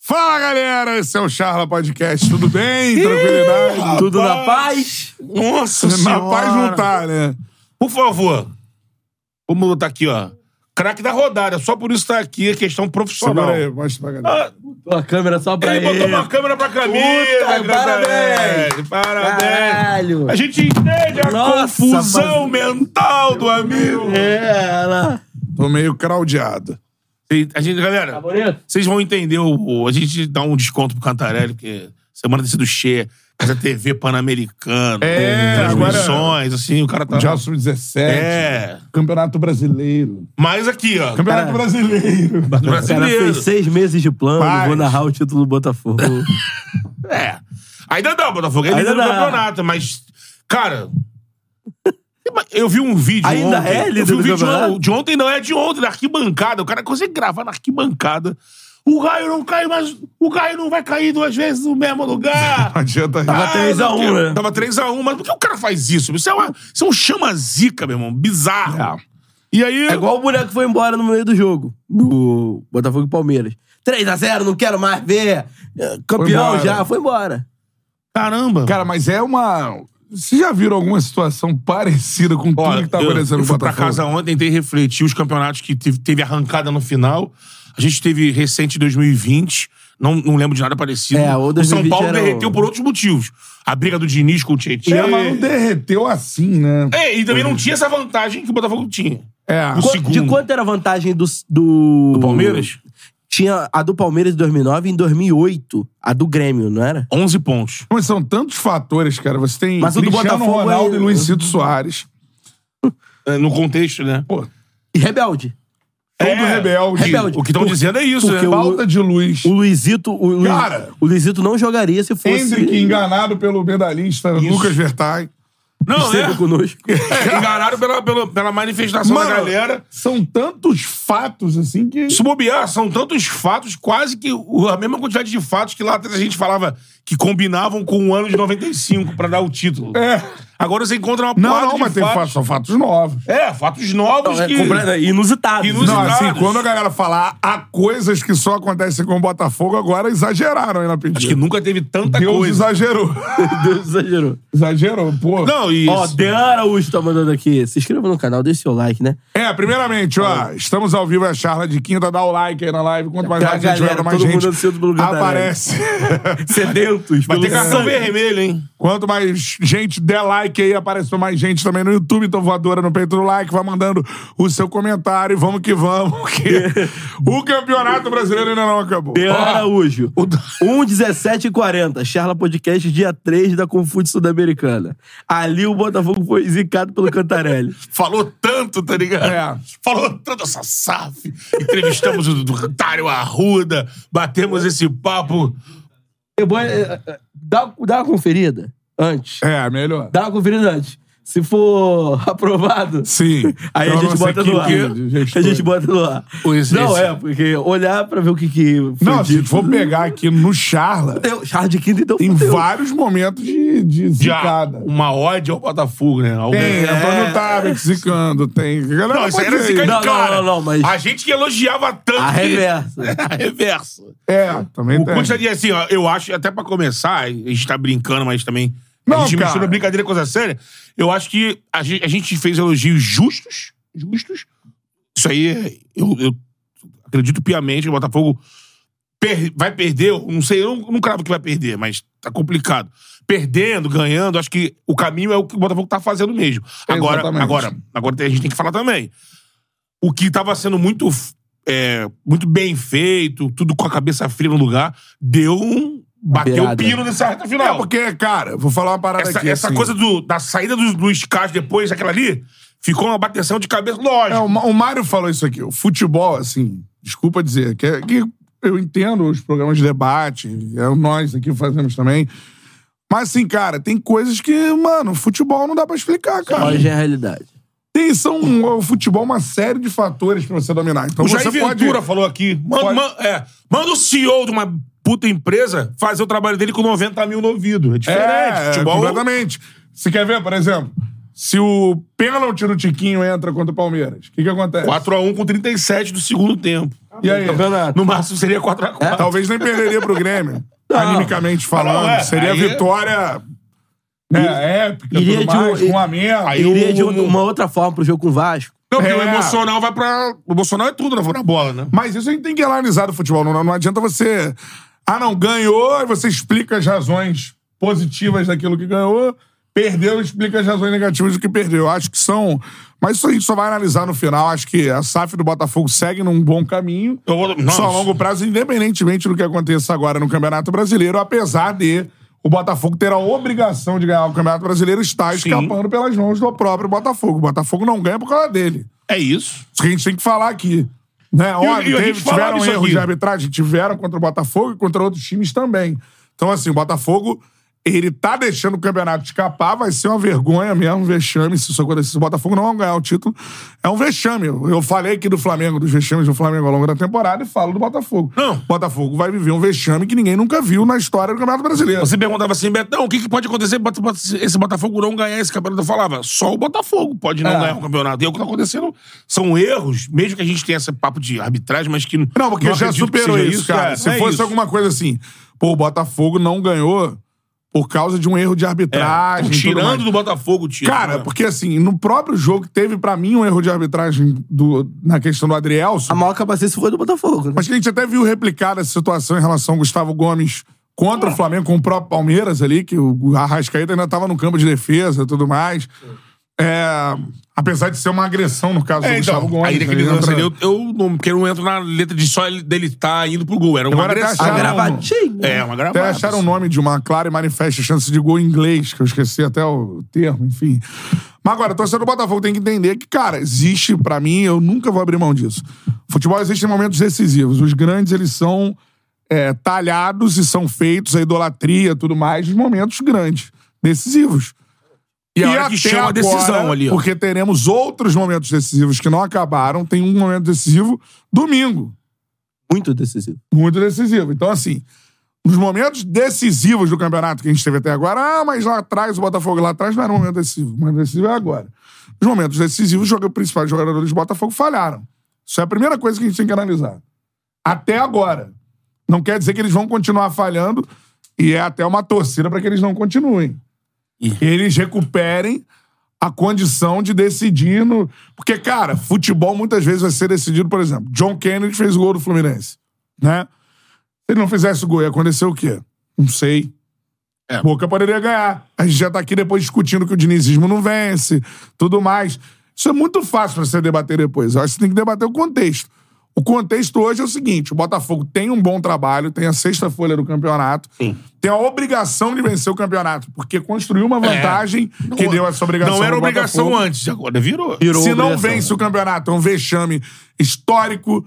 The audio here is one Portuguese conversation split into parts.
Fala, galera! Esse é o Charla Podcast. Tudo bem? Tranquilidade? Tudo na paz? Nossa Na senhora. paz não tá, né? um Por favor. Vamos botar aqui, ó. Craque da rodada. Só por isso tá aqui. É questão profissional. Segura aí, mostra pra galera. Ah, Botou a câmera só pra Ele ele. botou uma câmera pra camisa. Puta, graças parabéns. a Deus. Parabéns. Caralho. A gente entende a Nossa, confusão mental do amigo. É, ela... Tô meio craudiado. E A gente, Tá galera, Bonito? vocês vão entender. O, o- a gente dá um desconto pro Cantarelli, porque semana tem sido cheia. Casa TV Pan-Americana. É, transmissões, assim, o cara tá... Mundial Sub-17. É. Campeonato Brasileiro. Mas aqui, ó. Campeonato Brasileiro. do O cara brasileiro. fez seis meses de plano, Paz. vou narrar o título do Botafogo. É. Ainda dá, o Botafogo. Ainda, Ainda ainda dá dá. no campeonato, mas. Cara. Eu vi um vídeo Ainda ontem. é líder eu vi um do vídeo de campeonato? on- de ontem, não, é de ontem, da arquibancada. O cara consegue gravar na arquibancada. O Gaio não cai, mas o Gaio não vai cair duas vezes no mesmo lugar. Não adianta Tava rir. Ah, 3 a 1, não, né? Tava 3x1, mas por que o cara faz isso? Isso é, uma, isso é um chama-zica, meu irmão. Ah, Bizarro. E aí. É igual o boneco que foi embora no meio do jogo, do Botafogo e Palmeiras. 3x0, não quero mais ver. É, Campeão embora. já, foi embora. Caramba. Cara, mas é uma... Vocês já viram alguma situação parecida com tudo Olha, que tá eu- acontecendo eu no fui pra Botafogo? casa ontem, tentei refletir os campeonatos que teve, teve arrancada no final. A gente teve recente 2020, não, não lembro de nada parecido. É, o o São 2020 Paulo era o- derreteu por outros motivos. A briga do Diniz com o Tietchan. É, mas não derreteu assim, né? É, e também não tinha essa vantagem que o Botafogo tinha. É. O Qu- segundo. De quanto era a vantagem do, do... Do Palmeiras? Tinha a do Palmeiras em 2009 e em 2008, a do Grêmio, não era? 11 pontos. Mas são tantos fatores, cara. Você tem Mas o do Cristiano Botafogo é- Ronaldo e Luizito Soares. É, No contexto, né? Pô, E Rebelde. todo É, rebelde. rebelde. O que estão Por- dizendo é isso, né? porque o- Falta de luz. O Luizito... O, Luiz- Cara! o Luizito não jogaria se fosse... Hendrick enganado pelo medalhista Lucas Vertay. Não, Sempre né? conosco. É, enganaram pela, pela, pela manifestação da galera. são tantos fatos assim que. Se bobear, são tantos fatos, quase que o- a mesma quantidade de fatos que lá atrás a gente falava que combinavam com o ano de 95 pra dar o título. É. Agora você encontra uma Não, porrada não, de mas tem fatos, são fatos novos. É, fatos novos É que... completo- inusitado. Não, Inusitado. assim, quando a galera falar há coisas que só acontecem com o Botafogo, agora exageraram aí na pedida. Acho que nunca teve é tanta Deus coisa. exagerou. Deus exagerou. exagerou, pô. Não, e... Ó, Dean Araújo tá mandando aqui. Se inscreva no canal, deixe seu like, né? É, primeiramente, ó, estamos ao vivo, é a charla de quinta, dá o like aí na live. Quanto mais Pra like Tá a gente galera, tiver, mais todo gente mundo ansioso pelo Cantarelli. aparece. Sedentos. Vai ter pelo cartão sangue. vermelho, hein? Quanto mais gente der like aí, aparece pra mais gente também no YouTube. Então, voadora no peito do like, vai mandando o seu comentário. Vamos que vamos, que o Campeonato Brasileiro ainda não acabou. Dean Ó, Araújo. o- 1,1740. Charla Podcast, dia 3 da Confute Sudamericana. Ali o Botafogo foi zicado pelo Cantarelli. Falou tanto, tá ligado? É. Falou tanto essa SAF. Entrevistamos o Dário Arruda. Batemos esse papo. É bom, é, é, dá, dá uma conferida antes. É, melhor. Dá uma conferida antes. Se for aprovado, Sim. aí Eu a gente não sei bota quem no ar. que- A gente bota no ar. Pois é, Não, esse- é, porque olhar pra ver o que que foi Não, se dito. for pegar aqui no charla, Deu, Charla de quinta, então tem fudeu. vários momentos de, de Já zicada. uma ódio ao Botafogo, né? Alguém... Tem, Antônio Tarek zicando, tem... Galera, Não, isso pode era ver. zica de Não, não, cara. não, não, mas- A gente que elogiava tanto. A que- reversa. a reversa. É, também O tem. Conte diz assim, ó, eu acho, até pra começar, a gente tá brincando, mas também. Não, a gente cara. mistura brincadeira com coisa séria. Eu acho que a gente, a gente fez elogios justos. Justos. Isso aí, eu, eu acredito piamente que o Botafogo per- vai perder. eu Não sei, eu não, não cravo que vai perder, mas tá complicado. Perdendo, ganhando, acho que o caminho é o que o Botafogo tá fazendo mesmo. Agora, Exatamente. agora, agora tem- a gente tem que falar também. O que tava sendo muito, é, muito bem feito, tudo com a cabeça fria no lugar, deu um. Bateu o Beirada. pino nessa reta É, final. porque, cara, vou falar uma parada essa aqui. essa assim. coisa do- da saída do Luiz Castro depois, aquela ali, ficou uma bateção de cabeça. É, Lógico. o, Ma- o Mário falou isso aqui. O futebol, assim, desculpa dizer, que, é- que eu entendo os programas de debate, é, nós aqui fazemos também. Mas, assim, cara, tem coisas que, mano, futebol não dá pra explicar, cara. Hoje é a realidade. Tem, são, o futebol é uma série de fatores pra você dominar. Então O você Jair pode. Ventura falou aqui. Manda, pode- man- é, manda o CEO de uma puta empresa fazer o trabalho dele com 90 mil no ouvido. É diferente. É, futebol. completamente. Você quer ver, por exemplo? Se o pênalti do Tiquinho entra contra o Palmeiras, o que, que acontece? 4x1 com 37 do segundo tempo. E aí? Campeonato. No máximo seria 4x4. Ah, Talvez nem perderia pro Grêmio. Animicamente falando. Não, é, Seria aí- vitória né, épica, iria tudo de um- mais, i- com a menos. aí Iria de o- um- uma outra forma pro jogo com o Vasco. Não, porque É. o emocional vai pra. O emocional é tudo na, na bola, né? Mas isso a gente tem que analisar do futebol. Não, não adianta você. Ah, não, ganhou, e você explica as razões positivas daquilo que ganhou. Perdeu, explica as razões negativas do que perdeu. Acho que são. Mas isso a gente só vai analisar no final. Acho que a SAF do Botafogo segue num bom caminho. Eu vou- Só a Nossa. longo prazo, independentemente do que aconteça agora no Campeonato Brasileiro, apesar de o Botafogo ter a obrigação de ganhar o Campeonato Brasileiro, está escapando pelas mãos do próprio Botafogo. O Botafogo não ganha por causa dele. É isso. Isso que a gente tem que falar aqui. Né? Óbvio, e a teve- gente falava tiveram isso erros aqui. de arbitragem, tiveram contra o Botafogo e contra outros times também. Então, assim, o Botafogo, ele tá deixando o campeonato escapar, vai ser uma vergonha mesmo, um vexame. Se isso acontecer, se o Botafogo não ganhar o título, é um vexame. Eu eu falei aqui do Flamengo, dos vexames do Flamengo ao longo da temporada e falo do Botafogo. Não. O Botafogo vai viver um vexame que ninguém nunca viu na história do Campeonato Brasileiro. Você perguntava assim, Betão, o que, que pode acontecer bota- bota- se esse Botafogo não ganhar esse campeonato? Eu falava, só o Botafogo pode não É. ganhar o campeonato. E é o que tá acontecendo são erros, mesmo que a gente tenha esse papo de arbitragem, mas que Não, porque já acredito que superou seja isso, cara. é, Se é fosse isso. alguma coisa assim, pô, o Botafogo não ganhou por causa de um erro de É, arbitragem. tudo tão mais. tirando do Botafogo, tira. né? Cara, porque assim, no próprio jogo teve pra mim um erro de arbitragem do, na questão do Adrielson, A maior capacete foi do Botafogo. Né? mas que a gente até viu replicada essa situação em relação ao Gustavo Gomes contra o Flamengo, com o próprio Palmeiras ali, que o Arrascaeta ainda tava no campo de defesa e tudo mais. É, apesar de ser uma agressão no caso do É, Gustavo então, Gomes. aí naquele né? lance ali, Entra- eu, eu não, porque eu não entro na letra de só ele- dele tá indo pro gol. Era uma Agora até agressão. acharam- Gravatinho. É, uma Até gravada. acharam um o nome de uma clara e manifesta chance de gol em inglês, que eu esqueci até o termo, enfim. Mas agora, a torcida do Botafogo tem que entender que, cara, existe, pra mim, eu nunca vou abrir mão disso. Futebol existe em momentos decisivos. Os grandes, eles são é, talhados e são feitos, a idolatria tudo mais, nos momentos grandes, decisivos. E a hora que até chama a decisão ali, ó. Porque teremos outros momentos decisivos que não acabaram. Tem um momento decisivo domingo Muito decisivo. muito decisivo. Então, assim, nos momentos decisivos do campeonato que a gente teve até agora, ah, mas lá atrás, o Botafogo lá atrás não era um momento decisivo. O momento decisivo é agora. Nos momentos decisivos, os joga- principais jogadores do Botafogo falharam. Isso é a primeira coisa que a gente tem que analisar. Até agora. Não quer dizer que eles vão continuar falhando e é até uma torcida para que eles não continuem. Ih. Eles recuperem a condição de decidir no... Porque, cara, futebol muitas vezes vai ser decidido, por exemplo, John Kennedy fez o gol do Fluminense, né? Se ele não fizesse o gol, ia acontecer o quê? Não sei. É. Boca poderia ganhar. A gente já tá aqui depois discutindo que o dinizismo não vence, tudo mais. Isso é muito fácil pra você debater depois. Eu acho que você tem que debater o contexto. O contexto hoje é o seguinte: o Botafogo tem um bom trabalho, tem a sexta folha do campeonato, Sim. tem a obrigação de vencer o campeonato, porque construiu É. uma vantagem Não- que deu essa obrigação. Não era ao obrigação Botafogo. antes, agora virou. Virou Se não obrigação. vence o campeonato, é um vexame histórico,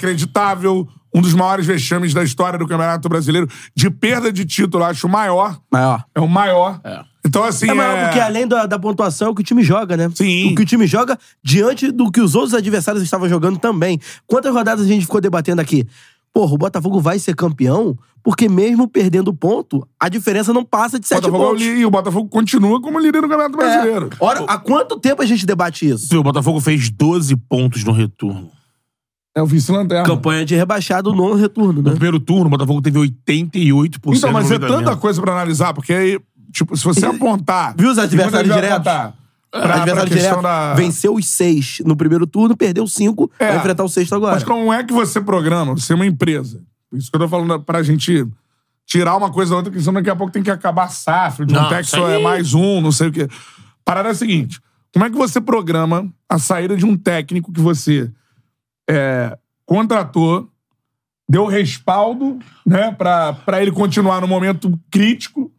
inacreditável, um dos maiores vexames da história do Campeonato Brasileiro, de perda de título, eu acho o maior. Maior. É o maior. É. Então, assim. É maior porque além da, da pontuação é o que o time joga, né? Sim. O que o time joga diante do que os outros adversários estavam jogando também. Quantas rodadas a gente ficou debatendo aqui? Porra, o Botafogo vai ser campeão porque mesmo perdendo ponto, a diferença não passa de É. o sete Botafogo é o pontos. li- e o Botafogo continua como líder do Campeonato Brasileiro. Ora, há quanto tempo a gente debate isso? O Botafogo fez 12 pontos no retorno. É, o vice-lanterna. Campanha de rebaixado no retorno, No né? primeiro turno, o Botafogo teve 88% Então, mas é do tanta aproveitamento. coisa pra analisar, porque aí, tipo, se você apontar. Viu os adversários se você diretos? apontar Pra, Ah, pra adversário questão direto da. venceu os seis no primeiro turno, perdeu cinco, É. vai enfrentar o sexto agora. Mas como é que você programa? Você é uma empresa. Isso que eu tô falando é pra gente tirar uma coisa da outra, porque senão daqui a pouco tem que acabar safra, de um Não, texto isso aí- é mais um, não sei o quê. Parada é a seguinte: como é que você programa a saída de um técnico que você é, contratou, deu respaldo, né, pra, pra ele continuar no momento crítico?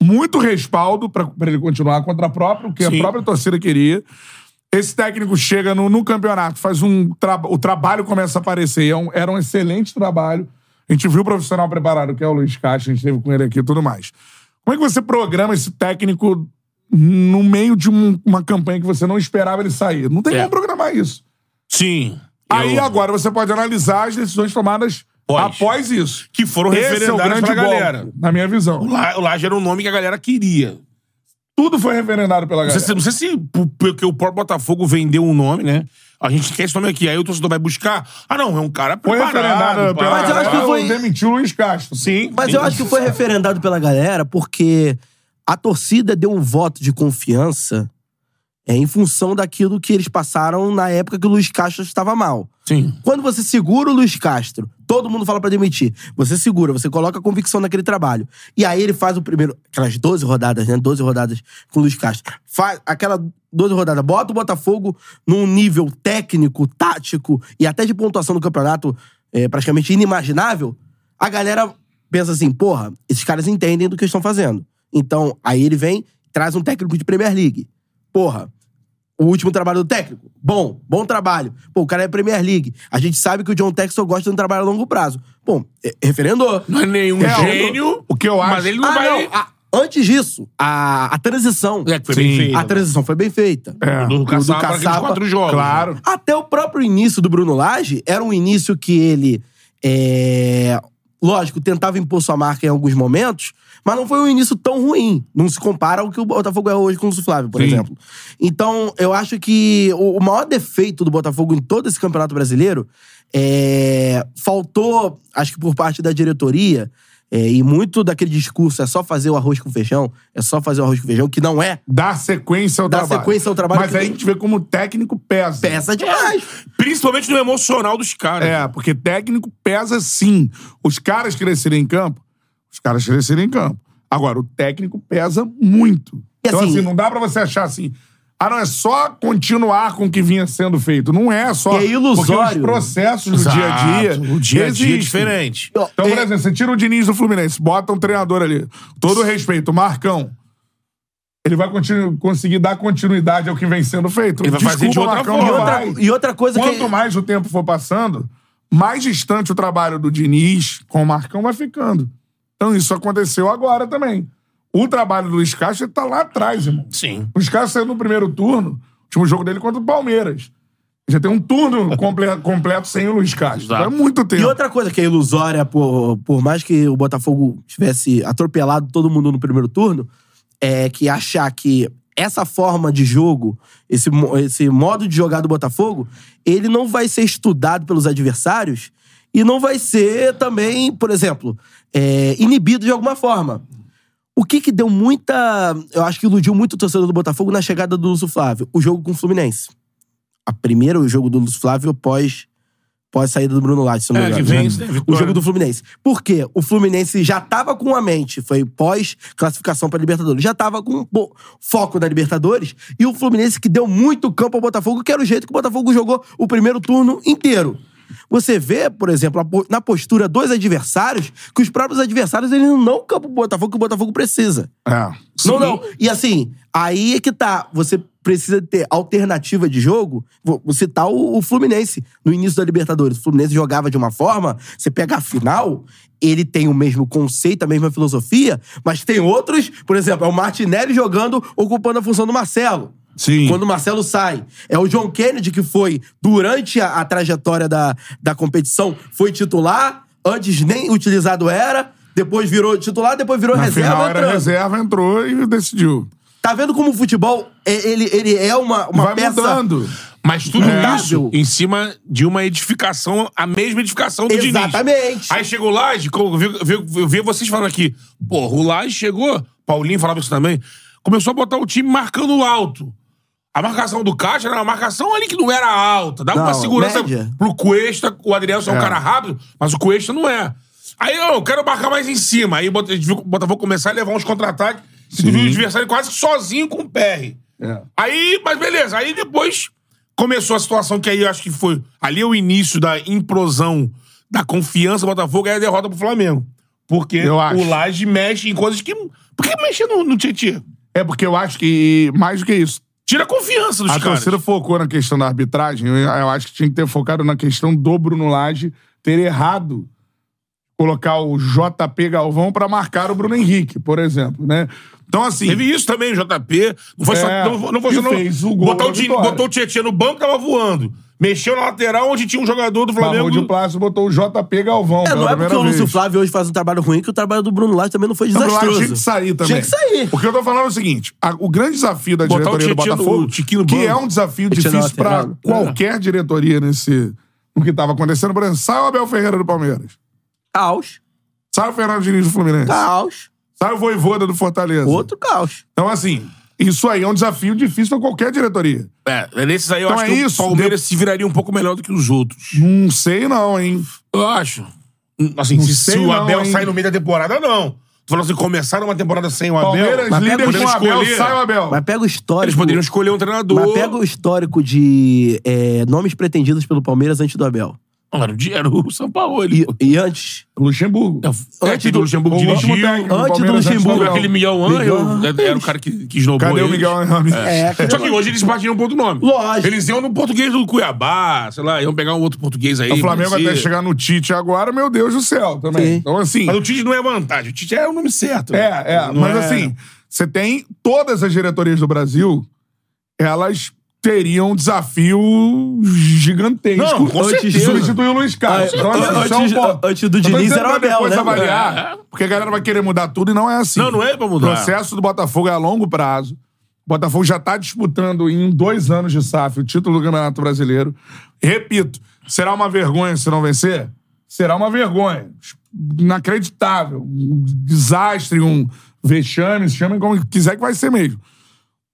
Muito respaldo pra pra ele continuar contra a própria, o que a Sim. própria torcida queria. Esse técnico chega no, no campeonato, faz um tra- o trabalho começa a aparecer. e É um, era um excelente trabalho. A gente viu o profissional preparado, que é o Luiz Caixa, a gente teve com ele aqui e tudo mais. Como é que você programa esse técnico no meio de um- uma campanha que você não esperava ele sair? Não tem É. como programar isso. Sim. Aí Eu- agora você pode analisar as decisões tomadas Pós. após isso. Que foram Esse é o referendadas grande pra golpe, galera. um na minha visão. O La- o Laje era o nome que a galera queria. Tudo foi referendado pela Não sei, galera. se- não sei se por- porque o próprio Botafogo vendeu um nome, né? A gente quer esse nome aqui. Aí o torcedor vai buscar. Ah, não, é um cara Foi referendado pela preparado. pá. Mas eu acho galera. que foi- Demitiu o Luiz Castro. Sim. Mas eu acho que foi referendado pela galera porque a torcida deu um voto de confiança é, em função daquilo que eles passaram na época que o Luiz Castro estava mal. Sim. Quando você segura o Luiz Castro, todo mundo fala pra demitir. Você segura, você coloca a convicção naquele trabalho. E aí ele faz o primeiro. Aquelas 12 rodadas, né? 12 rodadas com o Luiz Castro. Faz aquela 12 rodadas. Bota o Botafogo num nível técnico, tático e até de pontuação do campeonato é, praticamente inimaginável. A galera pensa assim: porra, esses caras entendem do que estão fazendo. Então, aí ele vem, traz um técnico de Premier League. Porra, o último trabalho do técnico. Bom, bom trabalho. Pô, o cara é Premier League. A gente sabe que o John Texel gosta de um trabalho a longo prazo. Bom, é- referendou. Não é nenhum É, gênio. o que eu Mas acho- ele não Ah, vai. não. Ah, antes disso, a, a transição. É, que foi bem feita. A transição foi bem feita. É. do- Do do Caçapa, aqueles Caçapa. quatro jogos. Claro. Até o próprio início do Bruno Lage era um início que ele. é, Lógico, tentava impor sua marca em alguns momentos, mas não foi um início tão ruim. Não se compara ao que o Botafogo é hoje com o Flávio, por Sim. exemplo. Então, eu acho que o o maior defeito do Botafogo em todo esse campeonato brasileiro é. Faltou, acho que por parte da diretoria, é, e muito daquele discurso é só fazer o arroz com feijão, é só fazer o arroz com feijão, que não é. Dá sequência ao Dá trabalho. sequência ao trabalho Mas que aí tem- a gente vê como o técnico pesa. Peça demais. Principalmente no emocional dos caras. É, porque técnico pesa sim. Os caras crescerem em campo, os caras crescerem em campo. Agora, o técnico pesa muito. E então, assim- assim, não dá pra você achar assim. Ah, não, é só continuar com o que vinha sendo feito. Não é só. E é ilusório. Porque os processos do Exato. dia a dia. O dia a dia é existem. diferente. Então, por É- exemplo, você tira o Diniz do Fluminense, bota um treinador ali. Todo respeito, o Marcão. Ele vai continu- conseguir dar continuidade ao que vem sendo feito. Ele vai Desculpa, fazer de outra Marcão, forma. E não outra, vai. e outra coisa é que. Quanto mais o tempo for passando, mais distante o trabalho do Diniz com o Marcão vai ficando. Então isso aconteceu agora também. O trabalho do Luiz Castro ele tá lá atrás, irmão. Sim. O Luiz Castro saiu no primeiro turno, o último jogo dele contra o Palmeiras. Já tem um turno comple- completo sem o Luiz Castro. Exato. Então É muito tempo. E outra coisa que é ilusória, por, por mais que o Botafogo tivesse atropelado todo mundo no primeiro turno, é que achar que essa forma de jogo, esse, mo- esse modo de jogar do Botafogo, ele não vai ser estudado pelos adversários e não vai ser também, por exemplo, é, inibido de alguma forma. O que que deu muita. Eu acho que iludiu muito o torcedor do Botafogo na chegada do Lúcio Flávio? O jogo com o Fluminense. A primeira, o jogo do Lúcio Flávio pós, pós saída do Bruno Lage, se não me É, que engano. né? vence, né? o Vitória. jogo do Fluminense. Por quê? O Fluminense já tava com a mente, foi pós-classificação pra Libertadores, já tava com bo- foco na Libertadores, e o Fluminense que deu muito campo ao Botafogo, que era o jeito que o Botafogo jogou o primeiro turno inteiro. Você vê, por exemplo, a po- na postura dos adversários, que os próprios adversários eles não dão campo pro Botafogo que o Botafogo precisa. É. Não, não. E assim, aí é que tá. Você precisa ter alternativa de jogo. Vou vou citar o, o Fluminense no início da Libertadores. O Fluminense jogava de uma forma, você pega a final, ele tem o mesmo conceito, a mesma filosofia, mas tem outros, por exemplo, é o Martinelli jogando, ocupando a função do Marcelo. Sim. Quando o Marcelo sai. É o John Kennedy que foi, durante a, a trajetória da, da competição, foi titular, antes nem utilizado era, depois virou titular, depois virou Na reserva. final era entrando. reserva, entrou e decidiu. Tá vendo como o futebol, é- ele, ele é uma, uma Vai peça... mudando. Mas tudo É. isso em cima de uma edificação, a mesma edificação do Diniz. Exatamente. Aí chegou o Laje, como eu vi- vi- eu vi vocês falando aqui. Porra, o Laje chegou, Paulinho falava isso também, começou a botar o time marcando alto. A marcação do Caixa era uma marcação ali que não era alta. Dava Não, uma segurança média. pro Cuesta, o Adrielson é. um É. cara rápido, mas o Cuesta não é. Aí, ó, eu quero marcar mais em cima. Aí o Bota- o Botafogo começar a levar uns contra-ataques. E tu viu o adversário quase que sozinho com o PR. É. Aí, mas beleza. Aí depois começou a situação que aí eu acho que foi. Ali é o início da implosão da confiança do Botafogo, aí a derrota pro Flamengo. Porque Eu acho. o Laje mexe em coisas que. Por que mexer no, no Tietchan? É porque eu acho que, mais do que isso, Tira a confiança dos a caras. torcida focou na questão da arbitragem. Eu, eu acho que tinha que ter focado na questão do Bruno Lage ter errado colocar o JP Galvão pra marcar o Bruno Henrique, por exemplo, né? Então, assim, Teve isso também, JP. Não foi só. É, Não, não foi e só. Não, fez o gol botar, da o, Di- vitória. botou o Tietchan no banco, tava voando. Mexeu na lateral onde tinha um jogador do Flamengo. Flamengo de Plácio botou o JP Galvão. É, pela não é primeira porque o Lúcio vez. Flávio hoje faz um trabalho ruim que o trabalho do Bruno Lage também não foi Não, mas lá desastroso. Tinha que sair também. Tinha que sair. Porque eu tô falando é o seguinte: a- o grande desafio da Botar o diretoria do Tietchan no- Botafogo, o Tiquinho no que banco. é um desafio Tietchan na difícil pra né? lateral. qualquer diretoria nesse. No que tava acontecendo, por exemplo, sai o Abel Ferreira do Palmeiras. Caos. Sai o Fernando Diniz do Fluminense. Tá. Caos. Sai o Voivoda do Fortaleza. Outro caos. Então, assim, isso aí é um desafio difícil pra qualquer diretoria. É, nesses aí eu Então acho é que isso. o Palmeiras se viraria um pouco melhor do que os outros. Não sei, não, hein? Eu acho. Hum, Assim, se, se sei o não, Abel hein. sai no meio da temporada, não. Tô falando assim, começaram uma temporada sem o Abel. Palmeiras, mas líder podemos com o Abel, escolher. sai o Abel. Mas pega o Eles histórico. poderiam escolher um treinador. Mas pega o histórico de é, nomes pretendidos pelo Palmeiras antes do Abel. Não, era o Di- era o São Paulo. E, e antes. Luxemburgo. É, antes teve do- o Luxemburgo o último dirigiu. técnico antes do Palmeiras, Luxemburgo, Abel. Aquele Miguel Miguel Angel Ramírez. era o cara que, que esnobou Cadê o eles. Miguel Ramirez? É, aquele- Só que hoje eles partiram pra outro nome. Lógico. Eles iam no português do Cuiabá, sei lá, iam pegar um outro português aí. É O Flamengo parecia. até chegar no Tite agora, meu Deus do céu, também. Sim. Então, assim. Mas o Tite não é vantagem, o Tite é o nome certo. É, é. Não mas é- assim, você tem todas as diretorias do Brasil, elas teriam um desafio gigantesco Não, com de certeza. substituir o Luiz Carlos. Ah, Então, assim, antes- isso é um ponto. antes do Eu tô Diniz dizendo era o pra Abel, depois né? avaliar, porque a galera vai querer mudar tudo e não é assim. É. Não, não é pra O mudar. processo do Botafogo é a longo prazo. O Botafogo já está disputando em dois anos de SAF o título do Campeonato Brasileiro. Repito, será uma vergonha se não vencer? Será uma vergonha. Inacreditável. Um desastre, um vexame, se chamem como quiser que vai ser mesmo.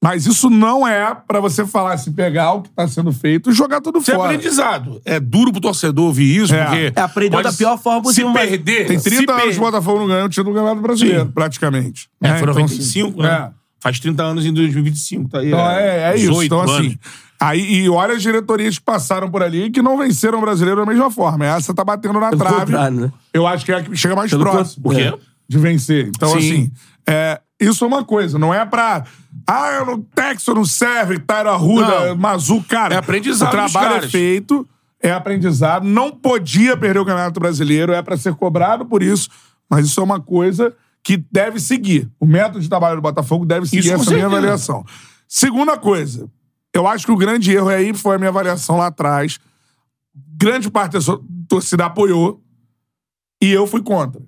Mas isso não é pra você falar se pegar o que está sendo feito e jogar tudo Isso é fora. aprendizado. É duro pro torcedor ouvir isso, É. porque. É, aprendeu pode da pior forma possível, Se mas- perder. Tem se 30 anos que o per- Botafogo não ganha o título do Campeonato Brasileiro, praticamente. É, Né? foi Então, 95, assim, né? Faz 30 anos em 2025, tá aí. Então é, é isso. 18 Então, anos. assim. Aí, e olha as diretorias que passaram por ali e que não venceram o brasileiro da mesma forma. Essa tá batendo na Pelo trave. contrário, né? Eu acho que é a que chega mais Pelo próximo contrário. Por quê? de vencer. Então, Sim. assim, é, isso é uma coisa. Não é pra. Ah, eu não, Texo não serve, Tairo Arruda, Não. Mazu, cara. É aprendizado O dos trabalho é caras. feito, é aprendizado. Não podia perder o Campeonato Brasileiro, é pra ser cobrado por isso. Mas isso é uma coisa que deve seguir. O método de trabalho do Botafogo deve seguir Isso com essa minha certeza. avaliação. Segunda coisa, eu acho que o grande erro aí foi a minha avaliação lá atrás. Grande parte da so- torcida apoiou e eu fui contra.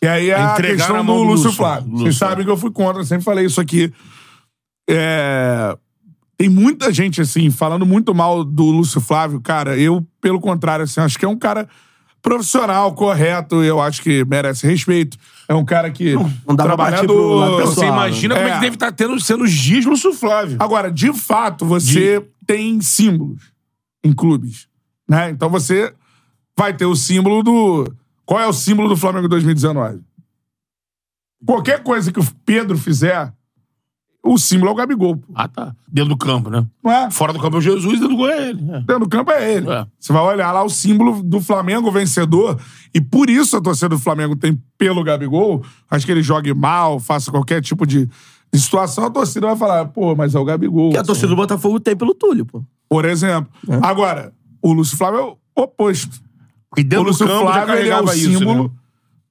E aí é a Entregar na questão do mão do Lúcio Lúcio. Flávio. Lúcio. Vocês sabem que eu fui contra, eu sempre falei isso aqui. É, Tem muita gente, assim, falando muito mal do Lúcio Flávio, cara. Eu, pelo contrário, assim, acho que é um cara profissional, correto, eu acho que merece respeito. É um cara que. não dá pra partir pro lado trabalhador, pessoal. Você imagina como é É. que deve estar tendo, sendo os dias no Flávio. Agora, de fato, você tem símbolos em clubes. Né? Então você vai ter o símbolo do. Qual é o símbolo do Flamengo 2019? Qualquer coisa que o Pedro fizer, o símbolo é o Gabigol. pô. Ah, tá. Dentro do campo, né? Não é? Fora do campo é o Jesus, dentro do gol é ele. né? Dentro do campo é ele. É. Você vai olhar lá o símbolo do Flamengo vencedor, e por isso a torcida do Flamengo tem pelo Gabigol. Acho que ele jogue mal, faça qualquer tipo de de situação, a torcida vai falar, pô, mas é o Gabigol. Que a torcida do Botafogo tem pelo Túlio, pô. Por exemplo. É. Agora, o Lúcio Flávio é o oposto. Porque O dentro do Lúcio campo já Flávio ele é o carregava isso. símbolo né?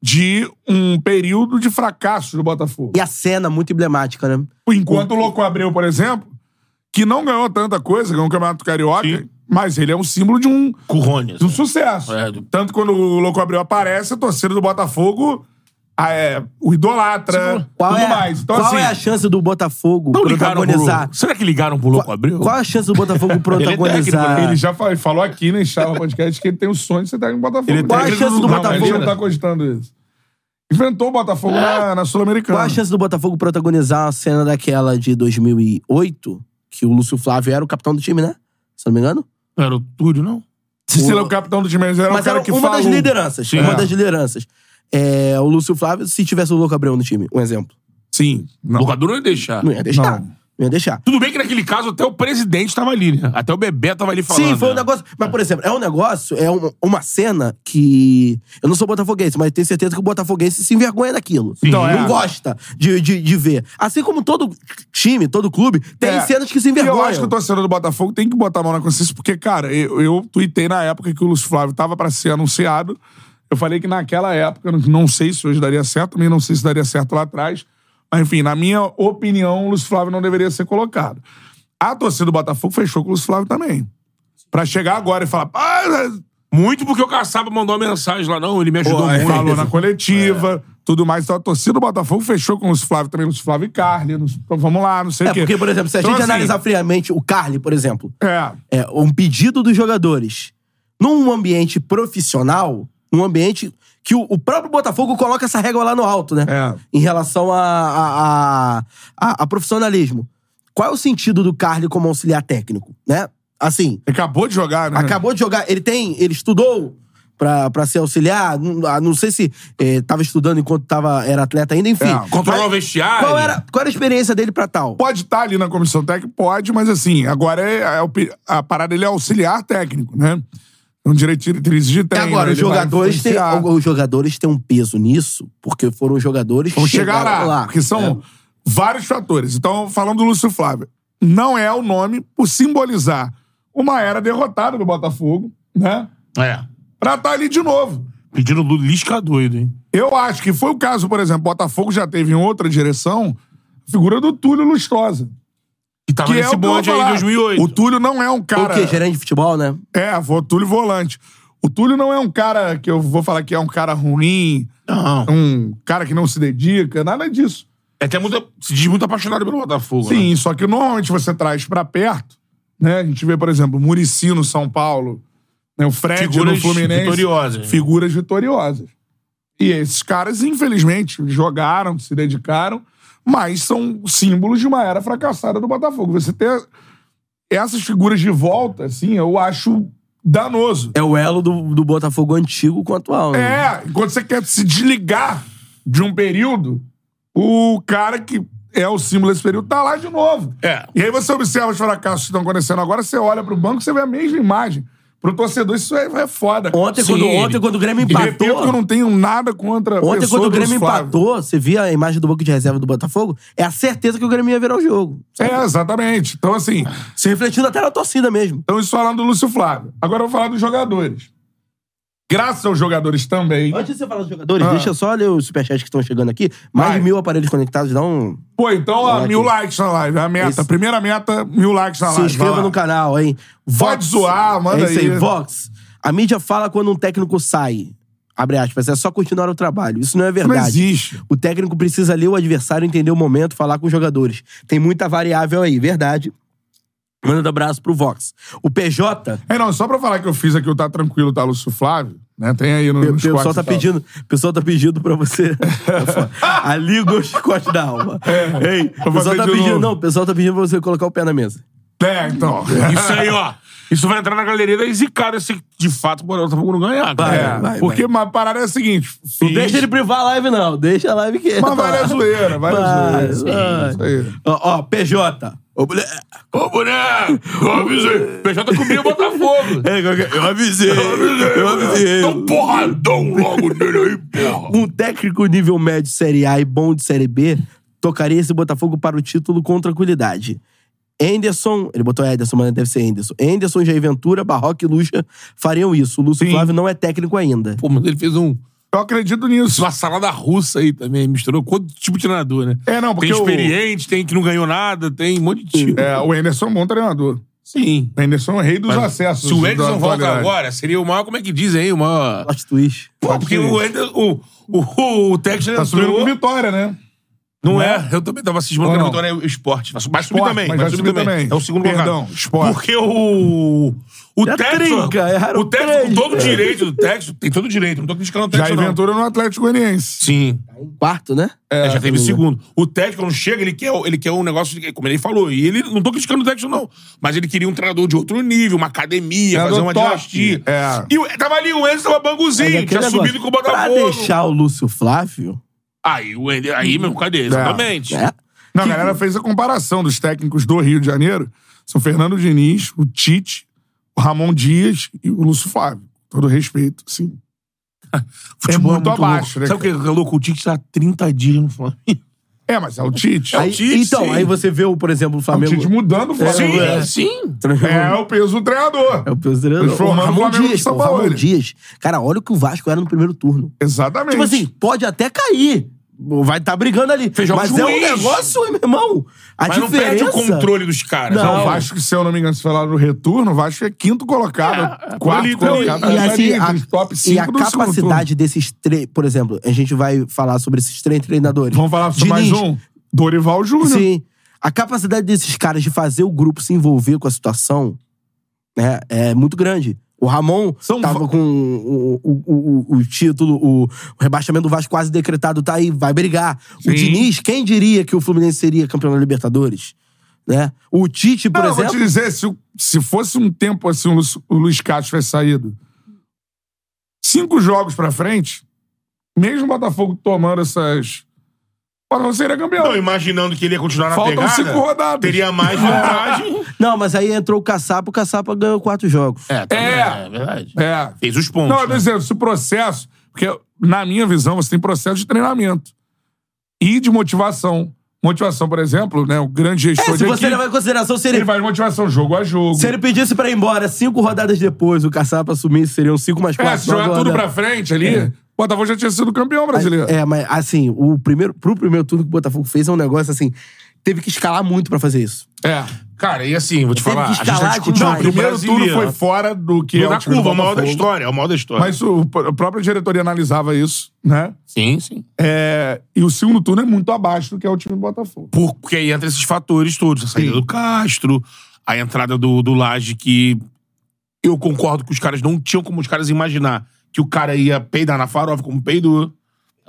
de um período de fracasso do Botafogo. E a cena muito emblemática, né? Enquanto o Louco Abreu, por exemplo, que não ganhou tanta coisa, ganhou o Campeonato Carioca, Sim. mas ele é um símbolo de um, Currones. de um sucesso. É, do- Tanto quando o Louco Abreu aparece, a torcida do Botafogo ah, é, o idolatra, Qual, tudo é, mais. Então, qual assim, é a chance do Botafogo Não ligaram protagonizar? pro... Será que ligaram pro Louco Abril? Qual é a chance do Botafogo protagonizar? é né? Ele já fa- falou aqui na Enxava Podcast que ele tem o sonho de ser técnico do Botafogo. Ele tem- Qual a Ele chance do não- Botafogo, Ele não tá né? cogitando isso. Inventou o Botafogo na, na Qual é a Sul-Americana. chance do Botafogo protagonizar a cena daquela de 2008, que o Lúcio Flávio era o capitão do time, né? Se não me engano. Não era o Túlio, não? Se ele é o capitão do time, ele era o Mas cara era que uma fala das o- lideranças. Sim. Uma É. das lideranças. É, o Lúcio Flávio, se tivesse o Louco Abreu no time, um exemplo. Sim. O Não. Louco Abreu não ia deixar. Não ia deixar. Não. Não, ia deixar. Tudo bem que naquele caso até o presidente tava ali, né? Até o Bebê tava ali falando. Sim, foi um né? negócio. Mas, por exemplo, é um negócio, é um- uma cena que. Eu não sou botafoguense, mas tenho certeza que o botafoguense se envergonha daquilo. Então, é. não gosta de, de, de ver. Assim como todo time, todo clube, tem É. cenas que se E envergonham. eu acho que o torcedor do Botafogo tem que botar a mão na consciência, porque, cara, eu, eu tuitei na época que o Lúcio Flávio tava pra ser anunciado. Eu falei que naquela época, não- não sei se hoje daria certo, também não sei se daria certo lá atrás. Mas, enfim, na minha opinião, o Lúcio Flávio não deveria ser colocado. A torcida do Botafogo fechou com o Lúcio Flávio também. Pra chegar agora e falar, ah, Muito porque o Caçaba mandou uma mensagem lá, não, ele me ajudou Pô, aí é muito. falou né? na coletiva, tudo mais. Então a torcida do Botafogo fechou com os Flávio também, os Flávio e Carli. nos- então, vamos lá, não sei É o quê. porque, por exemplo, se a Então, gente assim, analisar friamente o Carly, por exemplo, É, é, um pedido dos jogadores num ambiente profissional, um ambiente que o, o próprio Botafogo coloca essa régua lá no alto, né? É. Em relação a, a, a- a- a profissionalismo. Qual é o sentido do Carly como auxiliar técnico, né? Assim, acabou de jogar, né? acabou de jogar, ele tem, ele estudou pra, pra ser auxiliar, não, ah, não sei se eh, tava estudando enquanto tava, era atleta ainda, enfim. É, Controlou o Mas vestiário. qual, era, qual era a experiência dele pra tal? Pode estar ali na comissão técnica, pode, mas assim, agora é, é o pe- a parada dele é auxiliar técnico, né? Um direito de dirigir E tem. né, agora, os ele vai jogadores, têm, influenciar. os jogadores têm um peso nisso, porque foram os jogadores que Vamos chegar lá, chegaram lá. né? porque são vários fatores. Então, falando do Lúcio Flávio, não é o nome por simbolizar uma era derrotada do Botafogo, né? É. Pra estar ali de novo. Pedindo do Lisca doido, hein? Eu acho que foi o caso, por exemplo, Botafogo já teve em outra direção a figura do Túlio Lustosa. E tava Que é o nesse que eu vou bonde aí em falar. 2008. O Túlio não é um O cara. quê? Gerente de futebol, né? É, o Túlio Volante. O Túlio não é um cara que eu vou falar que é um cara ruim, Não. um cara que não se dedica, nada disso. É até muito, se diz muito apaixonado pelo Botafogo. né? Sim, só que normalmente você traz pra perto, né? A gente vê, por exemplo, o Muricy no São Paulo, né? o Fred Figuras no Fluminense. vitoriosas. Figuras vitoriosas. E esses caras, infelizmente, jogaram, se dedicaram, mas são símbolos de uma era fracassada do Botafogo. Você ter essas figuras de volta, assim, eu acho danoso. É o elo do, do Botafogo antigo com o atual, né? É, quando você quer se desligar de um período, o cara que é o símbolo desse período tá lá de novo. É. E aí você observa os fracassos que estão acontecendo agora, você olha pro banco, você vê a mesma imagem. Pro torcedor, isso é, é foda. Ontem, Sim. quando, ontem, quando o Grêmio E repito que eu empatou. não tenho nada contra a Ontem, um pessoa quando o do Grêmio Flávio. empatou, você via a imagem do banco de reserva do Botafogo, é a certeza que o Grêmio ia virar o jogo. É, exatamente. Então, assim, Se refletindo até na torcida mesmo. então isso falando do Lúcio Flávio. Agora eu vou falar dos jogadores. Graças aos jogadores também. Antes de você falar dos jogadores, Ah. deixa eu só ler os superchats que estão chegando aqui. Mais Vai. de mil aparelhos conectados, dá um. Pô, então, ó, Olha mil aqui. likes na live. A meta. Esse- Primeira meta, mil likes na Se live. inscreva Vai lá. no canal, hein? Pode zoar, manda é isso aí. Vox. A mídia fala quando um técnico sai. Abre aspas, é só continuar o trabalho. Isso não é Não verdade. existe. O técnico precisa ler o adversário, entender o momento, falar com os jogadores. Tem muita variável aí, verdade. Manda um abraço pro Vox. O PJ, É, não, só pra falar que eu fiz aqui o Tá Tranquilo, tá, Lúcio Flávio, né? Tem aí no, o nos pessoal cortes tá e tal. pedindo, o pessoal tá pedindo pra você. Ali o chicote da alma. É. Ei, o pessoal fazer tá de pedindo, novo. não, o pessoal tá pedindo pra você colocar o pé na mesa. É, então. Isso aí, ó. Isso vai entrar na galeria da zicada se de fato o Botafogo não ganhar. Vai, É, vai, porque a parada é a seguinte. Não fiz, deixa ele privar a live, não. Deixa a live que. Mas vale a zoeira, vale a Vai, zoeira. é vai. Isso aí. Ó, ó, PJ. Ô, mulher. Ô, boneco! Eu avisei. PJ comigo o Botafogo. É, eu- eu avisei. Eu Dá um avisei. porradão logo nele aí, porra. Um técnico nível médio de Série A e bom de Série B tocaria esse Botafogo para o título com tranquilidade. Anderson, ele botou Ederson, mas deve ser Anderson. Anderson, Jair Ventura, Barroca e Lucha fariam isso. O Lúcio Sim. Flávio não é técnico ainda. Pô, mas ele fez um, Eu acredito nisso. uma salada russa aí também. Misturou quanto tipo de treinador, né? É, não, porque o- tem experiente, tem que não ganhou nada, tem um monte de tio. É, o Anderson é um bom treinador. Sim. O Anderson é o rei dos acessos. Se o da Edson volta atualidade. agora, seria o maior, como é que dizem aí? O maior. Plot twist. Pô, porque Pode ser. o, Ederson- o, o, o Texas Tá subindo com entrou- vitória, né? Não é? Eu também tava cismando Ou que era não? Vitória é o esporte. Mas, mas subir Esporte, também. mas Mas, vai subir subir também. também. É o segundo Perdão, lugar. esporte. Porque o. O É Texas. trinca, erraram O Texas três, com É, todo o cara. direito do Texas. Tem todo o direito. Não tô criticando o Já Texas. não. inventura no Atlético Goianiense. Sim. Quarto, né? É, já teve segundo. O Tete, quando chega, ele quer, ele quer um negócio, de- como ele falou, e ele não tô criticando o Tete, não. Mas ele queria um treinador de outro nível, uma academia, Treinador fazer uma top. dinastia. É. E o- tava ali, o Enzo tava banguzinho, Mas é tinha aquele subido negócio. tá com o Pra Botafogo. deixar o Lúcio Flávio, Aí, o Enzo, aí, meu, cadê? Exatamente. né? Não, a galera fez a comparação dos técnicos do Rio de Janeiro. São Fernando Diniz, o Tite, o Ramon Dias e o Lúcio Flávio. Todo respeito, sim. Futebol muito abaixo, louco. né, Sabe o que é louco? O Tite tá 30 dias no Flamengo. É, mas é o Tite. Aí- é Tite, então, sim. É aí você vê, o, por exemplo, o o Flamengo. Tite mudando o Flamengo. é. sim. É, o peso do treinador. É o Pedro Adriano. O Transformando o Ramon Flamengo Dias, no São pô, o Ramon Paulo. Dias. Cara, olha o que o Vasco era no primeiro turno. Exatamente. Tipo assim, pode Tipo assim, até cair. vai estar brigando ali. Feijão Mas com é um juiz. negócio, meu irmão. A Mas diferença... não perde o controle dos caras. Não, Não, é o vai. Vasco, se eu não me engano, se falar no retorno, o Vasco é quinto colocado. É, é, quarto ali, colocado. E, Tá assim, ali, a, dos top e a cinco do segundo capacidade desses três... Por exemplo, a gente vai falar sobre esses três turno. treinadores. Vamos falar sobre mais Diniz. um? Dorival Júnior. né? Sim. A capacidade desses caras de fazer o grupo se envolver com a situação né, é muito grande. O Ramon São tava va- com o, o- o- o- o título, o, o rebaixamento do Vasco quase decretado, tá aí, vai brigar. O Sim. Diniz, quem diria que o Fluminense seria campeão da Libertadores? Né? O Tite, por Não, eu vou te exemplo. dizer, se, o- se fosse um tempo assim, o, Lu- o Luiz Castro tivesse saído cinco jogos pra frente, mesmo o Botafogo tomando essas... O Botafogo seria campeão. Não, imaginando que ele ia continuar na Faltam pegada, cinco rodadas. teria mais vantagem. Não, mas aí entrou o Caçapa, o Caçapa ganhou quatro jogos. é, também, É. verdade. É. Fez os pontos. Não, eu tô né? dizendo, se o processo... Porque, na minha visão, você tem processo de treinamento. E de motivação. Motivação, por exemplo, né? O grande É, gestor se de você equipe, levar em consideração, se ele ele, vai de motivação jogo a jogo. se ele pedisse pra ir embora cinco rodadas depois, o Caçapa assumisse, seriam cinco mais quatro. É, se jogar É. nove tudo né? rodadas. pra frente ali, o Botafogo já tinha sido campeão brasileiro. É, mas assim, o primeiro, pro primeiro turno que o Botafogo fez é um negócio assim. Teve que escalar muito pra fazer isso. É. Cara, e assim, vou te Teve falar, que a gente tá escalar discutindo demais. o O primeiro turno foi fora do que é da o time do curva, o maior da Botafogo. história, é o maior da história. Mas o, a própria diretoria analisava isso, né? Sim, sim. É, e o segundo turno é muito abaixo do que é o time do Botafogo. Porque aí entra esses fatores todos. A saída Sim. do Castro, a entrada do, do Laje, que eu concordo que os caras não tinham como os caras imaginar que o cara ia peidar na farofa como peidou.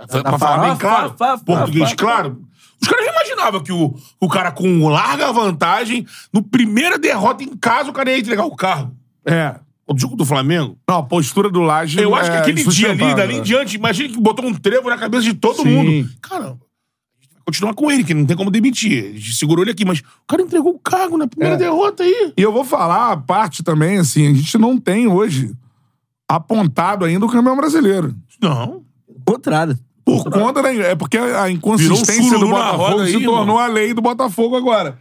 Pra na falar bem farofa, claro, fa- fa- português fa- claro. Os caras não imaginavam que o, o cara com larga vantagem, no primeira derrota em casa, o cara ia entregar o carro. É. O jogo do Flamengo. Não, a postura do Laje. Eu acho que é aquele dia ali, insustentável, dali em né? diante, imagina que botou um trevo na cabeça de todo Sim. mundo. Caramba. Continuar com ele, que não tem como demitir. A gente segurou ele aqui, mas o cara entregou o cargo na primeira É. derrota aí. E eu vou falar a parte também, assim, a gente não tem hoje apontado ainda o campeão brasileiro. Não. Ao contrário. Por conta da. É porque a inconsistência do sururu um na Botafogo roda se aí, tornou a lei do Botafogo agora.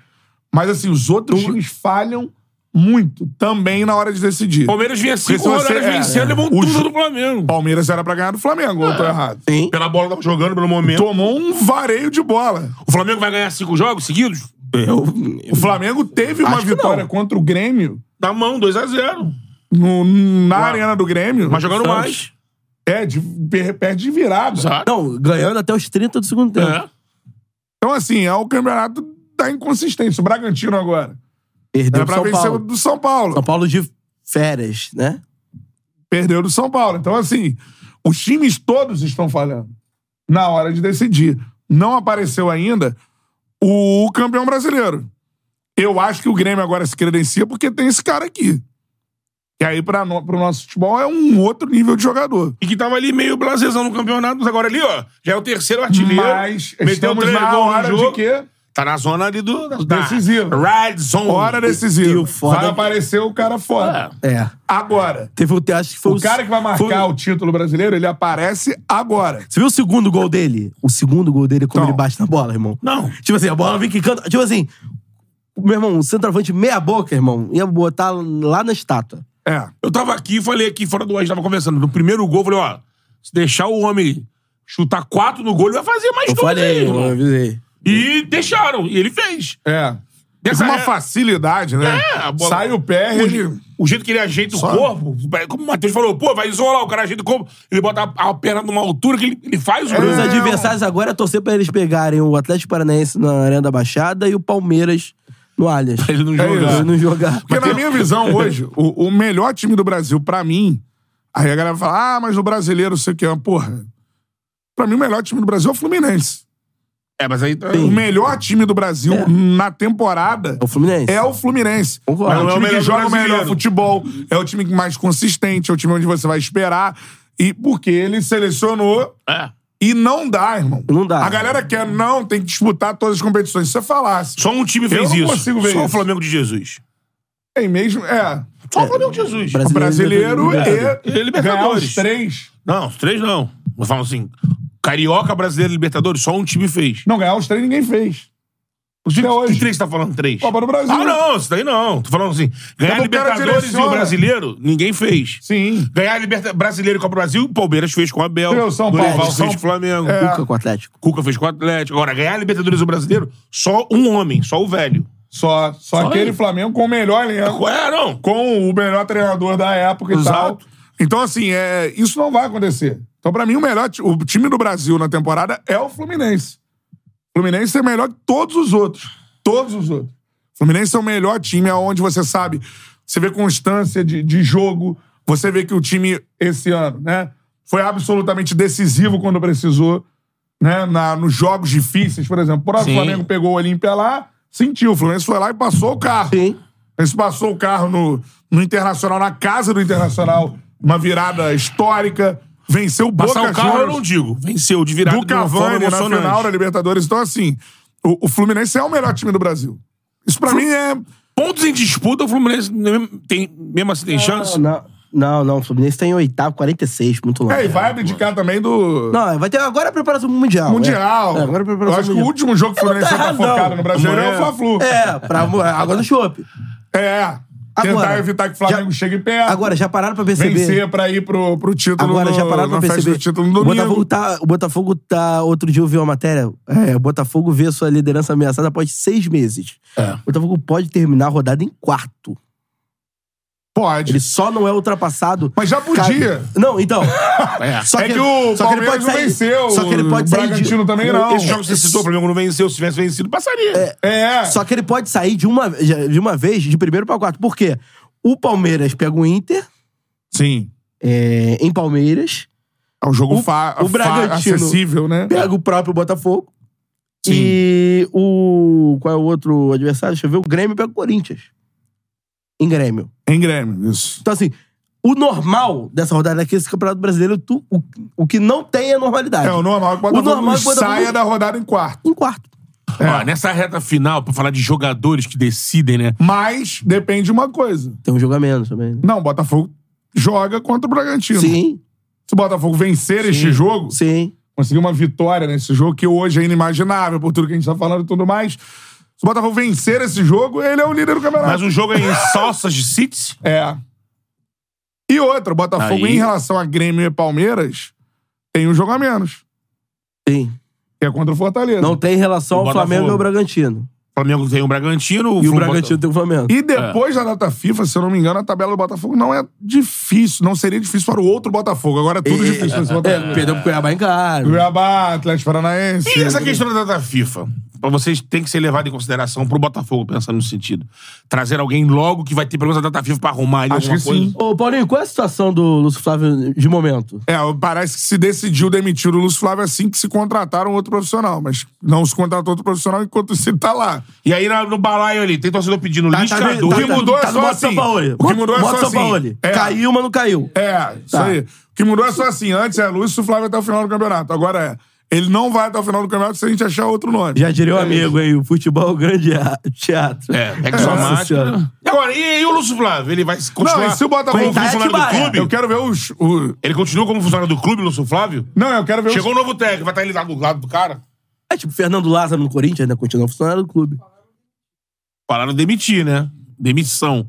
Mas assim, os outros Então, times falham muito também na hora de decidir. O Palmeiras vinha cinco Porque se horas você- é, vencendo, é. levou um O tudo Ju- do Flamengo. Palmeiras era pra ganhar do Flamengo, ou Ah. eu tô errado. Sim. Pela bola que tava jogando, pelo momento. Tomou um vareio de bola. O Flamengo vai ganhar cinco jogos seguidos? É. Eu, O Flamengo teve uma Acho que vitória não. contra o Grêmio Na mão, 2x0. no- na Uau. arena do Grêmio. Mas jogando Santos. mais. É, de, per- perde de virada. Exato. não, ganhando até os 30 do segundo tempo. É. Então, assim, é o campeonato da inconsistência. O Bragantino agora. Perdeu Era pro pra São vencer Paulo. o do São Paulo. São Paulo de férias, né? perdeu do São Paulo. Então, assim, os times todos estão falhando na hora de decidir. Não apareceu ainda o campeão brasileiro. Eu acho que o Grêmio agora se credencia porque tem esse cara aqui. E aí, para no, pro nosso futebol, é um outro nível de jogador. E que tava ali meio blasezão no campeonato, mas agora ali, ó, já é o terceiro artilheiro. Mas meteu estamos três na gols no hora de jogo. quê? Tá na zona ali do... Da Decisiva. Red zone. Hora decisiva. e o foda Vai é que- aparecer o cara fora. É. É. Agora. Teve o acho que foi O cara que vai marcar foi- o título brasileiro, ele aparece agora. Você viu o segundo gol dele? O segundo gol dele é como Não. ele bate na bola, irmão. Não. Tipo assim, a bola vem quicando. Tipo assim, meu irmão, o centroavante meia boca, irmão, ia botar lá na estátua. É. Eu tava aqui e falei aqui, fora do ar, a gente tava conversando. No primeiro gol, eu falei, ó, se deixar o homem chutar quatro no gol, ele vai fazer mais Eu dois aí, falei, eu irmão. avisei. E deixaram, e ele fez. É. Tem Essa uma é- facilidade, né? É, a bola- Sai o PR, O, ele... je- o jeito que ele ajeita Só- o corpo, como o Matheus falou, pô, vai isolar, o cara ajeita o corpo, ele bota a, a perna numa altura que ele, ele faz o É. gol. Os adversários agora é torcer pra eles pegarem o Atlético Paranaense na Arena da Baixada e o Palmeiras no Allianz. Pra Ele não joga. isso. ele não jogar. É. Porque na minha visão hoje, o, o melhor time do Brasil, pra mim, aí a galera fala, ah, mas o brasileiro, sei o que, porra. Pra mim, o melhor time do Brasil é o Fluminense. É, mas aí... O melhor time do Brasil É. na temporada É o Fluminense. é o Fluminense. Concordo. É o Não é o time que melhor joga o melhor brasileiro. futebol, é o time mais consistente, é o time onde você vai esperar. E porque ele selecionou É. e não dá, irmão. Não dá. A galera quer, não, tem que disputar todas as competições. Isso é falácia. Só um time Eu fez não isso. consigo ver Só o isso. Flamengo de Jesus. Tem mesmo, é. Só o Flamengo de Jesus. Brasil- brasileiro Brasileiro. e, E Libertadores. ganhar os três. Não, os três não. Eu falo assim, Carioca, Brasileiro e Libertadores, só um time fez. Não, ganhar os três ninguém fez. Os Até hoje. que três você tá falando? Três. Copa do Brasil. Ah, não, isso daí não. Tô falando assim. Ganhar Quando o cara Libertadores e o direciona. brasileiro, ninguém fez. Sim. Ganhar Liberta... brasileiro e Copa do Brasil, o Palmeiras fez com o Abel. Entendeu? São Paulo, Dorival São- fez com o Flamengo. É. Cuca com o Atlético. Cuca fez com o Atlético. Agora, ganhar Libertadores e o brasileiro, só um homem, só o velho. Só, só, Só aquele ele. Flamengo com o melhor elenco. É, não. com o melhor treinador da época e tal. Exato. Então, assim, é, isso não vai acontecer. Então, pra mim, o melhor ti- o time do Brasil na temporada é o Fluminense. O Fluminense é melhor que todos os outros. Todos os outros. O Fluminense é o melhor time, é onde você sabe, você vê constância de, de jogo, você vê que o time, esse ano, né, foi absolutamente decisivo quando precisou, né, na, nos jogos difíceis, por exemplo. Por exemplo, o Sim. Flamengo pegou o Olímpia lá, sentiu. O Fluminense foi lá e passou o carro. Sim. Esse passou o carro no, no Internacional, na casa do Internacional, uma virada histórica. Venceu o Boca Passar o carro eu Juniors não digo. Venceu de virada do de uma forma Cavani na emocionante. final da Libertadores. Então, assim, o, o Fluminense é o melhor time do Brasil. Isso pra mim é. Pontos em disputa, o Fluminense mesmo- tem, mesmo assim Ah. tem chance. Não, não, não. O Fluminense tá em oitavo, 46, muito longe. É, e vai abdicar também do Não, é, vai ter agora a preparação pro Mundial. Mundial. É, É, agora a eu preparação acho que pro o Mundial. último jogo que o Ela Fluminense tá vai tá erradão. focado no Brasileiro é o Amanhã- Fla-Flu. É, pra, agora no chopp. É. Tentar Agora, evitar que o Flamengo já- chegue perto. Agora, já pararam pra perceber. vencer pra ir pro, pro título. Agora no, já pararam pra na festa perceber. do título no o, domingo. Botafogo tá, o Botafogo tá. Outro dia eu vi uma matéria. É, o Botafogo vê sua liderança ameaçada após seis meses. É. O Botafogo pode terminar a rodada em quarto. Pode. Ele só não é ultrapassado. Mas já podia. Ca- Não, então. É. Só É que o só Palmeiras não venceu, Só que ele pode o sair. de- um- Bragantino também não. Esse jogo que você citou, o Flamengo não venceu. Se tivesse vencido, passaria. É. Só que ele pode sair de uma, de uma vez, de primeiro pra quarto. Por quê? O Palmeiras pega o Inter Sim. é, em Palmeiras, É um jogo O- fa- fa- o Bragantino. acessível, né? pega o próprio Botafogo. Sim. E o. Qual é o outro adversário? Deixa eu ver. O Grêmio pega o Corinthians. Em Grêmio. Em Grêmio, isso. Então, assim, o normal dessa rodada aqui, esse Campeonato Brasileiro, tu- o, o que não tem é normalidade. É o normal que o Botafogo normal é que o Botafogo- saia da rodada em quarto. Em quarto. Ó, nessa reta final, pra falar de jogadores que decidem, né? Mas depende de uma coisa. Tem um jogo a menos também. né? Não, o Botafogo joga contra o Bragantino. Sim, Se o Botafogo vencer este jogo, sim. conseguir uma vitória nesse jogo, que hoje é inimaginável por tudo que a gente tá falando e tudo mais. Se o Botafogo vencer esse jogo, ele é o líder do campeonato. Mas o jogo é em Salsas de City. É. E outra, o Botafogo, Aí- em relação a Grêmio e Palmeiras, tem um jogo a menos. Sim. Que é contra o Fortaleza. Não tem relação O ao Flamengo e ao Botafogo. Bragantino. O Flamengo tem o Bragantino. E o Flu- Bragantino tem o Flamengo. E depois da data FIFA, se eu não me engano, a tabela do Botafogo não é difícil. Não seria difícil para o outro Botafogo. Agora é tudo difícil para esse Botafogo. É, perdeu pro Cuiabá em casa. Cuiabá, Atlético Paranaense. E essa questão da data FIFA? Pra vocês tem que ser levado em consideração pro Botafogo, pensando no sentido. Trazer alguém logo que vai ter pelo menos a data FIFA pra arrumar ali Acho alguma que coisa. sim. Ô, Paulinho, qual é a situação do Lúcio Flávio de momento? É, parece que se decidiu demitir o Lúcio Flávio assim que se contrataram outro profissional. Mas não se contratou outro profissional enquanto se tá lá. E aí na- no balaio ali, tem torcedor pedindo tá, no- liscador. tá- Remo- mudou é no só modo assim. Sampaoli. O que mudou é Modo só assim. Sampaoli. É. Caiu, mas não caiu. É, isso Tá. aí. O que mudou é só assim. Antes é Lúcio Flávio até o final do campeonato. Agora é. Ele não vai até o final do campeonato se a gente achar outro nome. Já diria o amigo aí, o futebol é o grande a- teatro. É, pega Nossa sua máscara. Senhora. Agora, e, e o Lúcio Flávio? Ele vai continuar Não, e se o Botafogo como tá funcionário do Atibaia. clube? Eu quero ver os. o- Ele continua como funcionário do clube, Lúcio Flávio? Não, eu quero ver Chegou os. um novo técnico, vai estar ele lá do lado do cara? É tipo Fernando Lázaro no Corinthians, né? Continua funcionário do clube. Falaram demitir, né? Demissão.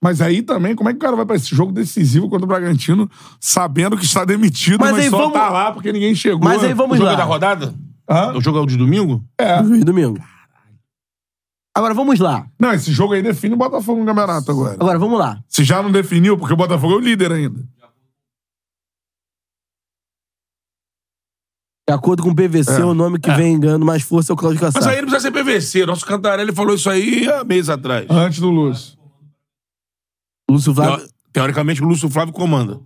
Mas aí também, como é que o cara vai pra esse jogo decisivo contra o Bragantino, sabendo que está demitido, mas, Mas aí só vamos- tá lá porque ninguém chegou. Mas aí O vamos jogo é da lá. rodada? Hã? O jogo é o de domingo? É. Juiz Domingo. Agora vamos lá. Não, esse jogo aí define o Botafogo no campeonato agora. Agora vamos lá. Se já não definiu, porque o Botafogo é o líder ainda. De acordo com o PVC, É. o nome que É. vem ganhando mais força é o Claudio Mas Cassar. aí não precisa ser PVC. Nosso Cantarelli falou isso aí há meses atrás. Ah, Antes do Lúcio. Lúcio Flávio. Teo- Teoricamente, o Lúcio Flávio comanda.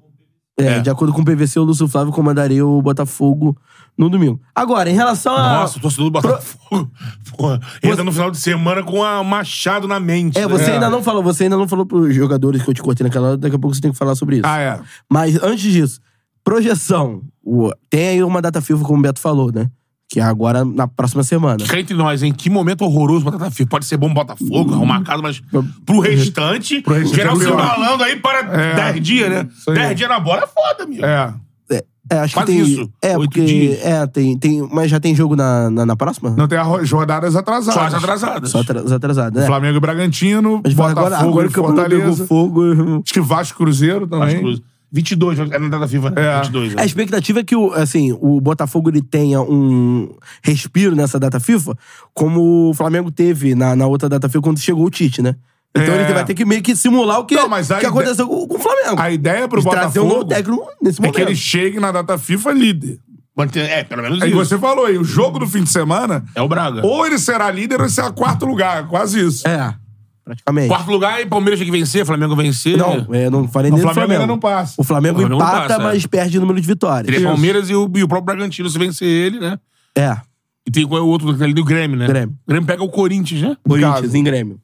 É, é. De acordo com o PVC, o Lúcio Flávio comandaria o Botafogo no domingo. Agora, em relação a. Nossa, o torcedor do Botafogo. Porra, entra no final de semana com a machado na mente. É, né? você ainda não falou, você ainda não falou pros jogadores que eu te cortei naquela hora, daqui a pouco você tem que falar sobre isso. Ah, é. Mas antes disso, projeção. O- Tem aí uma data FIFA, como o Beto falou, né? Que é agora na próxima semana. Fica entre nós, hein? Que momento horroroso o Botafogo. fez. Pode ser bom o Botafogo, arrumar a casa, mas pro restante, Pro restante geral é se pior. embalando aí para É. 10 dias, né? aí. 10 dias na bola é foda, amigo. É. É, É, acho Quase que tem. isso. É, Oito porque. dias. É, tem, tem. Mas já tem jogo na, na, na próxima? Não tem as rodadas atrasadas. Só as atrasadas. Só atra- os atrasados, né? Flamengo e Bragantino, Mas agora- Botafogo agora e que o Bruno pegou Fortaleza. fogo. Acho que Vasco e Cruzeiro também. Vasco Cruzeiro. 22, é na data FIFA, né? É. 22. A É. expectativa é que o, assim, o Botafogo ele tenha um respiro nessa data FIFA, como o Flamengo teve na, na outra data FIFA quando chegou o Tite, né? Então É. ele vai ter que meio que simular o que, Não, mas a que ide- aconteceu com, com o Flamengo. A ideia pro de trazer um novo Botafogo técnico nesse é momento. que ele chegue na data FIFA líder. Manter- é, pelo menos Aí isso. você falou aí, o jogo do fim de semana, É o Braga. ou ele será líder ou ele será quarto lugar, quase isso. É, praticamente. Quarto lugar e Palmeiras tem que vencer, Flamengo vencer. Não, eu não falei nem o Flamengo, do Flamengo. ainda não passa. O Flamengo, O Flamengo não empata, passa, é. mas perde o número de vitórias. Teria Palmeiras e o, e o próprio Bragantino se vencer ele, né? É, E tem qual é o outro ali do Grêmio, né? Grêmio. O Grêmio pega o Corinthians, né? Corinthians em Grêmio.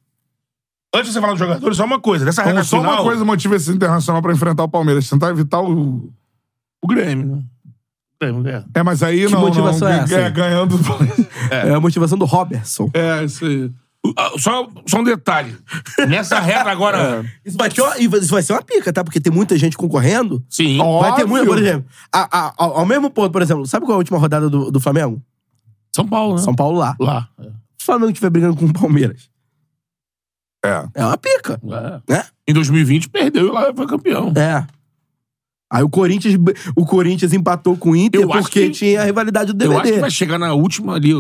Antes de você falar dos jogadores, só uma coisa. Nessa Então, reta só final, uma coisa motiva esse internacional pra enfrentar o Palmeiras, tentar evitar o. o Grêmio, né? O Grêmio, é. É, mas aí não. motivação não, é essa aí? ganhando. É. a motivação do Robertson. é, isso aí. O- ah, Só, só um detalhe. Nessa reta agora... Isso vai, ter, uma- isso vai ser uma pica, tá? Porque tem muita gente concorrendo. Sim. Ó. Vai ter Óbvio. muito, por exemplo. a- a- ao, ao mesmo ponto, por exemplo, sabe qual é a última rodada do, do Flamengo? São Paulo, né? São Paulo lá. Se Lá. o Flamengo estiver brigando com o Palmeiras, É. é uma pica, É. né? Em 2020 perdeu e lá foi campeão. É. Aí o Corinthians, o Corinthians empatou com o Inter Eu acho porque que- tinha a rivalidade do Eu acho que DVD. vai chegar na última ali,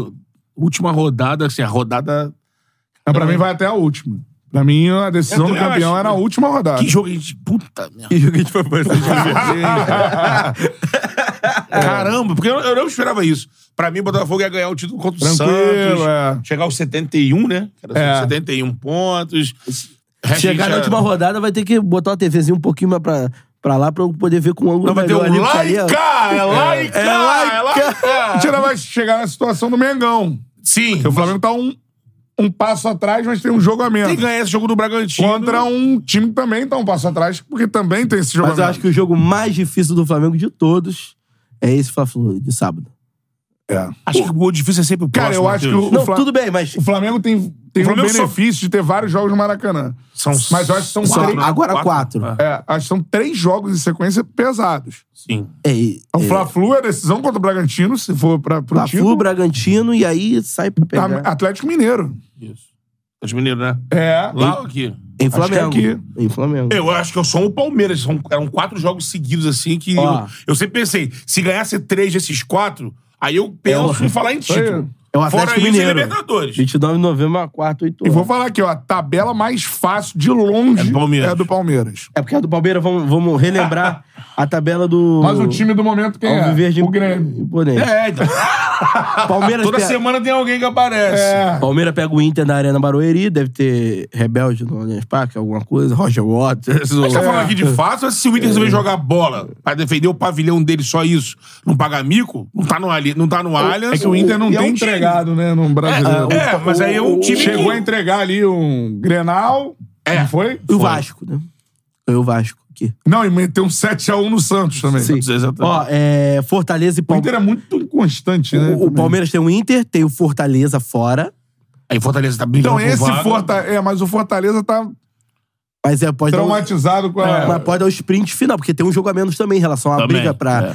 última rodada, assim, a rodada. Não, pra mim vai até a última. Pra mim, a decisão Eu do também campeão acho. era a última Ah. rodada. Que jogo a gente. Puta merda. Que jogo a gente foi fazer? É. Caramba, porque eu, eu não esperava isso. Pra mim, o Botafogo ia ganhar o título contra o Santos. Tranquilo, é. Chegar aos 71, né? Era É. 71 pontos. Chegar na última rodada vai ter que botar uma TVzinha um pouquinho mais pra, pra lá pra eu poder ver com o ângulo Não, vai ter melhor um ali, porque ali é- laica! É laica! É laica! É laica! A gente ainda vai chegar na situação do Mengão. Sim. O Flamengo tá um, um passo atrás, mas tem um jogo a menos. Tem que ganhar esse jogo do Bragantino. Contra né? um time que também tá um passo atrás, porque também tem esse jogo Mas a eu menos. acho que o jogo mais difícil do Flamengo de todos é esse Fla-Flu de sábado. É. Acho que o gol difícil é sempre o Cara, próximo. eu acho Matheus. que o Não, Fla- tudo bem, mas É. O Flamengo tem, tem O Flamengo um benefício de ter vários jogos no Maracanã. São Mas eu acho que são só- quatro, né? agora quatro. Ah, É, acho que são três jogos em sequência pesados. Sim. É, e- O é, Fla-Flu é a decisão contra o Bragantino, se for pra, pro Fla-Flu, título. Bragantino e aí sai pra Tá, pegar. Atlético Mineiro. Isso. Os mineiros, né? É. Lá ou aqui? em acho que é Flamengo. Em Flamengo. Eu acho que eu sou o Palmeiras. São, eram quatro jogos seguidos, assim, que Ó. eu, eu sempre pensei, se ganhasse três desses quatro, aí eu penso É o- em falar em título. É o Fora Atlético isso, é Mineiro. Libertadores. 29 de novembro, a quarta, 8 E horas. vou falar aqui, ó. A tabela mais fácil, de longe, É do Palmeiras. é do Palmeiras. É porque a do Palmeiras, vamos, vamos relembrar a tabela do... Mas o time do momento quem Alviverde é? O Grêmio. Imponente. É, então. Palmeiras Toda pega- semana tem alguém que aparece. É. Palmeiras pega o Inter na Arena Barueri, deve ter Rebelde no Allianz Parque, alguma coisa, Roger Waters. A gente tá ou- falando aqui de fácil, mas se o Inter resolver jogar bola pra defender o pavilhão dele só isso, não pagar mico, não tá no, ali, não tá no Alliance. É que o Inter não e é tem um time. entregado, né, no brasileiro. É, mas aí é um time Chegou que- a entregar ali um Grenal. É. Não foi? E o Vasco, né? Ganhou o Vasco aqui. Não, e meteu um 7x1 no Santos também. Sim. Ó, é, Fortaleza e O Inter Palmeiras. é muito inconstante, né? O, o também. Palmeiras tem o Inter, tem o Fortaleza fora, Aí Fortaleza tá brigando Então, com esse vaga. Fortaleza. É, mas o Fortaleza tá mas é, pode dar um, traumatizado com É, a. mas pode dar o sprint final, porque tem um jogo a menos também em relação à Também, briga pra, é.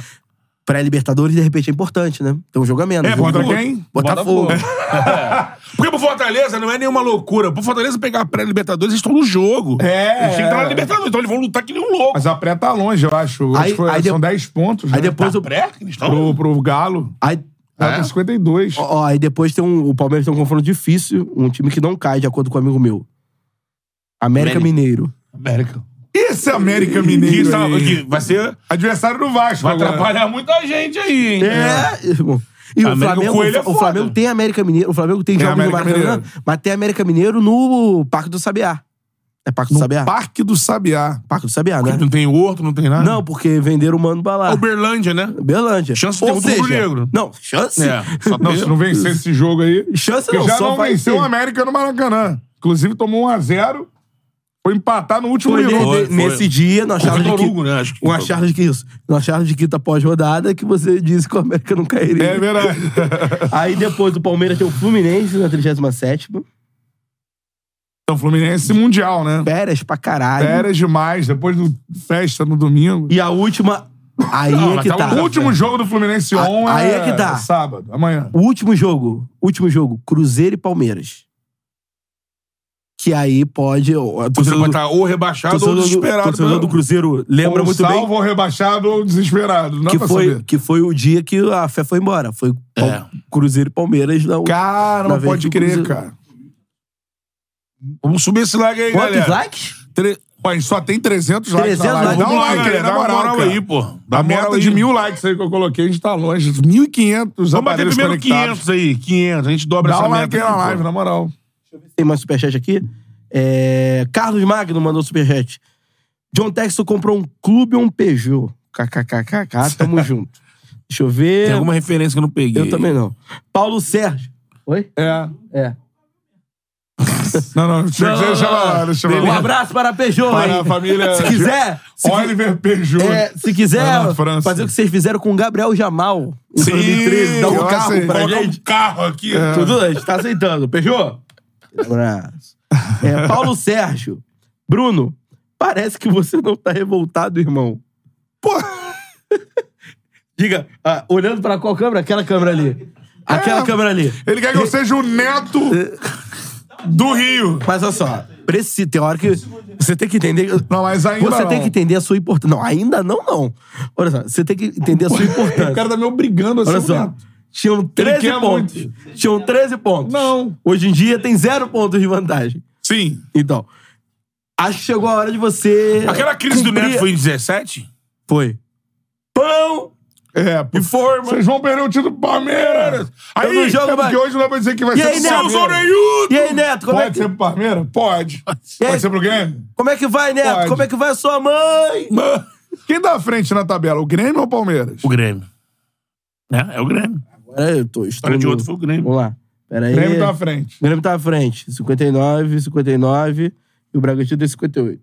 pra Libertadores, de repente é importante, né? Tem um jogo a menos. É, Um jogo- contra quem? Botafogo. É. Porque pro Fortaleza não é nenhuma loucura. Pro Fortaleza pegar a pré-Libertadores, eles estão no jogo. É, Eles tinham que estar na é. Libertadores, então eles vão lutar que nem um louco. Mas a pré tá longe, eu acho. Eu Aí- acho que foi- aí de- são 10 pontos. Aí né? depois Tá o. pré? que Eles estão. Pro, pro Galo. Tá Aí, Ela É? tem 52. ó, ó, aí depois tem um. O Palmeiras tem um confronto difícil, um time que não cai, de acordo com um amigo meu. América América. Mineiro. América. Esse América Que, Mineiro. tá- aí. que vai ser. Adversário do Vasco. Vai agora. atrapalhar muita gente aí, hein? É, irmão. E o América Flamengo, Coelho é o Flamengo foda. tem América Mineiro, o Flamengo tem, Tem jogos no América Maracanã, mas tem América Mineiro no Parque do Sabiá. É Parque do No Sabiá? Parque do Sabiá. Parque do Sabiá, né? É. Não tem horto, não tem nada. Não, porque venderam o Mano É Balá. Uberlândia, né? É. Berlândia. Chance de Ou ter outro seja, rubro-negro. Não, chance? Só Não, tem- se não vencer esse jogo aí. Chance Porque não, já só não vai venceu um ter. o América no Maracanã. Inclusive tomou 1x0. Foi empatar no último Foi ne- minuto. Foi, ne- foi. Nesse dia, nós Charles acharmos de Vitor Hugo, quinta, né? Acho que. nós acharmos de que isso. Nós acharmos de quinta pós-rodada que você disse que o América não cairia. É verdade. Aí depois o Palmeiras tem o Fluminense na 37 Então, Fluminense Mundial, né? Férias pra caralho. Férias demais, depois do festa no domingo. E a última, Aí Não, é mas que tá tá. O último jogo do Fluminense A- on aí é que dá. sábado, amanhã. O último jogo, último jogo, Cruzeiro e Palmeiras. Que aí pode. O Você torcedor pode do- estar ou rebaixado ou torcedor do- desesperado. torcedor do mesmo. Cruzeiro lembra ou muito salvo, bem ou rebaixado ou desesperado. Não dá que pra foi, saber. que foi o dia que a fé foi embora. Foi Pal- É. Cruzeiro e Palmeiras. Não. Cara, Na não vez pode do crer, Cruzeiro. cara. Vamos subir esse lag aí, Quantos galera. likes? Tre... Pô, a gente só tem 300 likes 300 na live. likes. Dá um Vamos lá, like, galera, aí, na dá uma moral, moral cara. aí, pô. Dá A uma meta moral de aí. mil likes aí que eu coloquei, a gente tá longe. 1.500 Vamos bater aparelhos primeiro conectados. 500 aí, 500. A gente dobra Dá essa um like meta. aí na aqui, pô. live, na moral. Tem mais superchat aqui. É, Carlos Magno mandou superchat. John Texton comprou um clube ou um Peugeot. KKKKK, tamo junto. Deixa eu ver. Tem alguma referência que eu não peguei. Eu também não. Paulo Sérgio. Oi? É. É. Não, não, deixa, Não, deixa não, lá, não. deixa Um lá. abraço para a Peugeot, Para hein? a família- Se quiser, se, qui- Oliver Peugeot. é, se quiser Lá na França. fazer o que vocês fizeram com o Gabriel Jamal em Sim, assim, 2013, dar um eu carro aceito. pra Colocar gente. um carro aqui. É. Tudo, a gente tá aceitando. Peugeot? Abraço. É, Paulo Sérgio. Bruno, parece que você não tá revoltado, irmão. Pô, Diga, ah, olhando pra qual câmera? Aquela câmera ali. Aquela É. câmera ali. ele quer que eu seja o neto do Rio. Mas olha só, precisa, tem hora que você tem que entender. Não, mas ainda Você não. tem que entender a sua importância. Não, ainda não, não. Olha só, você tem que entender a sua O cara importância. tá me obrigando a ser Olha o só. neto. Tinham 13 quer pontos. Tinham 13 pontos. Não. Hoje em dia tem zero pontos de vantagem. Sim. Então, acho que chegou a hora de você. Aquela crise do cumprir- Neto foi em 17? Foi. Pão! É, pô. forma. Vocês vão perder o título do Palmeiras. Aí, não jogo é porque mais. hoje não dá pra dizer que vai E ser aí, pro Neto? Seus Palmeiras. E orelhudos! aí, Neto, como é Pode que, ser pro Palmeiras? Pode. E aí? Pode ser pro Grêmio? como é que vai, Neto? Pode. Como é que vai a sua mãe? Quem dá a frente na tabela, o Grêmio ou o Palmeiras? O Grêmio. É, é o Grêmio. Agora eu tô História Tá de outro foi o Grêmio. Vamos lá. Pera aí. O Grêmio tá à frente. Grêmio tá à frente. 59, 59. E o Bragantino tem 58.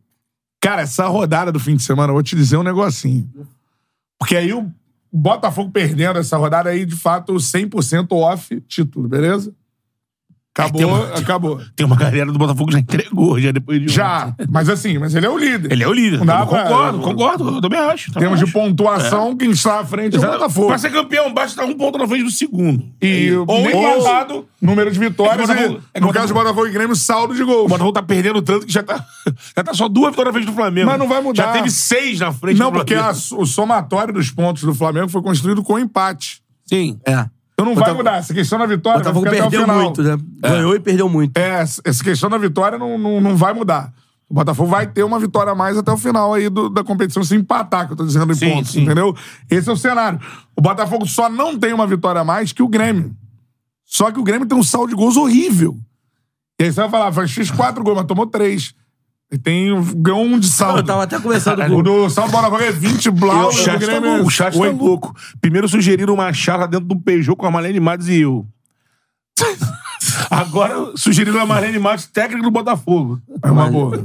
Cara, essa rodada do fim de semana, eu vou te dizer um negocinho. Porque aí o Botafogo perdendo essa rodada aí, de fato, 100% off título, beleza? É, Tem Acabou, uma- acabou. Tem um uma galera do Botafogo que já entregou, já depois de. Já, mas assim, mas ele é o líder. Ele é o líder. Não dá Eu pra- concordo, concordo. Eu também acho. também Temos de acho. pontuação, quem está à frente é o Exato. Botafogo. Pra ser campeão, basta estar um ponto na frente do segundo. E ou nem empatado. passado, número de vitórias É que o Botafogo- e, é que o no caso de Botafogo e Grêmio, saldo de gols. O Botafogo tá perdendo tanto que já tá, já tá só duas vitórias na frente do Flamengo. Mas não vai mudar. Já teve seis na frente Não, do porque Flamengo. a- o somatório dos pontos do Flamengo foi construído com empate. Sim. É. Então não vai Botafogo- mudar. Essa questão da vitória vai Botafogo ficar até o perdeu final. muito, né? Ganhou e perdeu muito. É, essa essa questão da vitória não, não, não vai mudar. O Botafogo vai ter uma vitória a mais até o final aí do- da competição, se empatar, que eu tô dizendo em Sim, pontos, sim. entendeu? Esse é o cenário. O Botafogo só não tem uma vitória a mais que o Grêmio. Só que o Grêmio tem um saldo de gols horrível. E aí você vai falar, faz X quatro gols, mas tomou três. E tem, ganhou um de saldo. Eu tava até conversando com O do saldo do Botafogo é 20 tá Eu- blau, o chat tá Grêmio é louco. O chat tá oito. louco. Primeiro sugeriram uma charla dentro de um Peugeot com a Marlene Matos e eu. Agora sugeriram a Marlene Matos, técnica do Botafogo. É uma boa.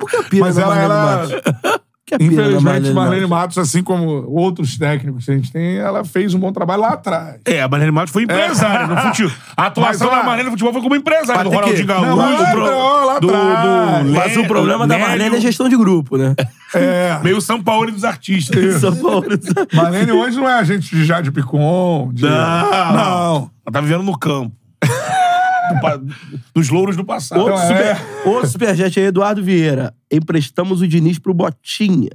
Por que a pira Mas da ela Marlene era- Matos? Por que a pira da Infelizmente, Marlene Marlene Matos? Matos, assim como outros técnicos que a gente tem, ela fez um bom trabalho lá atrás. É, a Marlene Matos foi empresária no futebol. A atuação Mas, ó, da Marlene no futebol foi como empresária do Mas tem Ronaldinho que- Gaúcho. Não, mas lá do, atrás, lá atrás. do Mas o Lé- problema da Lélio, Marlene é gestão de grupo, né? É. Meio São Paulo dos artistas. Só pra- Marlene hoje não é agente de Jade Picon. De... Não. Não. Ela tá vivendo no campo. Do pa- dos louros do passado. Outro, Então, é. super, outro superchat aí, Eduardo Vieira. Emprestamos o Diniz pro Botinha.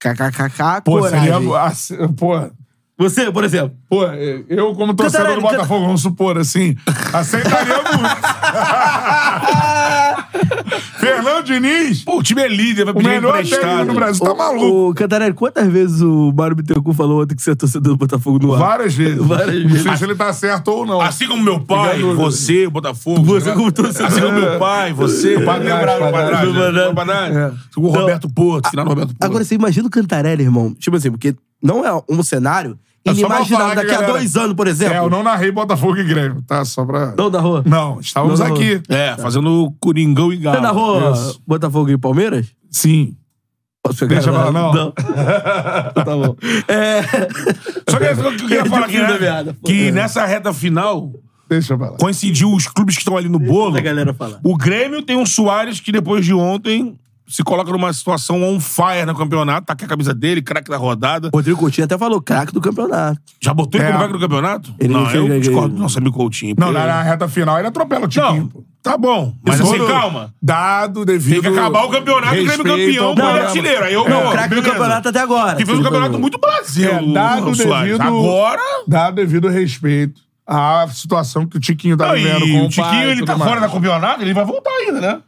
KKKK, Pô, coragem. seria. assim, Pô. Você, por exemplo. Pô, eu, como torcedor do Cantarelli, Botafogo, vamos supor, assim, aceitaria muito. Ah, Fernando Diniz, Pô, o time é líder, vai o pedir melhor técnico emprestado. do Brasil, tá Ô, maluco. ô, Cantarelli, quantas vezes o Mário Bittencourt falou ontem que você é torcedor do Botafogo no ar? Várias vezes. Várias Não sei vezes. Ah, se ele tá certo ou não. Assim como meu pai, Obrigado. você, Botafogo. Você né? como torcedor. Assim como meu pai, você. Meu padrasto, Lembraram do padrasto. padrasto, né? Meu Do padrasto. É. Com o Roberto Porto, final do Roberto Porto. Agora, você imagina o Cantarelli, irmão. Tipo assim, porque não é um cenário É só pra inimaginável. falar que, Daqui a galera, dois anos, por exemplo. É, eu não narrei Botafogo e Grêmio, tá? Só pra. Não narrou? Não, estávamos Não narrou. aqui. é, fazendo Coringão e Galo. Você narrou isso. Botafogo e Palmeiras? Sim. Posso pegar Deixa eu ela? falar, não. Então tá bom. É... Só que é isso que eu queria Perdi falar o aqui, fio da né? meada, pô. Que É. nessa reta final, Deixa pra lá. Tá coincidiu os clubes que estão ali no bolo. a galera falar. O Grêmio tem um Soares que depois de ontem se coloca numa situação on fire no campeonato, tá com a camisa dele, craque da rodada. O Rodrigo Coutinho até falou craque do campeonato. Já botou É. ele como craque do campeonato? Ele não, não fez- eu ele- discordo do nosso amigo Coutinho. Não, porque- na, na reta final ele atropela o Tiquinho. Não, pô. tá bom. Mas Isso assim, tudo calma. Dado, devido. Tem que acabar o campeonato e o Grêmio respeito campeão assim ao com o programa. artilheiro. Aí eu, É. pô, Craque do beleza. campeonato até agora. Que fez um campeonato muito Brasil. É, dado o Soares. devido- Agora. Dado devido respeito à situação que o Tiquinho tá Não, vivendo e com o o pai Tiquinho, e ele tudo tá mais. fora da campeonato, ele vai voltar ainda, né?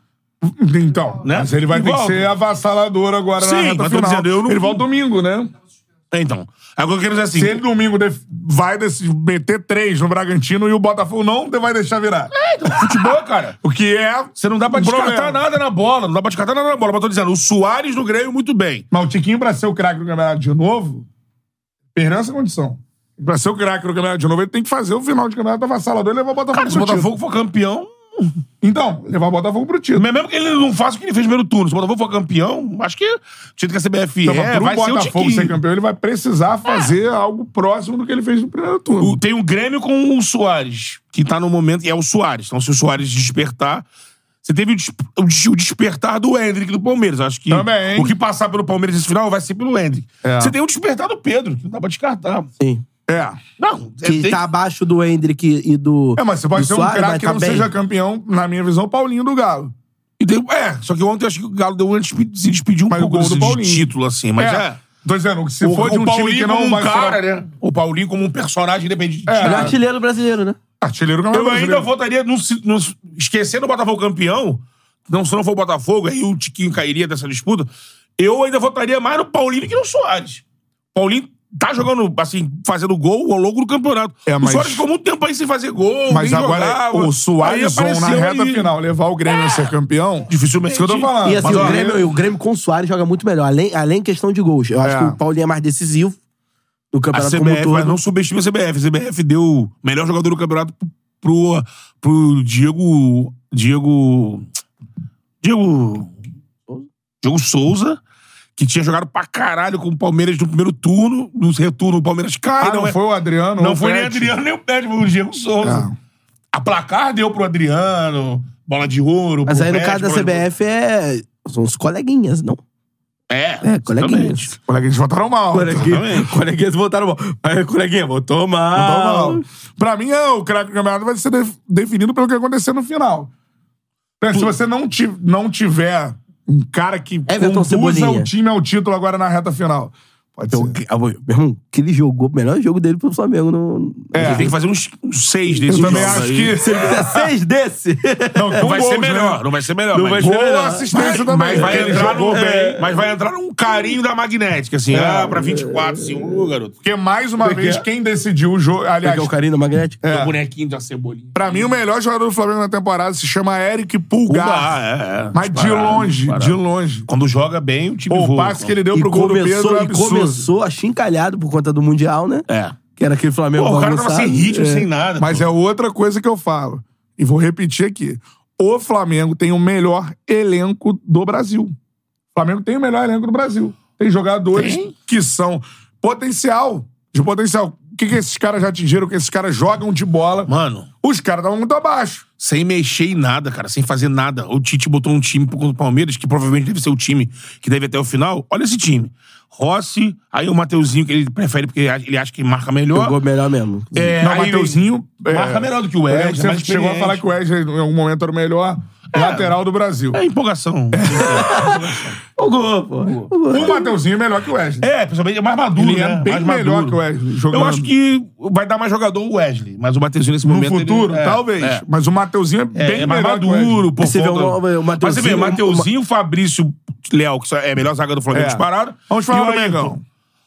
Então, Né? mas ele vai E ter volta. que ser avassalador agora na Sim, reta mas tô final. dizendo, eu não- Ele volta domingo, né? É, Então. Agora eu quero dizer assim. Se ele domingo def- vai desse, meter três no Bragantino e o Botafogo não vai deixar virar. Futebol, cara. O que é. Você não dá pra um descartar problema. nada na bola. Não dá pra descartar nada na bola. Mas tô dizendo, o Soares no Grêmio, muito bem. Mas o Tiquinho, pra ser o craque do campeonato de novo, perdeu essa condição. Pra ser o craque do campeonato de novo, ele tem que fazer o final de campeonato avassalador e levar o Botafogo Cara, se o pro Botafogo for campeão. título. Então, levar o Botafogo pro título. Mesmo que ele não faça o que ele fez no primeiro turno. Se o Botafogo for campeão, acho que. Tinha que a CBF Então, é, pro vai ser o Botafogo Tiquinho. ser campeão, ele vai precisar fazer algo próximo do que ele fez no primeiro turno. O- tem um Grêmio com o Soares, que tá no momento, e é o Soares. Então, se o Soares despertar. Você teve o, des- o des- o despertar do Hendrick do Palmeiras. Acho que Também. o que passar pelo Palmeiras nesse final vai ser pelo Hendrick. É. Você tem o despertar do Pedro, que não dá pra descartar. Sim. É. Não, é, Que tem- tá abaixo do Hendrick e do. É, mas você pode do ser um Suárez, craque mas que tá não bem. seja campeão, na minha visão, Paulinho do Galo. e tem- é, só que ontem eu acho que o Galo deu antes de se despedir um Mas o pouco gol desse do Paulinho. título, assim. Mas é. Tô dizendo, se o, for de o um time que Paulinho não como um vai cara, ser né? O Paulinho como um personagem independente de É. Ele é time. artilheiro brasileiro, né? artilheiro não é Eu ainda brasileiro. votaria, no, no, esquecendo o Botafogo campeão, não, se não for o Botafogo, aí o Tiquinho cairia dessa disputa. Eu ainda votaria mais no Paulinho que no Soares. Paulinho tá jogando, assim, fazendo gol ao longo do campeonato. É, mas- O Soares ficou muito tempo aí sem fazer gol, Mas nem agora é jogava. o Soares Aí vão na apareceu reta aí. final levar o Grêmio a ser campeão. Dificilmente. Isso que eu tô falando. E assim, Ah, Mas, o ó, Grêmio, o Grêmio com o Soares joga muito melhor, além, além questão de gols. Eu acho É. que o Paulinho é mais decisivo do A campeonato como um CBF, mas todo. não subestima a CBF. A CBF deu o melhor jogador do campeonato pro, pro, pro Diego. Diego. Diego. Diego Souza, que tinha jogado pra caralho com o Palmeiras no primeiro turno. No retorno, o Palmeiras cai. Ah, não, é- foi o Adriano. não o foi nem Fred. Adriano nem o Pet, foi o Diego Souza. É. A placar deu pro Adriano, bola de ouro. Mas pro aí no Pet, caso da bola de ouro. CBF é. São os coleguinhas, não? É, É, coleguinhas. exatamente. Coleguinhas votaram mal. Exatamente. coleguinhas votaram mal. Mas coleguinha, votou Votaram mal. Pra mim, é, o craque do campeonato vai ser def- definido pelo que acontecer no final. É, Se você não, ti- não tiver um cara que Everton conduza Cebolinha. o time ao título agora na reta final. Pode Então, ser. que- ah, meu irmão, que ele jogou, o melhor jogo dele pro Flamengo. No... Ele tem que fazer uns, uns seis Eu desses também jogos acho aí. que. Se ele fizer seis desse. Não, Não com É, vai ser gols, né? melhor, não vai ser melhor. Não mas- vai ser Boa melhor. assistência Mas- também. Mas vai, Ele entrar jogou num, bem. é, mas vai entrar num carinho da magnética, assim, ah, pra 24, é, segundo, garoto. Porque, mais uma Porque- vez, quem decidiu o jogo. Aliás, Porque é o carinho da magnética. O bonequinho da cebolinha. pra mim, o melhor jogador do Flamengo na temporada se chama Eric Pulgar, Pulgar. é, é. Mas de Disparado, longe, disparado. de longe. Quando joga bem, o time Pô, o voa. passe que ele deu E pro gol do Pedro começou, é e absurdo. começou achincalhado por conta do Mundial, né? É. Que era aquele Flamengo Pô, o cara tava bagunçado. sem ritmo, É. sem nada. Mas é outra coisa que eu falo. E vou repetir aqui. O Flamengo tem o melhor elenco do Brasil. O Flamengo tem o melhor elenco do Brasil. Tem jogadores Tem? que são potencial. De potencial. O que, que esses caras já atingiram? O que esses caras jogam de bola? Mano, Os caras estavam muito abaixo. sem mexer em nada, cara, sem fazer nada. O Tite botou um time contra o Palmeiras, que provavelmente deve ser o time que deve até o final. Olha esse time. Rossi, aí o Mateuzinho, que ele prefere porque ele acha que marca melhor. Jogou melhor mesmo. É, Não, aí o Mateuzinho. vem- marca melhor do que o é, Wesley. é Você mais chegou a experiente. falar que o Wesley, em algum momento, era o melhor lateral do Brasil. É empolgação. Jogou, pô. É. O Mateuzinho é melhor que o Wesley. É, principalmente é mais maduro, Ele é né? bem mais melhor maduro. que o Wesley. Eu jogando. acho que vai dar mais jogador o Wesley, mas o Mateuzinho nesse No momento... ele- futuro, é, talvez. É, Mas o Mateuzinho é É, bem é mais melhor que o Wesley. maduro, por Você vê um conta... o- o mas você vê, Mateuzinho- Mateuzinho, Fabrício Leal, que é a melhor zaga do Flamengo É. disparado. Vamos e falar então. o do Ayrton. Mengão.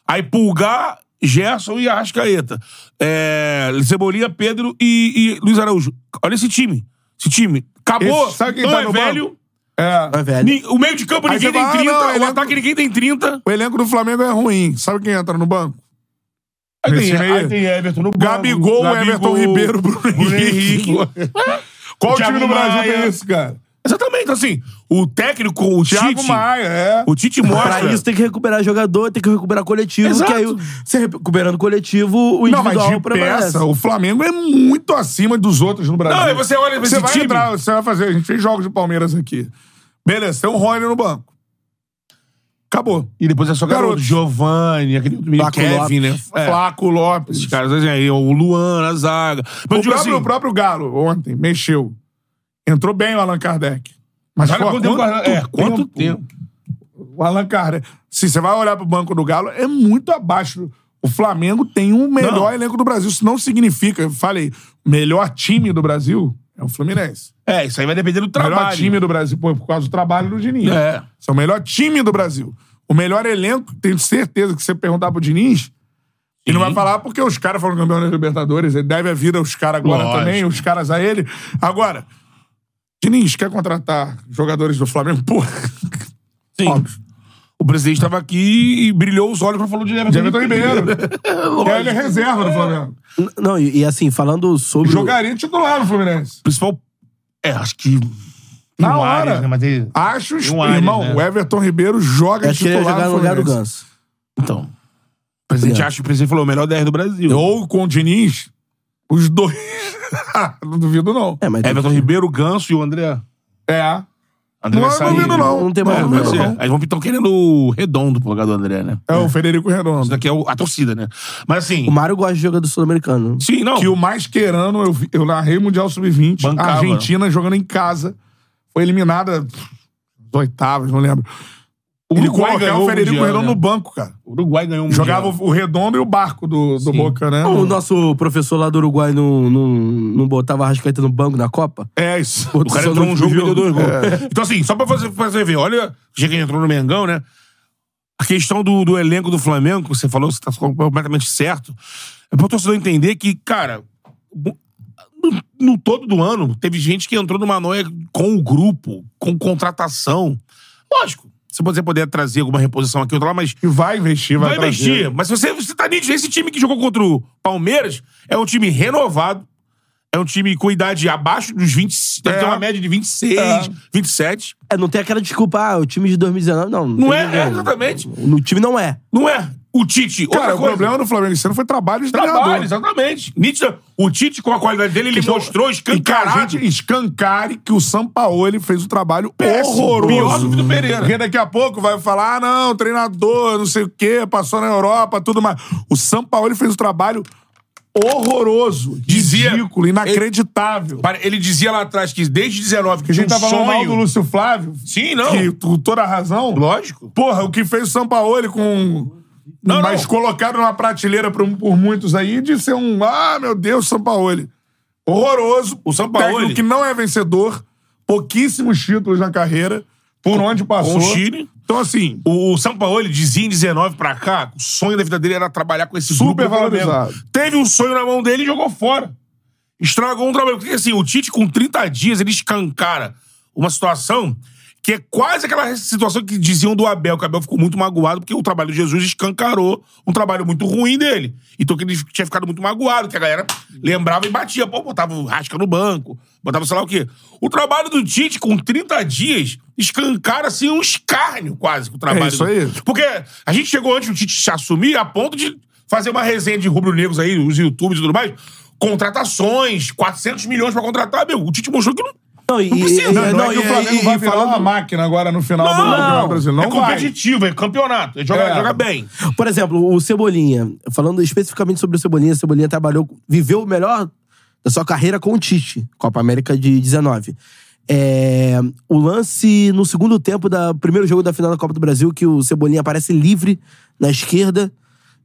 Aí Pulgar, Gerson e Arrascaeta. É, Cebolinha, Pedro e, e Luiz Araújo. Olha esse time. Esse time. Acabou. Esse- sabe quem não tá é no velho. É. Mas, Tá velho. ni- O meio de campo Aí ninguém você tem fala, ah, 30. não, o ele é- ataque ninguém tem 30. O elenco do Flamengo é ruim. Sabe quem entra no banco? Aí Esse tem, meio- aí tem Everton no banco. Gabigol, Everton Ribeiro, Bruno Henrique. Qual Thiago time do Brasil Maia. tem isso, cara? Exatamente. Então, assim, o técnico, o Thiago Tite... Maia, é. O Tite Pra mostra... isso tem que recuperar jogador, tem que recuperar coletivo. Exato. Que aí o- você recuperando coletivo, o Não, mas individual de prevalece. peça, o Flamengo é muito acima dos outros no Brasil. Não, aí você olha pra Você esse vai time... entrar, você vai fazer. A gente fez jogos de Palmeiras aqui. Beleza, tem o um Rony no banco. Acabou. E depois é só garoto. Garotos. Giovanni, aquele outro menino, Flaco Kevin, Lopes. né? É. Flaco Lopes. Esses caras, assim, aí, o Luan, a zaga. Mas, O digo próprio, assim, o próprio Galo, ontem, mexeu. Entrou bem o Allan Kardec. Mas olha pô, quanto tempo- é, quanto tempo? O Allan Kardec. Se você vai olhar pro banco do Galo, é muito abaixo. O Flamengo tem o melhor Não. elenco do Brasil. Isso não significa, eu falei, o melhor time do Brasil é o Fluminense. É, isso aí vai depender do O melhor trabalho. time do Brasil, pô, por causa do trabalho do Diniz. É. Isso é o melhor time do Brasil. O melhor elenco, tenho certeza que se você perguntar pro Diniz, ele não vai falar porque os caras foram campeões da Libertadores, ele deve a vida aos caras agora Lógico. também, os caras a ele. Agora, Diniz quer contratar jogadores do Flamengo? Pô, Sim. O presidente estava aqui e brilhou os olhos quando falou de de Everton Everton Ribeiro. É, ele é reserva do Flamengo. N- Não, e, e assim, falando sobre. o- Jogaria titular no Fluminense. Principal. É, acho que. Na o hora. Arias, né, mas ele- Acho, E um Ares, irmão, né? o Everton Ribeiro joga é, Acho que ele ia titular jogar no lugar do Fluminense. Ganso. Então. O presidente Obrigado. acha, o presidente falou, o melhor 10 do Brasil. Ou com o Diniz, os dois. não duvido, não. É, mas. Everton Ribeiro, Ganso e o André. É. André Não, vai eu sair. É, não duvido, não. É, Não tem mais não, Vai Não, ser. duvido, não. Aí vão estão querendo o redondo pro lugar do André, né? É o Federico Isso Redondo. daqui é o- a torcida, né? Mas assim. O Mário gosta de jogar do Sul-Americano. Sim, não. Que o mais querano, eu, vi- eu narrei o Mundial Sub-20, é Bancava. a Argentina jogando em casa. Foi eliminada pff, nas oitavas, não lembro. O Ele colocava o Federico Mundial, Redondo né? no banco, cara. O Uruguai ganhou um Jogava o Redondo e o barco do, do Sim. Boca, né? O nosso professor lá do Uruguai não, não, não botava a Rascaeta no banco na Copa? É isso. O O cara entrou um jogo e meteu dois gols. É. Então, assim, só pra você, pra você ver, olha, já que ele entrou no Mengão, né? A questão do, do elenco do Flamengo, que você falou, você tá completamente certo. É pro torcedor entender que, cara, bu- no, no todo do ano, teve gente que entrou numa noia com o grupo, com contratação. Lógico, se você puder trazer alguma reposição aqui ou lá, mas E vai investir, vai, vai trazer. investir. Mas você, você tá nítido. Esse time que jogou contra o Palmeiras é um time renovado. É um time com idade abaixo dos 20. Deve É. ter uma média de 26, É. 27. É, não tem aquela desculpa, ah, o time de 2019. Não, não, Não tem é, ninguém. é, exatamente. O time não é. Não é? O Tite. outra Cara, o coisa. problema do Flamengo esse ano foi trabalho de Trabalho, treinador. exatamente. Nítida. O Tite, com a qualidade dele, ele mostrou E que Então, a escancarado. gente escancare que o Sampaoli fez um trabalho Péssimo, horroroso. pior do que o do Pereira. Porque daqui a pouco vai falar, ah, não, treinador, não sei o quê, passou na Europa, tudo mais. O Sampaoli fez um trabalho horroroso, Dizia- ridículo, inacreditável. Pare- Ele dizia lá atrás que desde 19 que a tinha gente um tava falando mal do sonho. Lúcio Flávio, Sim, não. que com toda a razão... Lógico. Porra, o que fez o Sampaoli com... Não, mas não. colocado numa prateleira por, um, por muitos aí de ser um... Ah, meu Deus, Sampaoli. Horroroso. O Sampaoli- Técnico que não é vencedor. Pouquíssimos títulos na carreira. Por onde passou. Com um o Chile. Então, assim... O o Sampaoli dizia em 19 pra cá, o sonho da vida dele era trabalhar com esse Super grupo do Flamengo. valorizado. Teve um sonho na mão dele e jogou fora. Estragou um trabalho. Porque assim, o Tite com 30 dias, ele escancara uma situação que é quase aquela situação que diziam do Abel, que o Abel ficou muito magoado porque o trabalho de Jesus escancarou um trabalho muito ruim dele. Então que ele tinha ficado muito magoado, que a galera lembrava e batia. Pô, botava o Rasca no banco, botava sei lá o quê. O trabalho do Tite com 30 dias escancara assim um escárnio quase com o trabalho. É isso do- aí. porque a gente chegou antes do Tite se assumir a ponto de fazer uma resenha de rubro-negros aí, os youtubers e tudo mais. Contratações, 400 milhões pra contratar, meu. O Tite mostrou que não. Não, e, precisa, e- não, e- Não, não, é que e- o Flamengo e- vai e virar falando- uma máquina agora no final do Não. Mundial Brasileiro. é Não vai. competitivo, é campeonato. Ele joga, É. joga bem. Por exemplo, o Cebolinha. Falando especificamente sobre o Cebolinha, o Cebolinha trabalhou, viveu o melhor da sua carreira com o Tite, Copa América de 19. É, o lance no segundo tempo do primeiro jogo da final da Copa do Brasil, que o Cebolinha aparece livre na esquerda,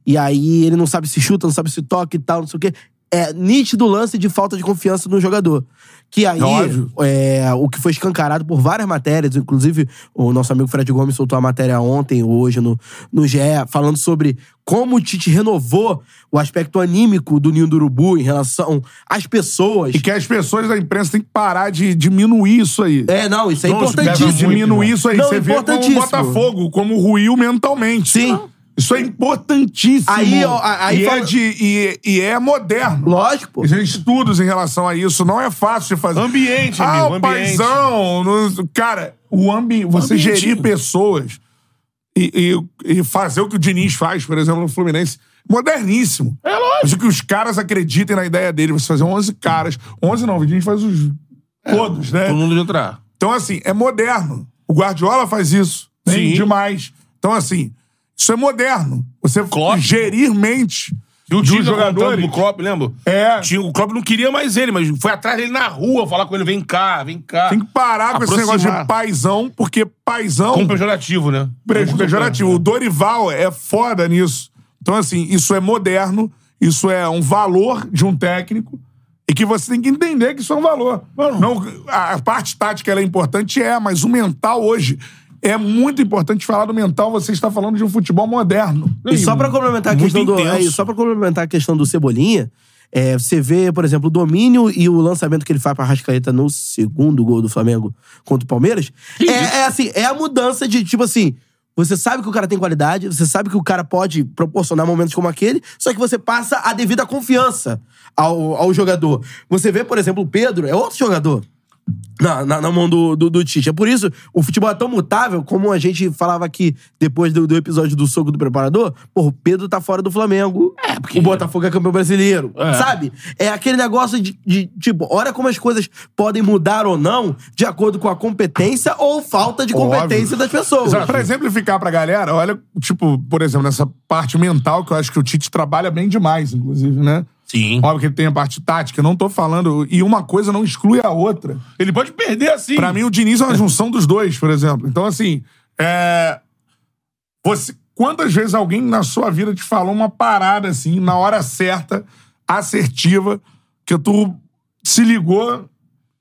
e aí ele não sabe se chuta, não sabe se toca e tal, não sei o quê. É nítido o lance de falta de confiança no jogador. Que aí, Óbvio. é, o que foi escancarado por várias matérias, inclusive o nosso amigo Fred Gomes soltou a matéria ontem, hoje, no, no GE, falando sobre como o Tite renovou o aspecto anímico do Ninho do Urubu em relação às pessoas. E que as pessoas da imprensa têm que parar de diminuir isso aí. É, não, isso é Não, isso pesa importantíssimo. muito, Diminuir isso aí. Não, Você vê como o importantíssimo. Botafogo, como ruiu mentalmente. Sim. Isso é importantíssimo. Aí, ó, a- aí e, é fala- de, e, e é moderno. Lógico, pô. Existem estudos em relação a isso. Não é fácil de fazer. Ambiente, ah, amigo, o ambiente. paizão. no- Cara, o ambi... você ambiente. gerir pessoas e, e- e fazer o que o Diniz faz, por exemplo, no Fluminense. Moderníssimo. É lógico. Mas o que os caras acreditem na ideia dele, você fazer 11 caras. 11 não, o Diniz faz os... Todos, né? É. Todo mundo de entrar. Então, assim, é moderno. O é Guardiola faz isso. Sim. Sim. Demais. Então, assim, isso é moderno. Você Klopp. gerir mente E o dos Tinga jogadores. jogador o Klopp, lembra? É. Tinha, o Klopp não queria mais ele, mas foi atrás dele na rua falar com ele, vem cá, vem cá. Tem que parar com esse Aproximar. negócio de paizão, porque paizão Com pejorativo, né? Prejo- pejorativo. O Dorival é foda nisso. Então, assim, isso é moderno, isso é um valor de um técnico e que você tem que entender que isso é um valor. Não, a a parte tática ela é importante, é, mas o mental hoje é muito importante falar do mental. Você está falando de um futebol moderno. E só pra complementar a Muito questão do, é, intenso. aí, só para complementar a questão do Cebolinha, é, você vê, por exemplo, o domínio e o lançamento que ele faz pra Rascaeta no segundo gol do Flamengo contra o Palmeiras, é, é assim, é a mudança de tipo assim, você sabe que o cara tem qualidade, você sabe que o cara pode proporcionar momentos como aquele, só que você passa a devida confiança ao, ao jogador. Você vê, por exemplo, o Pedro, é outro jogador na, na, na mão do, do, do Tite. É por isso, o futebol é tão mutável, como a gente falava aqui depois do, do episódio do soco do preparador, porra, o Pedro tá fora do Flamengo. É, porque... O Botafogo é campeão brasileiro. É. Sabe? É aquele negócio de, de, tipo, olha como as coisas podem mudar ou não de acordo com a competência ou falta de Óbvio. competência das pessoas. Pra exemplificar pra galera, olha, tipo, por exemplo, nessa parte mental que eu acho que o Tite trabalha bem demais, inclusive, né? Sim. Óbvio que ele tem a parte tática, eu não tô falando. E uma coisa não exclui a outra. Ele pode perder assim. Pra mim, o Diniz é uma junção dos dois, por exemplo. Então, assim, é... Você... quantas vezes alguém na sua vida te falou uma parada assim, na hora certa, assertiva, que tu se ligou,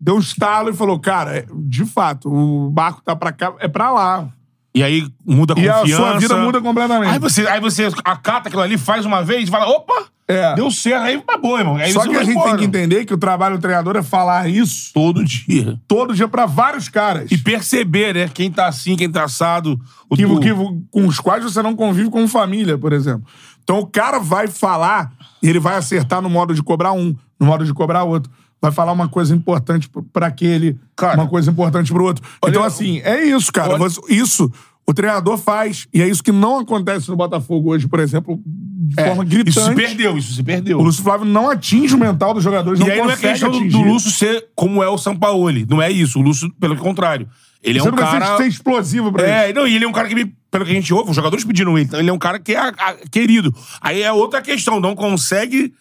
deu um estalo e falou: Cara, é- de fato, o barco tá pra cá, é pra lá. E aí muda a E confiança. a sua vida muda completamente. Aí você, aí você acata aquilo ali, faz uma vez e fala, opa, É. deu certo. Aí tá bom, irmão. Aí Só você que vai a gente embora. tem que entender que o trabalho do treinador é falar isso Todo dia. todo dia pra vários caras. E perceber, né? Quem tá assim, quem tá assado. O que, do- que- com os quais você não convive como família, por exemplo. Então o cara vai falar e ele vai acertar no modo de cobrar um, no modo de cobrar outro. Vai falar uma coisa importante pro- pra aquele, Cara. uma coisa importante pro outro. então, assim, é isso, cara. Olha- Você- Isso o treinador faz. E é isso que não acontece no Botafogo hoje, por exemplo, de forma gritante. É, Isso se perdeu, isso se perdeu. O Lúcio Flávio não atinge o mental dos jogadores, não e aí não é consegue questão do, atingir. do Lúcio ser como é o Sampaoli. Não é isso. O Lúcio, pelo contrário. Ele é Você um não precisa cara. ser explosivo pra ele. É, não, e ele é um cara que, me- pelo que a gente ouve, os jogadores pediram ele. Então ele é um cara que é a- a- querido. Aí é outra questão, não consegue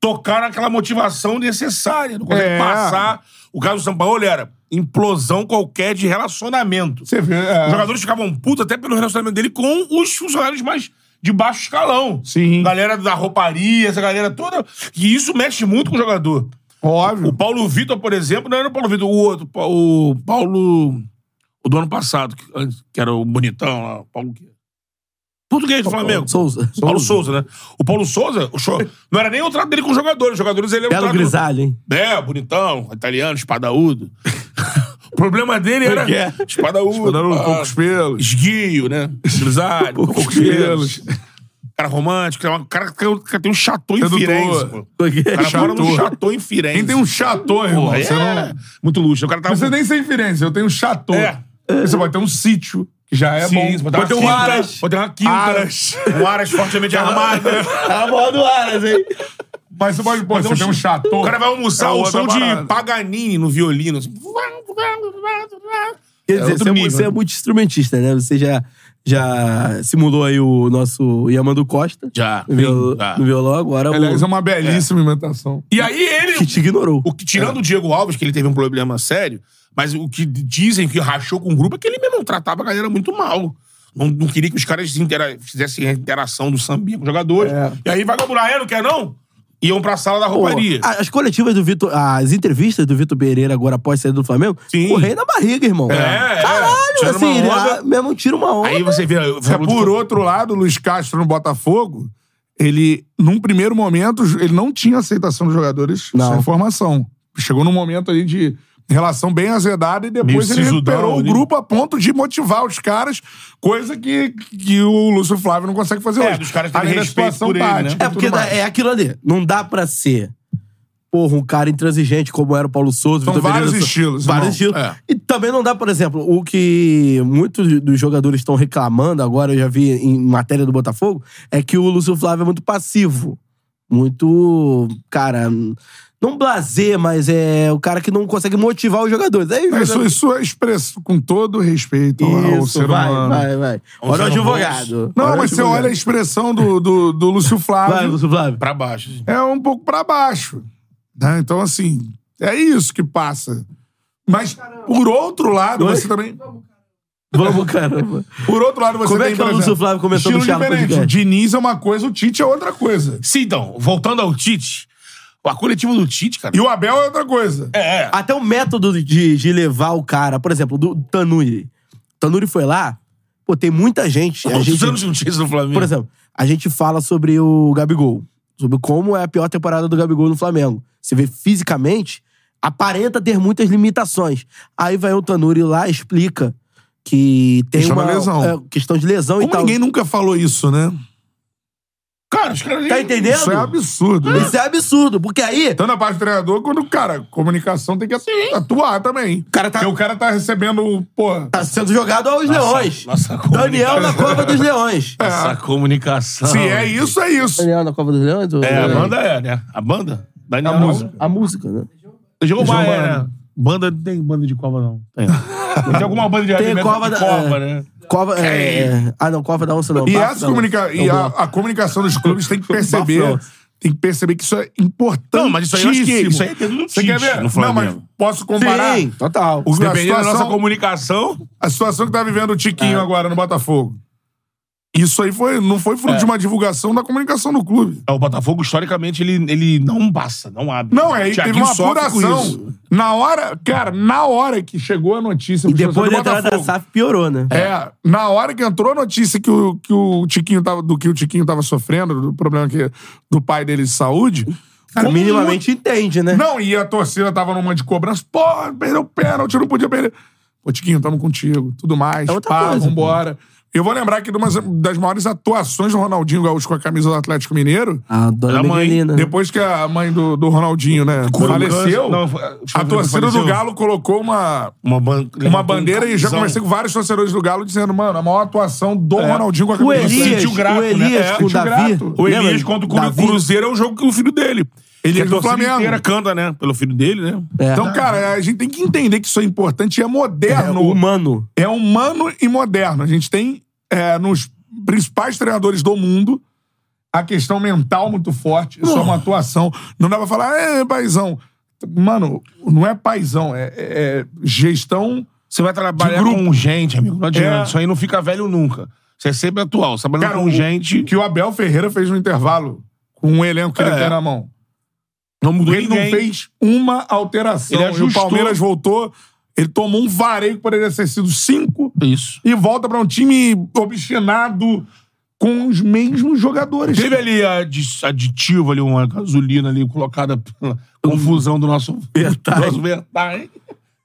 tocar naquela motivação necessária, não consegue É. passar. O caso do Sampaoli era implosão qualquer de relacionamento. Você vê. é. Os jogadores ficavam putos até pelo relacionamento dele com os funcionários mais de baixo escalão. Sim. Galera da rouparia, essa galera toda. E isso mexe muito com o jogador. Óbvio. O Paulo Vitor, por exemplo, não era o Paulo Vitor, o outro, pa- o Paulo. O do ano passado, que, antes, que era o bonitão lá, o Paulo. quê? Português do Flamengo. Souza. Paulo Souza, né? O Paulo Souza, o show, não era nem o trato dele com os jogadores. Os jogadores ele era o Belo trato. grisalho, hein? É, bonitão, italiano, espadaúdo. o problema dele era. Como é que Espadaúdo. Dando um pá, pouco os pelos. Esguio, né? Grisalho, Poucos poucos pelos. Cara romântico, o cara, o cara tem um chateau em Sedutor. Firenze, pô. Porque- O cara mora num Chateau. chateau em Firenze. Quem tem um chateau, irmão? Porra, Você é não. Muito luxo. O cara tá. Não precisa nem ser em Firenze, eu tenho um chateau. É. Você pode ter um sítio, que já é Sim, bom. você pode ter uma quinta, pode ter uma quinta. Aras. Um aras fortemente é. armado. Tá bom do Aras, hein? Mas você pode, pô, você tem um chateau. O cara vai almoçar É o outra som parada. de Paganini no violino. assim. Quer dizer, outro você, é, nível, você né? é muito instrumentista, né? Você já, já simulou aí o nosso Yamando Costa. Já. No, viol- Já. no violão, agora Aliás, é o uma belíssima inventação. E aí ele. que te ignorou. O que, É. tirando o Diego Alves, que ele teve um problema sério, mas o que dizem que rachou com o grupo é que ele mesmo tratava a galera muito mal. Não, não queria que os caras intera- fizessem a interação do sambinha com os jogadores. É. E aí vai com ah, não quer não? Iam pra sala da Pô, rouparia. a- as coletivas do Vitor, as entrevistas do Vitor Pereira agora após sair do Flamengo, Sim. correi na barriga, irmão. é. Caralho, Tirando assim, uma ele, onda. ah, mesmo tira uma onda. aí você vê. É, por outro lado, o Luiz Castro no Botafogo, ele, num primeiro momento, ele não tinha aceitação dos jogadores Não. sem formação. Chegou num momento ali de relação bem azedada e depois Meio ele sisudão recuperou o ali. grupo a ponto de motivar os caras, coisa que, que o Lúcio Flávio não consegue fazer É, hoje. dos caras terem Além da respeito situação por ele, né? tática e É porque tudo mais. é aquilo ali. Não dá pra ser, porra, um cara intransigente como era o Paulo Souza, São Vitor vários Pereira, estilos, Vários irmão. estilos. É. E também não dá, por exemplo, o que muitos dos jogadores estão reclamando agora, eu já vi em matéria do Botafogo, é que o Lúcio Flávio é muito passivo. Muito, cara, Não blazer, mas é o cara que não consegue motivar os jogadores. Aí, Mas isso, isso é expresso com todo respeito ao Isso, um ser vai, humano. vai, vai. Um Olha o ser humano. advogado. Não, Olha o mas você advogado. olha a expressão do, do, do Lúcio Vai, Flávio, Lúcio Flávio. Pra baixo. assim. é um pouco pra baixo. né? Então, assim, é isso que passa. Mas, por outro lado, Oi? você também... Vamos, caramba. Por outro lado, você Como é tem, que por o Lúcio exemplo, Flávio começou no estilo Charla diferente. O Podcast? Diniz é uma coisa, o Tite é outra coisa. Sim, então, voltando ao Tite, a coletiva do Tite, cara. E o Abel é outra coisa. É, é. Até o método de, de levar o cara, por exemplo, do Tanuri. Tanuri foi lá, pô, tem muita gente. A Quantos gente anos não tinha isso no Flamengo? Por exemplo, a gente fala sobre o Gabigol. Sobre como é a pior temporada do Gabigol no Flamengo. Você vê fisicamente, aparenta ter muitas limitações. Aí vai o Tanuri lá, explica que tem Questão uma da lesão. é, questão de lesão e Como tal. ninguém nunca falou isso, né? cara, os caras nem- Tá entendendo? Isso é absurdo. né? Isso é absurdo, porque aí Tanto a parte do treinador, quando, cara, comunicação tem que atuar também. o cara tá, Porque o cara tá recebendo, porra... tá sendo jogado aos leões. Nossa, Daniel na comunicação- Cova dos Leões. Essa comunicação. Se é isso, é isso. Daniel na Cova dos Leões? ou- É, a banda é, né? A banda? Daniel A não. é música. A música, né? Jogou João Baia, Baiano. né? Banda não tem banda de cova, não. Tem. tem alguma banda de Tem alimento cova de da- cova, é. né? Cova. é, é. Ah, não, Cova da Onça não. E, Bafo as da Onça. comunica e Não, a, a comunicação dos clubes tem que Bafão. perceber. Tem que perceber que isso é importante. Não, mas isso aí eu acho que isso aí é dedo do Você Tite quer ver? no Não, Flamengo. mas posso comparar Sim, total. O- a, Dependendo da nossa É. situação, comunicação. a situação que tá vivendo o Tiquinho agora no Botafogo. Isso aí foi, não foi É. fruto de uma divulgação da comunicação do clube. O Botafogo, historicamente, ele, ele não passa, não abre. Não, é aí teve Thiaguinho uma sofre com isso. apuração. Na hora, cara, na hora que chegou a notícia E pro depois da torcedor do entrada da Botafogo, SAF piorou, né? É, na hora que entrou a notícia que o, que o Tiquinho tava, do que o Tiquinho tava sofrendo, do problema que, do pai dele de saúde. Cara, como- minimamente entende, né? Não, e a torcida tava numa de cobrança. Porra, perdeu o pênalti, não podia perder. Pô, Tiquinho, tamo contigo, tudo mais. É outra pá, coisa, vambora. Eu vou lembrar que de umas das maiores atuações do Ronaldinho Gaúcho com a camisa do Atlético Mineiro, A dona Era mãe. Miguelina. depois que a mãe do, do Ronaldinho, né, Curou faleceu, câncer. um Não, foi- acho que a foi- torcida do faleceu. Galo colocou uma, Uma, ban- levantou uma um bandeira e já camisão. conversei com vários torcedores do Galo dizendo, mano, a maior atuação do É. Ronaldinho com a O camisa do Elias, Santos. Sentiu grato, o né? Elias É, com o sentiu Davi. grato. O Elias Lembra? contra o Cru- Davi? Cruzeiro é o jogo que o filho dele. Ele Que é a do torcida Flamengo. inteira canta, né? Pelo filho dele, né? É. Então, cara, a gente tem que entender que isso é importante e é é, moderno. humano. É humano e moderno. A gente tem é, nos principais treinadores do mundo a questão mental muito forte. Isso é uma atuação. Não dá pra falar, é, paizão. Mano, não é paizão, é, é gestão. Você vai trabalhar De grupo. com gente, amigo. Não adianta. É. Isso aí não fica velho nunca. Você é sempre atual. Você trabalhando Cara, com o- gente. que o Abel Ferreira fez no intervalo com um elenco que ele É. tem na mão. Não mudou Ele ninguém. não fez uma alteração. Ele E o ajustou. Palmeiras voltou, ele tomou um vareio que poderia ter sido cinco Isso. e volta pra um time obstinado com os mesmos jogadores. Teve ali a adi- aditivo ali, uma gasolina ali colocada pela confusão do nosso Vertai. nosso Vertai.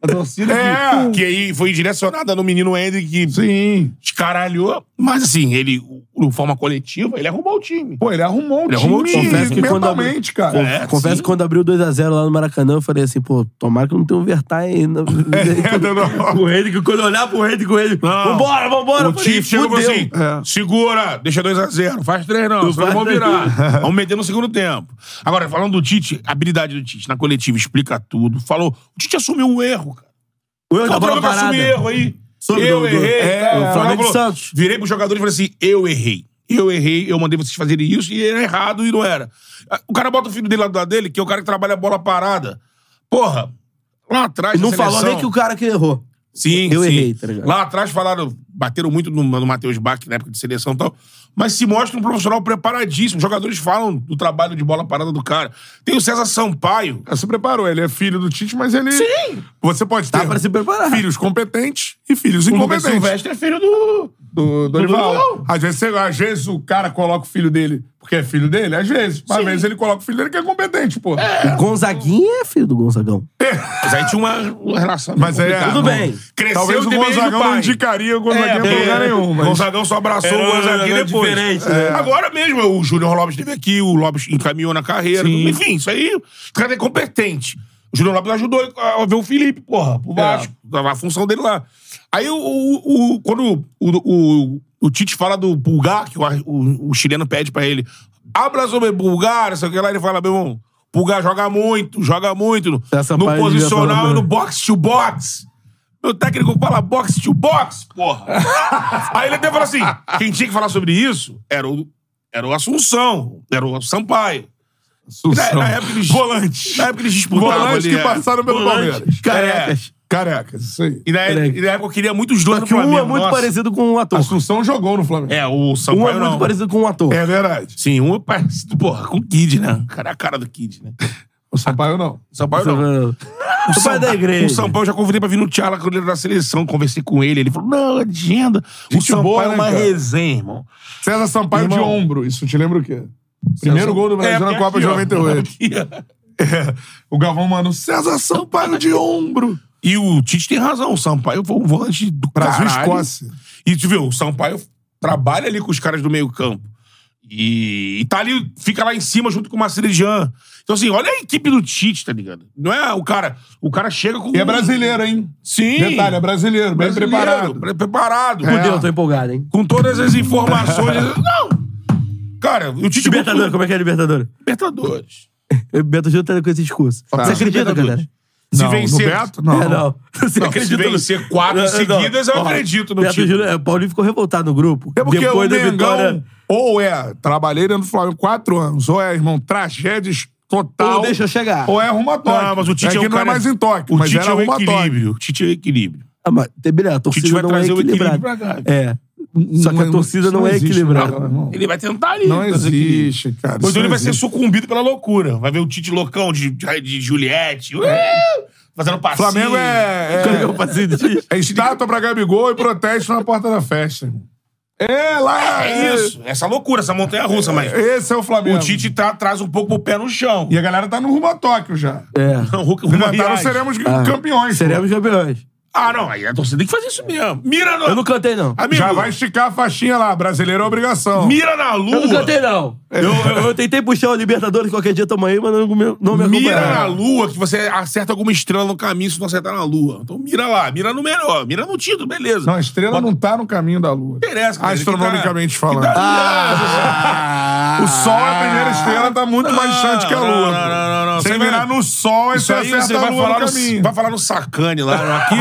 A torcida É. que, que aí foi direcionada no menino Hendrick que Sim. escaralhou. Mas assim, ele, de forma coletiva, ele arrumou o time. Pô, ele arrumou o Ele time arrumou o time. Confesso que quando mentalmente, cara. Conf- É, Confesso sim. que quando abriu 2x0 lá no Maracanã, eu falei assim, pô, tomara que não tenha um Vertai ainda. É, não, não. o Henrique, quando eu olhar pro Henrique com ele, Não. vambora, vambora. O eu falei, Tite chegou e falou fudeu. assim: É. segura, deixa 2x0, faz 3 não, senão faz vamos três. virar. vamos meter no segundo tempo. Agora, falando do Tite, a habilidade do Tite na coletiva explica tudo. Falou, o Tite assumiu o erro, cara. O erro da Não, bola problema que Tá parada. assumi erro aí. Sobre eu do- do- errei. é, tá? o Ela Flamengo falou, e Santos. Virei pro jogador e falei assim: eu errei. Eu errei, eu mandei vocês fazerem isso e era errado e não era. Ah, O cara bota o filho dele lá do lado dele, que é o cara que trabalha a bola parada. Porra, lá atrás. Não na falou nem seleção- que o cara que errou. Sim, Eu sim. errei, tá ligado? Lá atrás falaram, bateram muito no, no Matheus Bach na época de seleção e tal, mas se mostra um profissional preparadíssimo. Os jogadores falam do trabalho de bola parada do cara. Tem o César Sampaio. Se preparou, ele é filho do Tite, mas ele. Sim. Você pode ter Dá Tá pra se preparar. filhos competentes e filhos O Lucas incompetentes. Silvestre é filho do. do Dorival. Dorival. Às vezes, você- às vezes o cara coloca o filho dele porque é filho dele, às vezes. Mas às vezes ele coloca o filho dele que é competente, pô. O Gonzaguinha é filho do Gonzagão. Mas aí tinha uma, uma relação. Mas aí, complicada. é, Tudo bem. Cresceu Talvez o dependendo do Gonzagão não pai. indicaria o Gonzaguinha É, pra lugar é. nenhum. O Mas... Gonzagão só abraçou Era o Gonzaguinho uma depois. diferente, É. né? Agora mesmo, o Júnior Lopes esteve aqui, o Lopes encaminhou na carreira. Sim. Enfim, isso aí, o cara é competente. O Júnior Lopes ajudou a ver o Felipe, porra, É. pro Vasco. A função dele lá. Aí, o, o- o- quando o, o, o Tite fala do Bulgar, que o, o, o chileno pede pra ele, abra sobre Bulgar, não sei o que lá, ele fala, meu irmão, Pulga joga muito, joga muito. Essa parte eu no ia falar, posicional e mano. no box to box. Meu técnico fala box to box, porra. Aí ele até fala assim: quem tinha que falar sobre isso era o, era o Assunção, era o Sampaio. Na, na época eles, Volante. Na época eles disputavam. Volantes ali, que é. passaram pelo Volantes, Palmeiras. Carecas. Carecas, isso aí. E na, Moleque. e na época eu queria muito os dois Só no que um Flamengo. é muito nossa. parecido com um ator. Assunção jogou no Flamengo. É, o Sampaio Um é muito não. parecido com um ator. É verdade. Sim, um é parecido, porra, com o Kid, né? O cara é a cara do Kid, né? O Sampaio não. O Sampaio não. O pai da igreja. O Sampaio eu já convidei pra vir no Tiara quando ele era da seleção. Conversei com ele. Ele falou: não, agenda. O Gente Sampaio boa, é né, uma cara? resenha, irmão. César Sampaio de Irmão. ombro. Isso te lembra o quê? Primeiro César- gol do É, Brasil na porque Copa de aqui, ó. 98. Aqui, ó. O Galvão Mano, César Sampaio de ombro. é E o Tite tem razão. O Sampaio foi um volante do Brasil e caralho. Escócia. E tu viu, o Sampaio trabalha ali com os caras do meio-campo. E, e tá ali, fica lá em cima junto com o Marcelijan. Então, assim, olha a equipe do Tite, tá ligado? Não é o cara. O cara chega com. um- E é brasileiro, hein? Sim. Detalhe, é brasileiro, bem Brasileiro, preparado. É. pre- Preparado. Fudeu, tô empolgado, hein? Com todas as informações. não! Cara, o Tite. É. Libertador, como é que é Libertador? Libertadores. Eu- Beto Gil tá com esse discurso. Tá. Você acredita, Libertadores. galera? Se Não, no vencer. Beto, não. É, não. Você Não, se acredita no- vencer quatro Não, não. seguidas, eu Ó, acredito no Beto título. Gil- é, O Paulinho ficou revoltado no grupo. É porque Depois o da Mengão, vitória. ou é, trabalhei dentro do Flamengo quatro anos, ou é, irmão, tragédias total. Ou deixa eu chegar. Ou é arrumatório. Não, mas o Tite é, que é, um não é cara- mais em toque, o mas Tite era é o arrumatório. equilíbrio. O Tite é o equilíbrio. Ah, mas, Tebelha, a Tite vai torcida não é trazer o equilíbrio equilibrada. pra cá. É. Só que Não a é- torcida isso não é existe, equilibrada. cara, Não, Ele vai tentar ali. não fazer equilíbrio. existe, cara. Ou isso então é ele não vai ser existe. sucumbido pela loucura. Vai ver o Tite loucão de, de, de Juliette. Ué, fazendo passinho. Flamengo é, Como é é, que eu passei disso? é estátua pra Gabigol e protesto na porta da festa. irmão. É lá! É isso. Essa loucura, essa montanha russa, mas. Esse é o Flamengo. O Tite tá, traz um pouco o pé no chão. E a galera tá no rumo a Tóquio já. É. Não, Hulk, Hulk Levantaram, Riage. seremos Ah. campeões. pô. Seremos campeões. Ah, não. Aí a torcida tem que fazer isso mesmo. Mira no. Eu não cantei, não. Amigo, Já vai esticar a faixinha lá. Brasileiro é obrigação. Mira na lua. Eu não cantei, não. Eu, eu- eu tentei puxar o Libertadores qualquer dia também, mas não me, não me Mira na acompanharam. lua, que você acerta alguma estrela no caminho se não acertar na lua. Então mira lá, mira no melhor, mira no título, beleza. Não, a estrela não tá no caminho da lua. interessa, cara, Astronomicamente que tá- falando. que tá- O sol, é a primeira estrela, tá muito mais distante que a lua. né? Ah, não, pô. não, não, não, não. Sem Você mirar vai- no sol, Isso você aí acerta você a vai lua falar, no no, caminho. vai falar no sacane lá. Aqui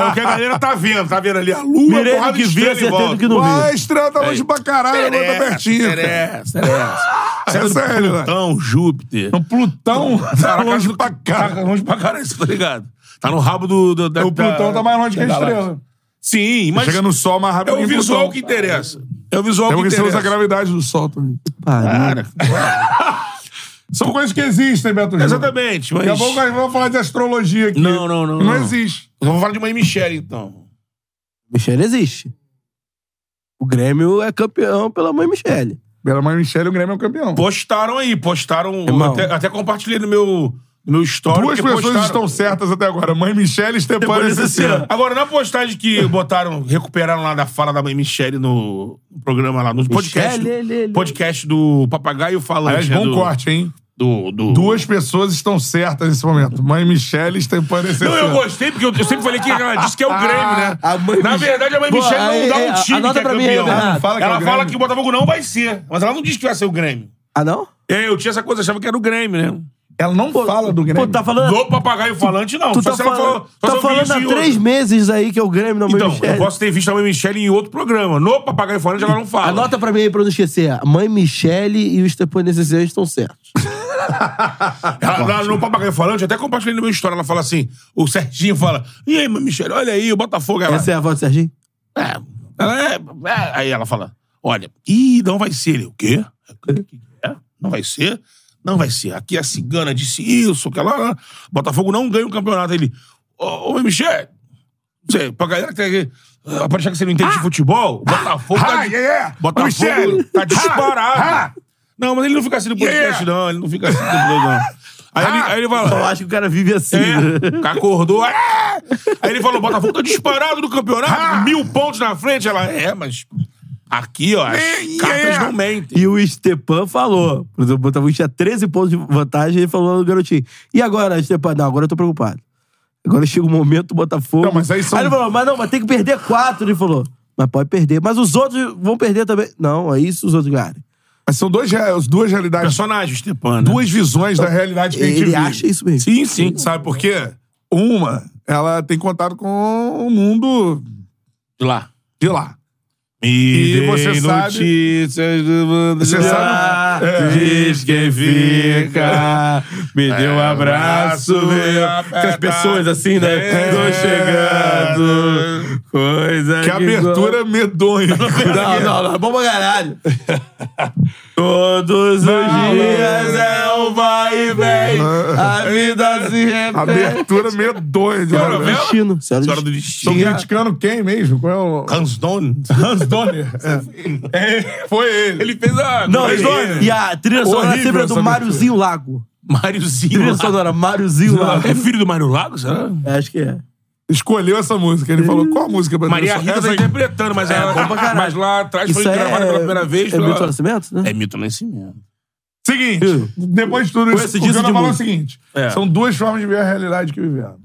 é o que a galera tá vendo. Tá vendo ali a lua, Mirei no porrada que de vi, estrela em acertei no volta. Ah, que não Uai, vi. a estrela tá longe pra caralho, agora tá Interessa, pertinho. cara. Interessa, interessa. É Acerta no sério, velho. Plutão, Então, Júpiter. O Plutão tá Caraca, longe pra Tá caralho. longe pra caralho, tá ligado? Tá no rabo do... do- da, O Plutão tá mais longe que a da galáxia. estrela. Sim, mas... Chega no sol mais É rápido o que visual Plutão. que interessa. É o É visual que porque você usa interessa. a gravidade do sol também. Pariu. São coisas que existem, Beto Júnior. Exatamente, mas... Daqui a pouco nós vamos falar de astrologia aqui. Não, não, não, Não não. existe. Vamos falar de Mãe Michelle, então. Michele existe. O Grêmio é campeão pela mãe Michele. Pela mãe Michelle, o Grêmio é o campeão. Postaram aí, postaram... Irmão. Até, até compartilhei no meu, no meu story. Duas porque pessoas postaram- estão certas até agora. Mãe Michelle e Stepane Stepane Cecília. Cecília. Agora, na postagem que botaram, recuperaram lá da fala da Mãe Michelle no programa lá, no podcast, Michele, ele, ele. podcast do Papagaio Falante. Aliás, né, bom do, corte, hein? Do, do- Duas pessoas estão certas nesse momento. Mãe Michelle e Stepane Cecília. Não, eu gostei, porque eu, eu sempre falei que ela disse que é o Grêmio, né? Ah, a mãe Na Mich- verdade, a mãe Pô, Michelle não aí, dá aí, um time que anota é pra mim aí, campeão. Bernardo. Ela fala que é ela o fala Grêmio. que o Botafogo não vai ser, mas ela não diz que vai ser o Grêmio. Ah, não? É, eu tinha essa coisa, achava que era o Grêmio, né? Ela não fala do Grêmio. Pô, tá falando. Do papagaio falante, não. tu só tá se ela falando, falou. só se tá eu vi falando isso há em três outro. meses aí que é o Grêmio na mãe Então, Michele. eu posso ter visto a mãe Michelle em outro programa. No papagaio falante, ela não fala. Anota pra mim aí pra eu não esquecer. A Mãe Michele e o Stepane Cecília estão certos. Ela, ela, no papagaio falante, eu até compartilhei no meu história. Ela fala assim: o Serginho fala, e aí, mãe Michelle, olha aí, o Botafogo. Ela, Essa é a voz do Serginho? É, ela é, é. Aí ela fala: olha, ih, não vai ser. Ele, o quê? É, não vai ser? Não vai ser. Aqui é a cigana disse isso, que ela. Botafogo não ganha o campeonato. Ele, ô, ô Michel, não sei, pra galera que tem aqui. ah, Pra achar que você não entende de futebol, Botafogo. Ah, tá, yeah, yeah. Botafogo Michele. tá Ah, disparado. ah. Não, mas ele não fica assim no Yeah. podcast, Ah! não. Ele não fica assim no podcast, não. Aí, ele, aí ele fala. Eu acho que o cara vive assim. É, o cara acordou. "Ah!" Aí ele falou: Botafogo tá disparado no campeonato, mil pontos na frente. Ela, é, mas aqui, ó, as Nem- cartas é. não mentem. E o Stepan falou. Por exemplo, o Botafogo tinha 13 pontos de vantagem e ele falou no garotinho. E agora, Stepan? Não, agora eu tô preocupado. Agora chega o momento do Botafogo. Não, mas aí são- ele falou, mas não, mas tem que perder quatro. Ele falou, mas pode perder. Mas os outros vão perder também. Não, é isso os outros ganharem. Mas são dois, rea- as duas realidades, Personagem, Stepan, né? duas visões da realidade que a gente Ele vive. acha isso mesmo. Sim, sim. Sabe por quê? Uma, ela tem contato com o mundo De lá. de lá. E, dei você sabe... notícias do mundo Você de sabe- lá, É. diz quem fica, me deu um abraço, abraço, veio apertar. com as pessoas assim, né? É. Tô chegando, coisa Que abertura medonha. Não, não, não. É bom pra caralho. Todos os não, dias não. é um vai e vem, a vida se repete. abertura medonha. de Cara, novela. velho. Destino. Senhora, Senhora do do Estão Destino. criticando quem mesmo? Qual é o... Hans Donner. Hans Donner. É, Foi ele. Ele fez a... Não, Hans e, e a trilha sonora Horrível sempre é essa do abertura. Máriozinho Lago. Máriozinho. Trilha lá. sonora, Máriozinho Lago. É filho do Mário Lago, será? É, Acho que é. Escolheu essa música. Ele falou, qual a música pra É Maria Rita tá essa... interpretando, mas, ela- É bom pra caralho. mas lá atrás Isso foi é. gravada pela primeira vez. É pela- Milton Nascimento, né? É Milton Nascimento. Seguinte, Viu? depois de tudo Com isso, esse o que disco eu de falo é o música. seguinte. É. São duas formas de ver a realidade que vivemos.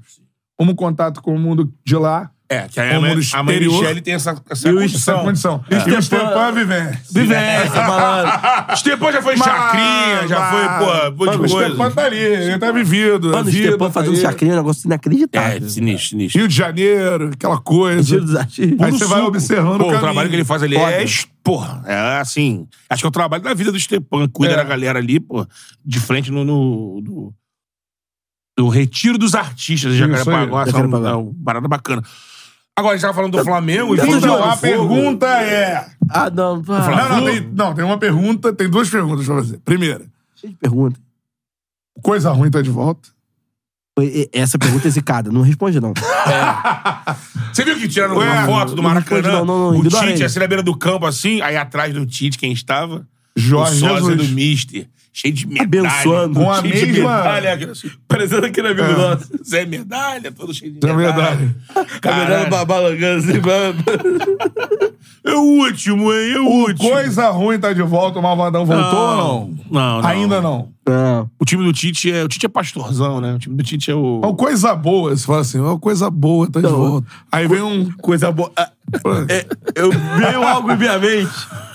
Uma, um contato com o mundo de lá. É, que Como a, no Mary- a Mary exterior. Shelley tem essa, essa E o Essa condição. condição. E o Stepan É. vivência. Vivência, malandro. Stepan já foi Mas- chacrinha, já foi, pô, pô Mano, o de Stepan coisa. tá ali, ele tá vivido. Mano, o vida Stepan tá fazendo aí. chacrinha é um negócio É, inacreditável. sinistro, sinistro. Rio de Janeiro, aquela coisa. Tiro dos artistas. É, Aí você vai suco. observando Pô, o o, caminho. trabalho que ele faz ali Foda. é, es- porra, é assim. Acho que é o trabalho da vida do Stepan. Cuida É. da galera ali, pô, de frente no. no- do, do retiro dos artistas de Isso Jacarepaguá. aí. Essa É uma, Jacarepaguá. é uma parada bacana. Agora, a gente tava falando do Flamengo e eu tô Flamengo Então, jogando a Tá fogo. pergunta é... Ah, não. pá. Não, não, Fogo. tem, não, tem uma pergunta, tem duas perguntas pra fazer. Primeira, Cheio de pergunta. coisa ruim tá de volta? Foi- e- Essa pergunta é zicada. Não responde, não. Você viu que tiraram Ué, uma foto do não responde, não, Maracanã? não, não, o ignora Tite, ele. assim, na beira do campo, assim, aí atrás do Tite, quem estava? Jorge o sósia do Jesus. Mister. Cheio de medalha. Abençoando. Com a cheio de mesma- medalha. aquele assim, Parecendo aquele amigo É. nosso. Zé Medalha, todo cheio de Zé medalha. Medalha. Caralho. balangando assim, É o último, hein? É o, último. Coisa ruim tá de volta, o Malvadão voltou ou não? Não, não. Ainda não. Não. O time do Tite é... O Tite é pastorzão, né? O time do Tite é o... Uma coisa boa, você fala assim, uma coisa boa tá de Não. volta. Aí vem um... assim, Coisa boa. Ah, é, eu veio algo em minha mente,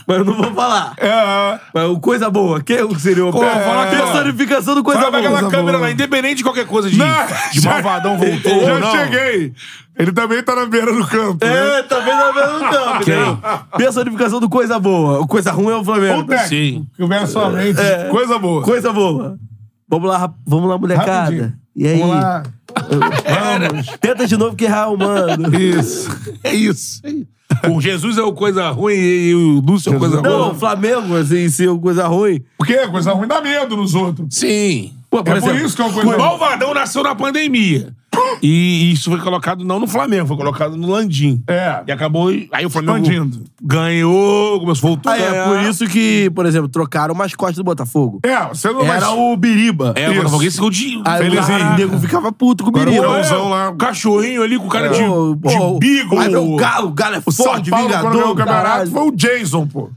mas eu não vou falar. É, Mas o coisa boa, que seria o fala a aqui, ó. personificação do coisa Vai pra aquela boa. coisa câmera boa. lá, independente de qualquer coisa de, Não, de já- malvadão voltou já ou não. cheguei. Ele também tá na beira do campo. né? É, também não é mesmo tempo, entendeu? Personificação do coisa boa. O coisa ruim é o Flamengo. O técnico Sim. que vem à sua mente, É. coisa boa. Coisa boa. Vamos lá, rap- vamos lá, molecada. Rapidinho. E aí? Vamos lá. Vamos. Tenta de novo que errar o mano. Isso. É isso. é isso. O Jesus é o coisa ruim e o Lúcio é o coisa Não, boa. o Flamengo, assim, se é uma coisa ruim. Porque coisa ruim dá medo nos outros. Sim. Pô, por É por exemplo, isso que é uma O coisa boa. Malvadão nasceu na pandemia. E isso foi colocado não no Flamengo, foi colocado no Landim. É. E acabou. Aí o Flamengo Expandindo. ganhou, começou, voltou. Ah, a é ganhar. por isso que, por exemplo, trocaram o mascote do Botafogo. É, você não Era vai... o Biriba. É, o Isso. Botafoguense ficou de. Aí o Felizinho. cara- o nego ficava puto com o Agora o Biriba. Leãozão É, lá. o Cachorrinho ali com cara de, Pô, de pô, bigo. Aí veio o Galo, o Galo é O São forte, Paulo, quando ganhou vingador. o campeonato, caralho. foi o Jason, pô.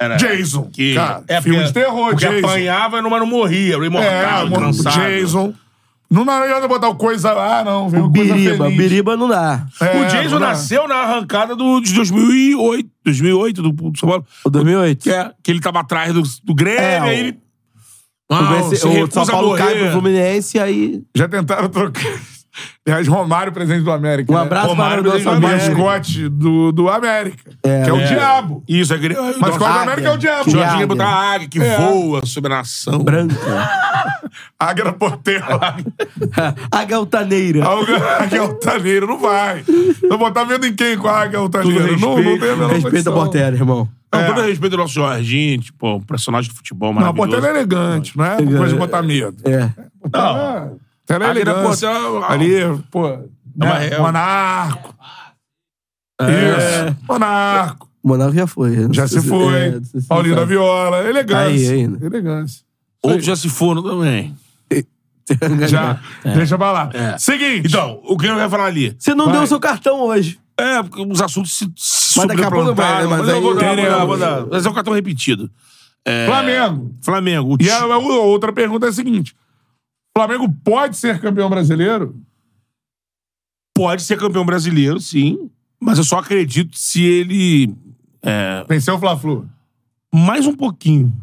Era- Jason, Que, cara, é filme porque- de terror, porque Jason. apanhava, mas não morria. Era É, imortal, mano, o cansado. Jason. Não adianta botar o coisa... Ah, não, veio coisa Biriba, feliz. Biriba não dá. É, o Jason não dá. nasceu na arrancada do, de 2008, 2008 do, do São Paulo. O 2008. Que, é, que ele tava atrás do, do Grêmio, É, aí o- ele. O Ah, Messi- se o recusa São a Paulo morrer. cai pro Fluminense, aí... Já tentaram trocar... Aliás, Romário, presidente do América. Um né? abraço Romário para o nosso do O amigo. América. mascote do, do América, que é o é. diabo. Isso, é Grêmio. Mas qual águia. Tipo da América é o diabo? Que Jorge águia. Jorginho botar a águia que É. voa sobre a nação. Branca. Águia na porteira. a Galtaneira. Ah, Águia águia altaneira, não vai. Então botar medo em quem com a águia altaneira? Não, não tem a menor Respeita a condição. Portela, irmão. Não, É. todo respeito ao nosso Jorginho, tipo, um personagem do futebol Não, a maravilhoso. porteira é elegante, não é? Uma coisa de botar medo. É. Não. Ela é Ali né, na elegante. Portela- Ali, pô. mas né? é- Monarco. É. Isso. Monarco. O Manaus já foi. Eu não Já sei se foi. é, não sei se Paulinho da sabe. Viola. Elegância. Aí, né? ainda. Elegância. Outros já se foram também. É, né? Já. Deixa pra lá. É. Seguinte. Então, o que eu ia falar ali? Você não Vai. deu o seu cartão hoje. É, porque os assuntos se se Mas daqui a pouco vai, né? sobreplantaram. Mas Mas eu aí- vou dar, vou dar, vou dar. Teremos. Mas é um cartão repetido. É, Flamengo. Flamengo. O E é, ti- a, a outra pergunta é a seguinte: o Flamengo pode ser campeão brasileiro? pode ser campeão brasileiro, sim. Mas eu só acredito se ele. é, Venceu o Fla-Flu. mais um pouquinho.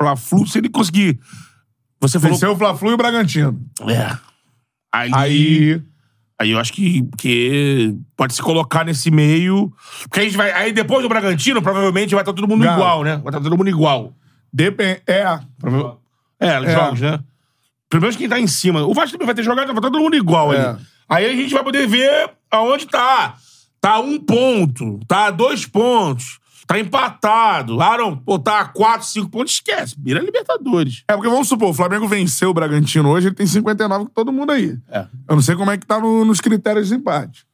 Fla-Flu, se ele conseguir... Você falou... Venceu o Fla-Flu e o Bragantino. É. Ali- Aí... Aí eu acho que, que pode se colocar nesse meio. Porque a gente vai. Aí depois do Bragantino, provavelmente vai estar todo mundo Galo. igual, né? Vai estar todo mundo igual. Depende... É. Prova- É, os É. jogos, né? Pelo menos quem tá em cima. O Vasco também vai ter jogado, vai estar todo mundo igual É. ali. Aí a gente vai poder ver aonde tá. Tá um ponto, tá dois pontos, tá empatado. Aaron, pô, tá a quatro, cinco pontos, esquece. Vira Libertadores. É, porque vamos supor, o Flamengo venceu o Bragantino hoje, ele tem 59 com todo mundo aí. É. Eu não sei como é que tá no- nos critérios de empate.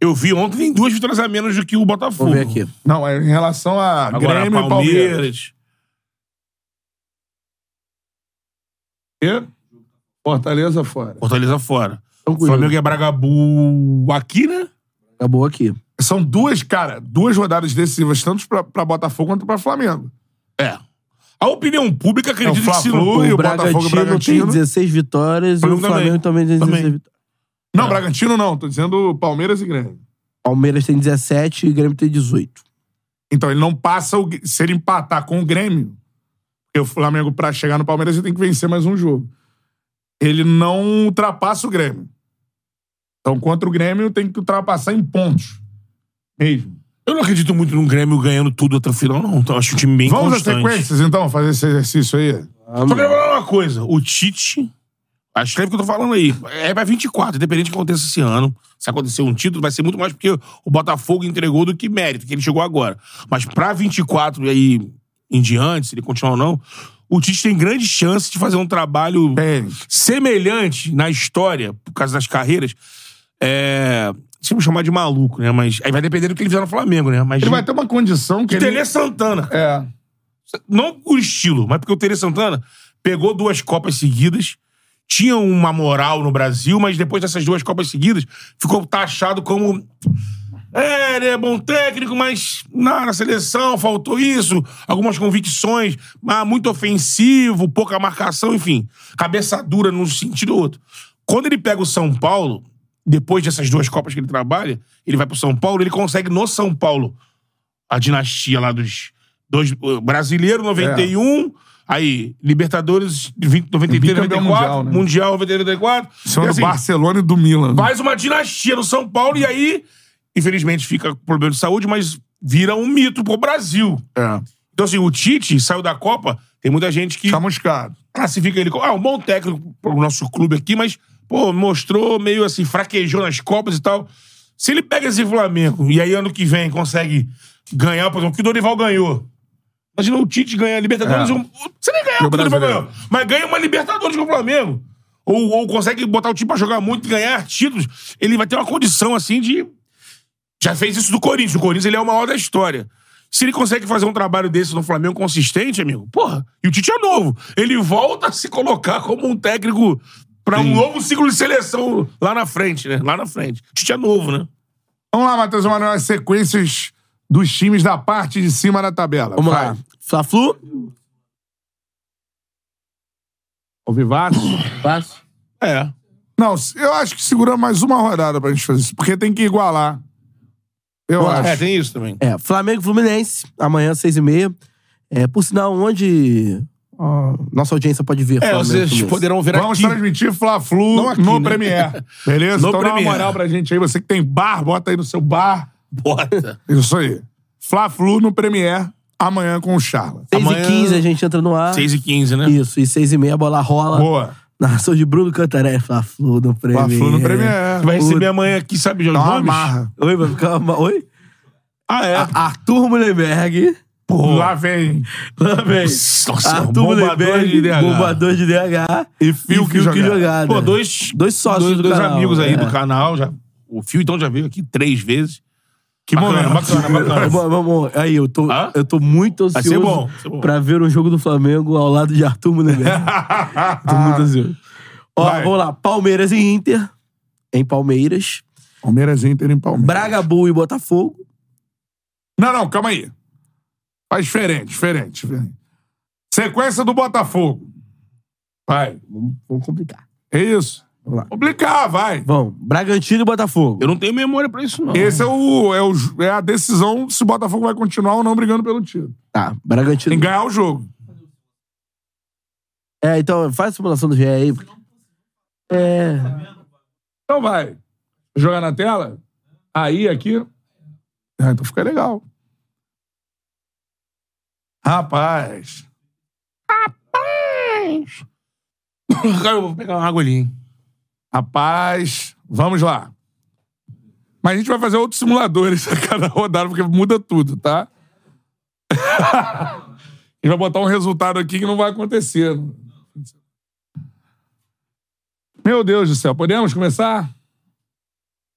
Eu vi ontem tem duas vitórias a menos do que o Botafogo. Vamos ver aqui. Não, é em relação a Agora, Grêmio e Palmeiras. Palmeiras. E Fortaleza fora. Fortaleza fora. Tranquilo. Flamengo e Bragabu aqui, né? Acabou aqui. São duas, cara, duas rodadas decisivas, tanto pra, pra Botafogo quanto pra Flamengo. É. A opinião pública acredita É, o que se Fla-Flu não... e O, o Botafogo Bragantino, e Bragantino. tem 16 vitórias e o Flamengo também. Flamengo também tem 16 Também. vitórias. Não, É. Bragantino não, tô dizendo Palmeiras e Grêmio. Palmeiras tem 17 e o Grêmio tem 18. Então ele não passa, o, se ele empatar com o Grêmio, porque o Flamengo pra chegar no Palmeiras ele tem que vencer mais um jogo. Ele não ultrapassa o Grêmio. Então contra o Grêmio tem que ultrapassar em pontos. Mesmo. Eu não acredito muito num Grêmio ganhando tudo até o final, não. Então, eu acho um time bem Vamos constante. às sequências então, fazer esse exercício aí. Só quero falar uma coisa. O Tite... Escreve o que eu tô falando aí. É pra 24, independente do que aconteça esse ano. Se acontecer um título, vai ser muito mais porque o Botafogo entregou do que mérito, que ele chegou agora. Mas pra 24 e aí em diante, se ele continuar ou não, o Tite tem grande chance de fazer um trabalho Pênis. semelhante na história, por causa das carreiras, é. Se eu chamar de maluco, né? Mas aí vai depender do que ele fizer no Flamengo, né? Mas Ele vai ter uma condição que o ele... Tele Santana. É. Não o estilo, mas porque o Tele Santana pegou duas Copas seguidas, tinha uma moral no Brasil, mas depois dessas duas Copas seguidas, ficou taxado como. É, ele é bom técnico, mas na, na seleção faltou isso, algumas convicções, mas muito ofensivo, pouca marcação, enfim. Cabeça dura num sentido ou outro. Quando ele pega o São Paulo, depois dessas duas Copas que ele trabalha, ele vai pro São Paulo, ele consegue no São Paulo a dinastia lá dos dois. o Brasileiro 91, aí Libertadores 20, 93, Bicampeão 94, Mundial, mundial, né? 93, 94. Em cima E do assim, Barcelona e do Milan. faz uma dinastia no São Paulo e aí, infelizmente, fica com problema de saúde, mas vira um mito pro Brasil. É. Então, assim, o Tite saiu da Copa, tem muita gente que Tá moscado. classifica ele como ah, um bom técnico pro nosso clube aqui, mas, pô, mostrou meio assim, fraquejou nas Copas e tal. Se ele pega esse Flamengo e aí ano que vem consegue ganhar, por exemplo, o que o Dorival ganhou. Imagina o Tite ganhar a Libertadores. É. um- Você nem ganhar E o o que o Dorival brasileiro? ganhou. Mas ganha uma Libertadores com o Flamengo. Ou, ou consegue botar o time pra jogar muito e ganhar títulos. Ele vai ter uma condição assim de já fez isso do Corinthians. O Corinthians ele é o maior da história. Se ele consegue fazer um trabalho desse no Flamengo consistente, amigo, porra, e o Tite é novo. Ele volta a se colocar como um técnico pra um novo ciclo de seleção lá na frente, né? Lá na frente. O Tite é novo, né? Vamos lá, Matheus Emanuel, as sequências dos times da parte de cima da tabela. Vamos Vai. lá. Fla-Flu. Ao vivaço. Vasco. É. Não, eu acho que segura mais uma rodada pra gente fazer isso, porque tem que igualar. Eu acho. É, tem isso também. É, Flamengo e Fluminense, amanhã, 6h30. É, por sinal, onde a nossa audiência pode ver É, Flamengo e vocês Fluminense? poderão ver Ah. Vamos aqui. transmitir Fla-Flu Não aqui, no né? Premier. Beleza? No então dá Premier. uma moral pra gente aí. Você que tem bar, bota aí no seu bar. Bota. Isso aí. Fla-Flu no Premier, amanhã com o Charla. 6h15 a gente entra no ar. 6 e 15 né? Isso, e 6h30 a bola rola. Boa. Narração de Bruno Cantarelli. Fla-Flu no prêmio. Fla-Flu no Premier. Vai receber amanhã aqui, sabe, Jorge Dá uma Gomes? amarra. Oi, vai ficar uma... Oi? Ah, é. A- Arthur Mullenberg. Lá vem. Lá vem. Nossa, Arthur bombador Mullenberg, de DH. bombador é um de DH. E fio que jogar. jogada. Pô, dois, né? Dois sócios dois, do dois canal, amigos aí é. do canal. Já, o Fio, então, já veio aqui três vezes. Que Bacana, momento. né? bacana, bacana. Vamos, vamos. Aí, eu tô, Hã? eu tô muito Vai ansioso ser bom, vai ser bom. pra ver um jogo do Flamengo ao lado de Arthur Mullenberg. Ah. tô muito assim. ansioso. Ó, Vai. vamos lá. Palmeiras e Inter. Em Palmeiras. Palmeiras e Inter em Palmeiras. Braga Bull e Botafogo. Não, não, calma aí. Faz diferente, diferente, diferente. Sequência do Botafogo. Vai. Vamos, vamos complicar. É isso. Vamos lá. Complicar, vai. Vamos. Bragantino e Botafogo. Eu não tenho memória pra isso, não. Esse é, o, é, o, ju- é a decisão se o Botafogo vai continuar ou não brigando pelo título. Tá, Bragantino. Tem que ganhar o jogo. É, então faz a simulação do GE aí. É. Então vai. Jogar na tela? Aí, aqui. Ah, então fica legal. Rapaz. Cara, eu vou pegar uma água ali, hein? Rapaz. Vamos lá. Mas a gente vai fazer outros simuladores a cada rodada, porque muda tudo, tá? a gente vai botar um resultado aqui que não vai acontecer. Meu Deus do céu, podemos começar?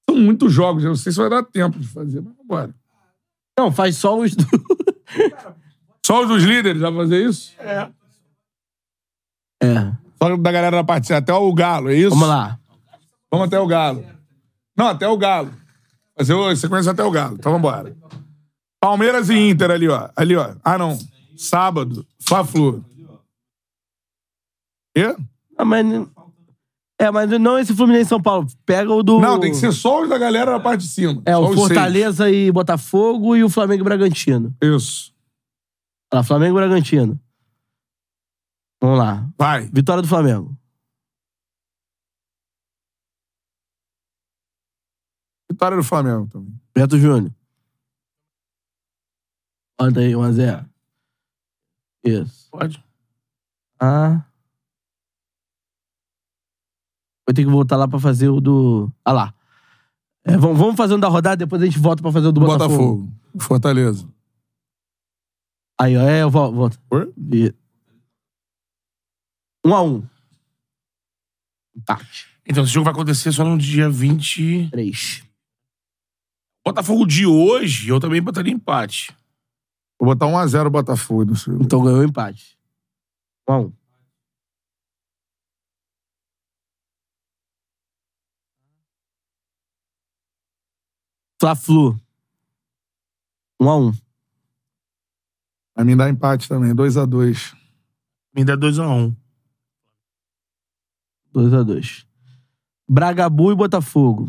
São muitos jogos, eu não sei se vai dar tempo de fazer, mas vambora. Não, faz só os. do- Só os dos líderes vai fazer isso? É. é. Só da galera da partida, até o Galo, é isso? Vamos lá. Vamos até o Galo. Não, até o Galo. Fazer o- sequência até o Galo. Então vambora. Palmeiras e Inter ali, ó. Ali, ó. Ah, não. Sábado, Fla-Flu. Quê? Ah, mas... É, mas não esse Fluminense e São Paulo. Pega o do. Não, tem que ser só os da galera da parte de cima. É, Só o os seis. Fortaleza e Botafogo e o Flamengo e Bragantino. Isso. Olha lá, Flamengo e Bragantino. Vamos lá. Vai. Vitória do Flamengo. Vitória do Flamengo também. Beto Júnior. Olha aí, 1x0. Isso. Pode. Ah. Vou ter que voltar lá pra fazer o do. Ah lá. É, vamos, vamos fazer um da rodada, depois a gente volta pra fazer o do Botafogo. Botafogo. Fortaleza. Aí, ó, é, eu volto. volto. Oi? E... Um a um. Empate. Então, esse jogo vai acontecer só no dia 20. Três. Botafogo de hoje, eu também botaria empate. Vou botar 1x0 o Botafogo. não sei. Então ganhou o empate. Um a um. Fla-Flu. Um a um. Pra mim dá empate também. 2x2. Me dá 2x1. Dois a dois. Bragabu e Botafogo.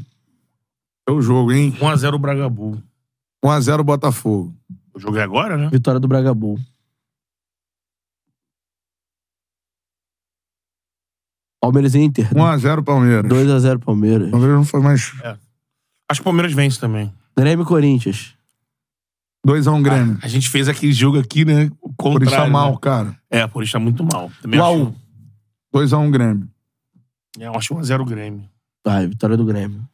É o jogo, hein? 1x0 o Bragabu. 1x0 Botafogo. O jogo é agora, né? Vitória do Bragabu. Palmeiras e Inter. 1x0 Palmeiras. 2x0 Palmeiras. Palmeiras não foi mais. Acho que o Palmeiras vence também. Grêmio e Corinthians. 2x1 Grêmio. A gente fez aquele jogo aqui, né? O Ah, contrário, Por isso tá né? mal, cara. É, por isso tá muito mal. Também 1 a acho. 1 2x1 Grêmio. É, eu acho 1x0 o Grêmio. Vai, vitória do Grêmio.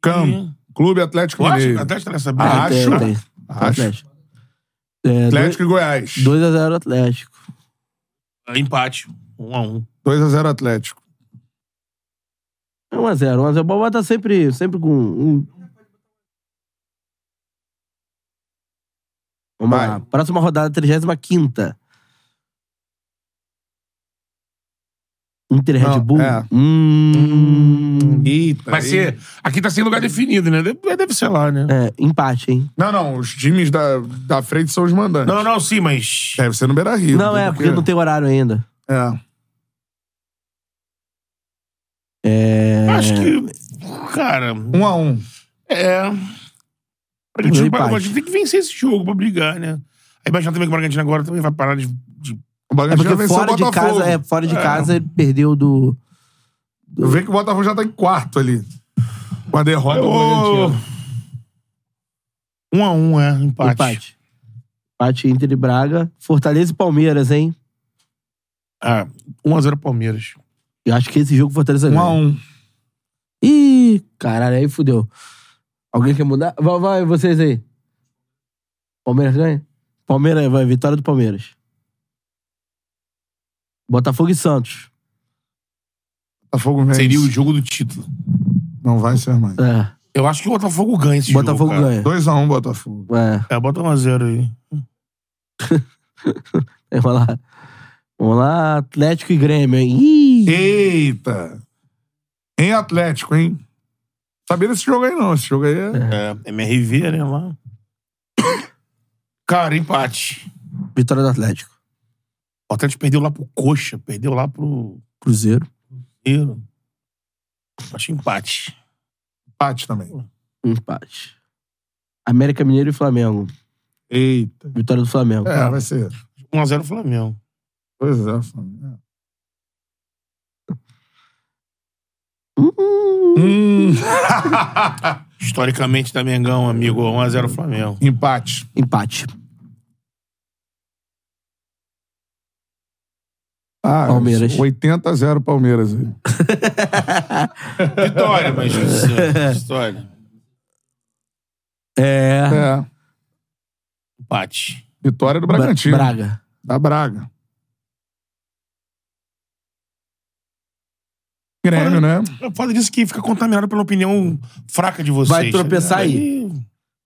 Campo. Clube Atlético Eu acho Mineiro. que até está nessa Ah, briga. acho. É, Tem, tem. Acho. Atlético. É, Atlético e Goiás. 2x0 Atlético. Empate. 1x1. 2x0 Atlético. 1x0. 1x0. O Bobá tá sempre, sempre com um. Vamos Vai. lá. Próxima rodada, 35. Inter e Red Não, Bull. é. Hum. Eita. Vai ser. Aqui tá sem lugar definido, né? Deve, deve ser lá, né? É, empate, hein? Não, não. Os times da, da frente são os mandantes. Não, não, sim, mas. Deve ser no Beira Rio. né? Não, é, porque não tem horário ainda. É. É. Acho que. Cara. 1x1. É. Primeiro Bragantino, empate. Bragantino tem que vencer esse jogo pra brigar, né? Aí imaginar também que o Bragantino agora também vai parar de. de- O É Bragantino porque venceu o fora de Botafogo. casa, é, fora de É. casa ele perdeu do. Eu vejo que o Botafogo já tá em quarto ali. Com a derrota do Ô! Bragantino. Um a um, é. Empate. Empate. Empate Inter e Braga. Fortaleza e Palmeiras, hein? Ah, 1x0 Palmeiras. Eu acho que esse jogo Fortaleza Um ganha. 1x1. Ih, caralho, aí fudeu. Alguém quer mudar? Vai, vai, vocês aí. Palmeiras ganha? Palmeiras, vai, vitória do Palmeiras. Botafogo e Santos. Botafogo vence. Seria o jogo do título. Não vai ser mais. É, Eu acho que o Botafogo ganha esse Botafogo jogo. ganha. 2x1 Botafogo. É, ganha. É, bota 1x0 aí. é, vamos lá. Vamos lá, Atlético e Grêmio, hein? Ih, Eita. Em Atlético, hein? Sabia desse jogo aí não. Esse jogo aí é... É, MRV, né, lá. Cara, empate. vitória do Atlético. O Atlético perdeu lá pro Coxa, perdeu lá pro Cruzeiro. Eu acho empate. Empate também. Um Empate. América Mineiro e Flamengo. Eita. Vitória do Flamengo. É, vai ser. 1x0 Flamengo. Pois é, Flamengo. Hum, Hum, Historicamente da Mengão, amigo. 1x0 Flamengo. empate. empate. Ah, Palmeiras. 80 a 0 Palmeiras. aí. Vitória, mas. Vitória. É. É. Empate. Vitória do Bra- Bragantino. Braga. Da Braga. Grêmio, né? Foda disso que fica contaminado pela opinião fraca de vocês. tá Vai tropeçar aí.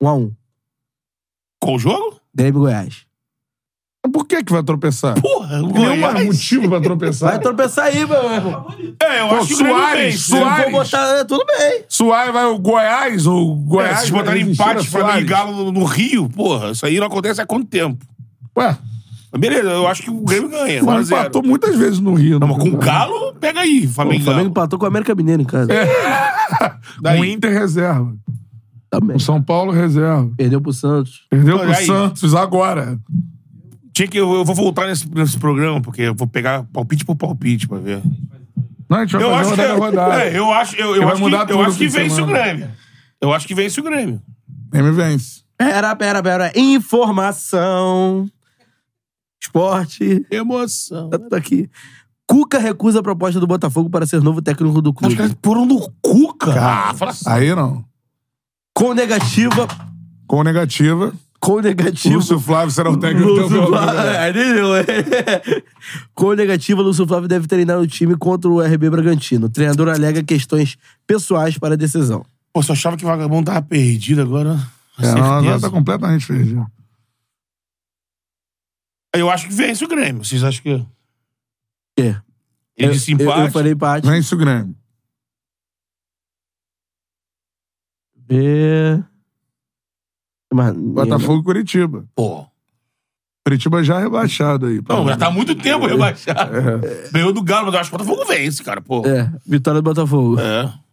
1x1. Qual jogo? Grêmio e Goiás. Mas Por que que vai tropeçar? Porra, o Tem um Goiás. motivo pra tropeçar. Vai tropeçar aí, meu irmão. É, eu Pô, acho que o Grêmio Suárez, vence. né? Se Suárez. for botar, é, tudo bem. Suárez vai o Goiás ou É, Goiás. né? vocês botaram vai empate resistir a Flamengo Suárez. e Galo no- no Rio, porra, isso aí não acontece há quanto tempo? Ué, Mas Beleza, eu acho que o Grêmio mas ganha. 1 a 0. empatou muitas vezes no Rio. né? Não, no mas com o campeonato. Galo, pega aí, O Flamengo. Flamengo empatou com o América Mineiro em casa. Com o Daí. Inter reserva. Também. Com São Paulo reserva. Tá Perdeu pro Santos. Perdeu Olha pro aí. Santos agora. Tinha que, eu, eu vou voltar nesse, nesse programa, porque eu vou pegar palpite por palpite pra ver. Não, a gente vai Eu fazer acho que. rodada a rodada. é, eu acho, eu, eu Ele vai acho mudar que, eu tudo acho no que fim de vence o semana. Grêmio. Eu acho que vence o Grêmio. M vence. Pera, pera, pera. Informação. Esporte. Emoção. Tá aqui. Cuca recusa a proposta do Botafogo para ser novo técnico do Os clube. caras foram no Cuca. Cara, Ah, fala assim. Aí não. Com negativa. Com negativa, Com negativa. Lúcio Flávio será o né? técnico do Lúcio campeonato. Flávio. É, entendeu? Com negativa, Lúcio Flávio deve treinar o time contra o RB Bragantino. O treinador alega questões pessoais para a decisão. Pô, só achava que o vagabundo tava perdido agora. A É, não, agora certeza. tá completamente perdido. Eu acho que vence o Grêmio. Vocês acham que. É. Ele Eu- disse eu- empate. Eu, falei empate. Vence o Grêmio. É... Mas, Botafogo e Curitiba. Pô. Curitiba já rebaixado aí. Não, já tá há muito tempo rebaixado. É. Ganhou do Galo, mas eu acho que o Botafogo vence, cara, pô. É. É, vitória do Botafogo.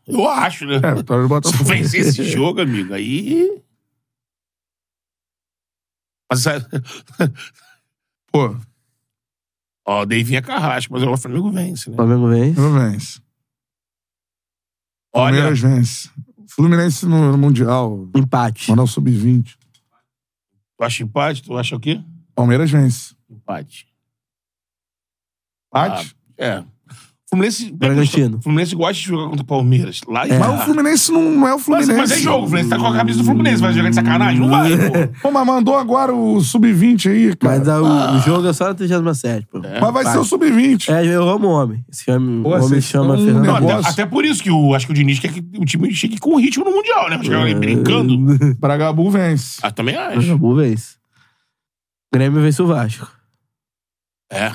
Eu acho, né? É, vitória do Se Botafogo. vencer esse jogo, amigo, aí. Mas é, sabe- Pô, Ó, o Davinho é carrasco, mas o Flamengo vence, né? Flamengo vence. não vence. Olha, Palmeiras vence. Fluminense no, no Mundial. Empate. Mandar o sub-20. tu acha empate? Tu acha o quê? Palmeiras vence. Empate. Empate? É. Fluminense. Bragantino. Fluminense gosta de jogar contra o Palmeiras. Lá em É. cá. Mas o Fluminense não, não é o Ah, Mas, Fluminense. É. mas é jogo, o Fluminense tá com a camisa do Fluminense, vai jogar de sacanagem? Não vai, pô. Pô, mas mandou agora o sub-20 aí, cara. Mas, Mas ah, o, o jogo é só na 37, pô. É, vai ser o É. sub-20. eu amo o homem. Esse homem, Pô, o homem vocês chama estão um Fernando. Não, até, negócio. até por isso que o, acho que o Diniz quer que o time chegue com ritmo no Mundial, né? Acho que ele brincando. Bragabu vence. Ah, também acho. Acabou vence. Grêmio vence o Vasco. É.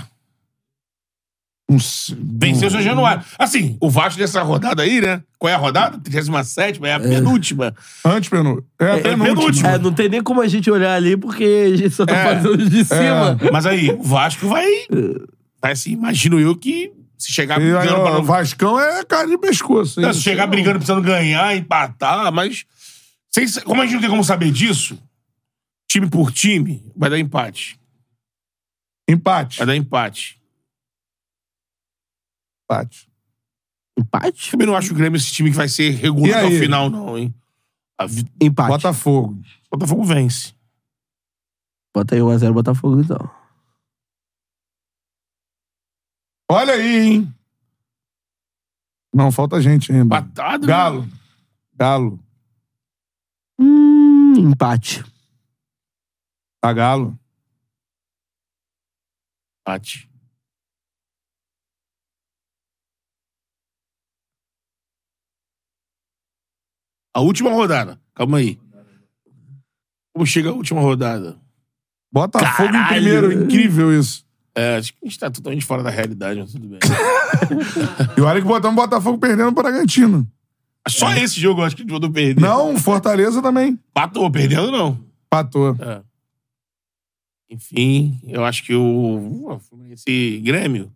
Um s- Venceu o seu Januário. Assim, o Vasco dessa rodada aí, né? Qual é a rodada? 37, é a penúltima. Antes, Penu. É, a é penúltima. penúltima. É, não tem nem como a gente olhar ali porque a gente só tá É. fazendo de cima. Mas aí, o Vasco vai. Vai assim, imagino eu que se chegar E aí, Tá brigando pra ó, não. o Vascão é cara de pescoço, hein? Não, se chegar brigando precisando ganhar, empatar, mas. sem- como a gente não tem como saber disso, time por time, vai dar empate. Empate. Vai dar empate. Empate. Empate? Também não acho o Grêmio esse time que vai ser E regular até o aí? final, não, hein? A vi- Empate. Bota, Botafogo. Botafogo vence. aí 1x0 Botafogo então. Olha aí, hein? Não, falta gente ainda. Empatado? né? Galo. Galo. Hum, empate. Tá Galo. Empate. A última rodada. Calma aí. Como chega a última rodada? Botafogo Caralho. em primeiro. Incrível isso. É, acho que a gente tá totalmente fora da realidade, mas tudo bem. E olha que botamos Botafogo perdendo para Bragantino. Só esse jogo eu acho que a gente mandou perder. Não, Fortaleza também. Patou, perdendo não. Patou. É. Enfim, eu acho que o, o Fluminense uh, Grêmio.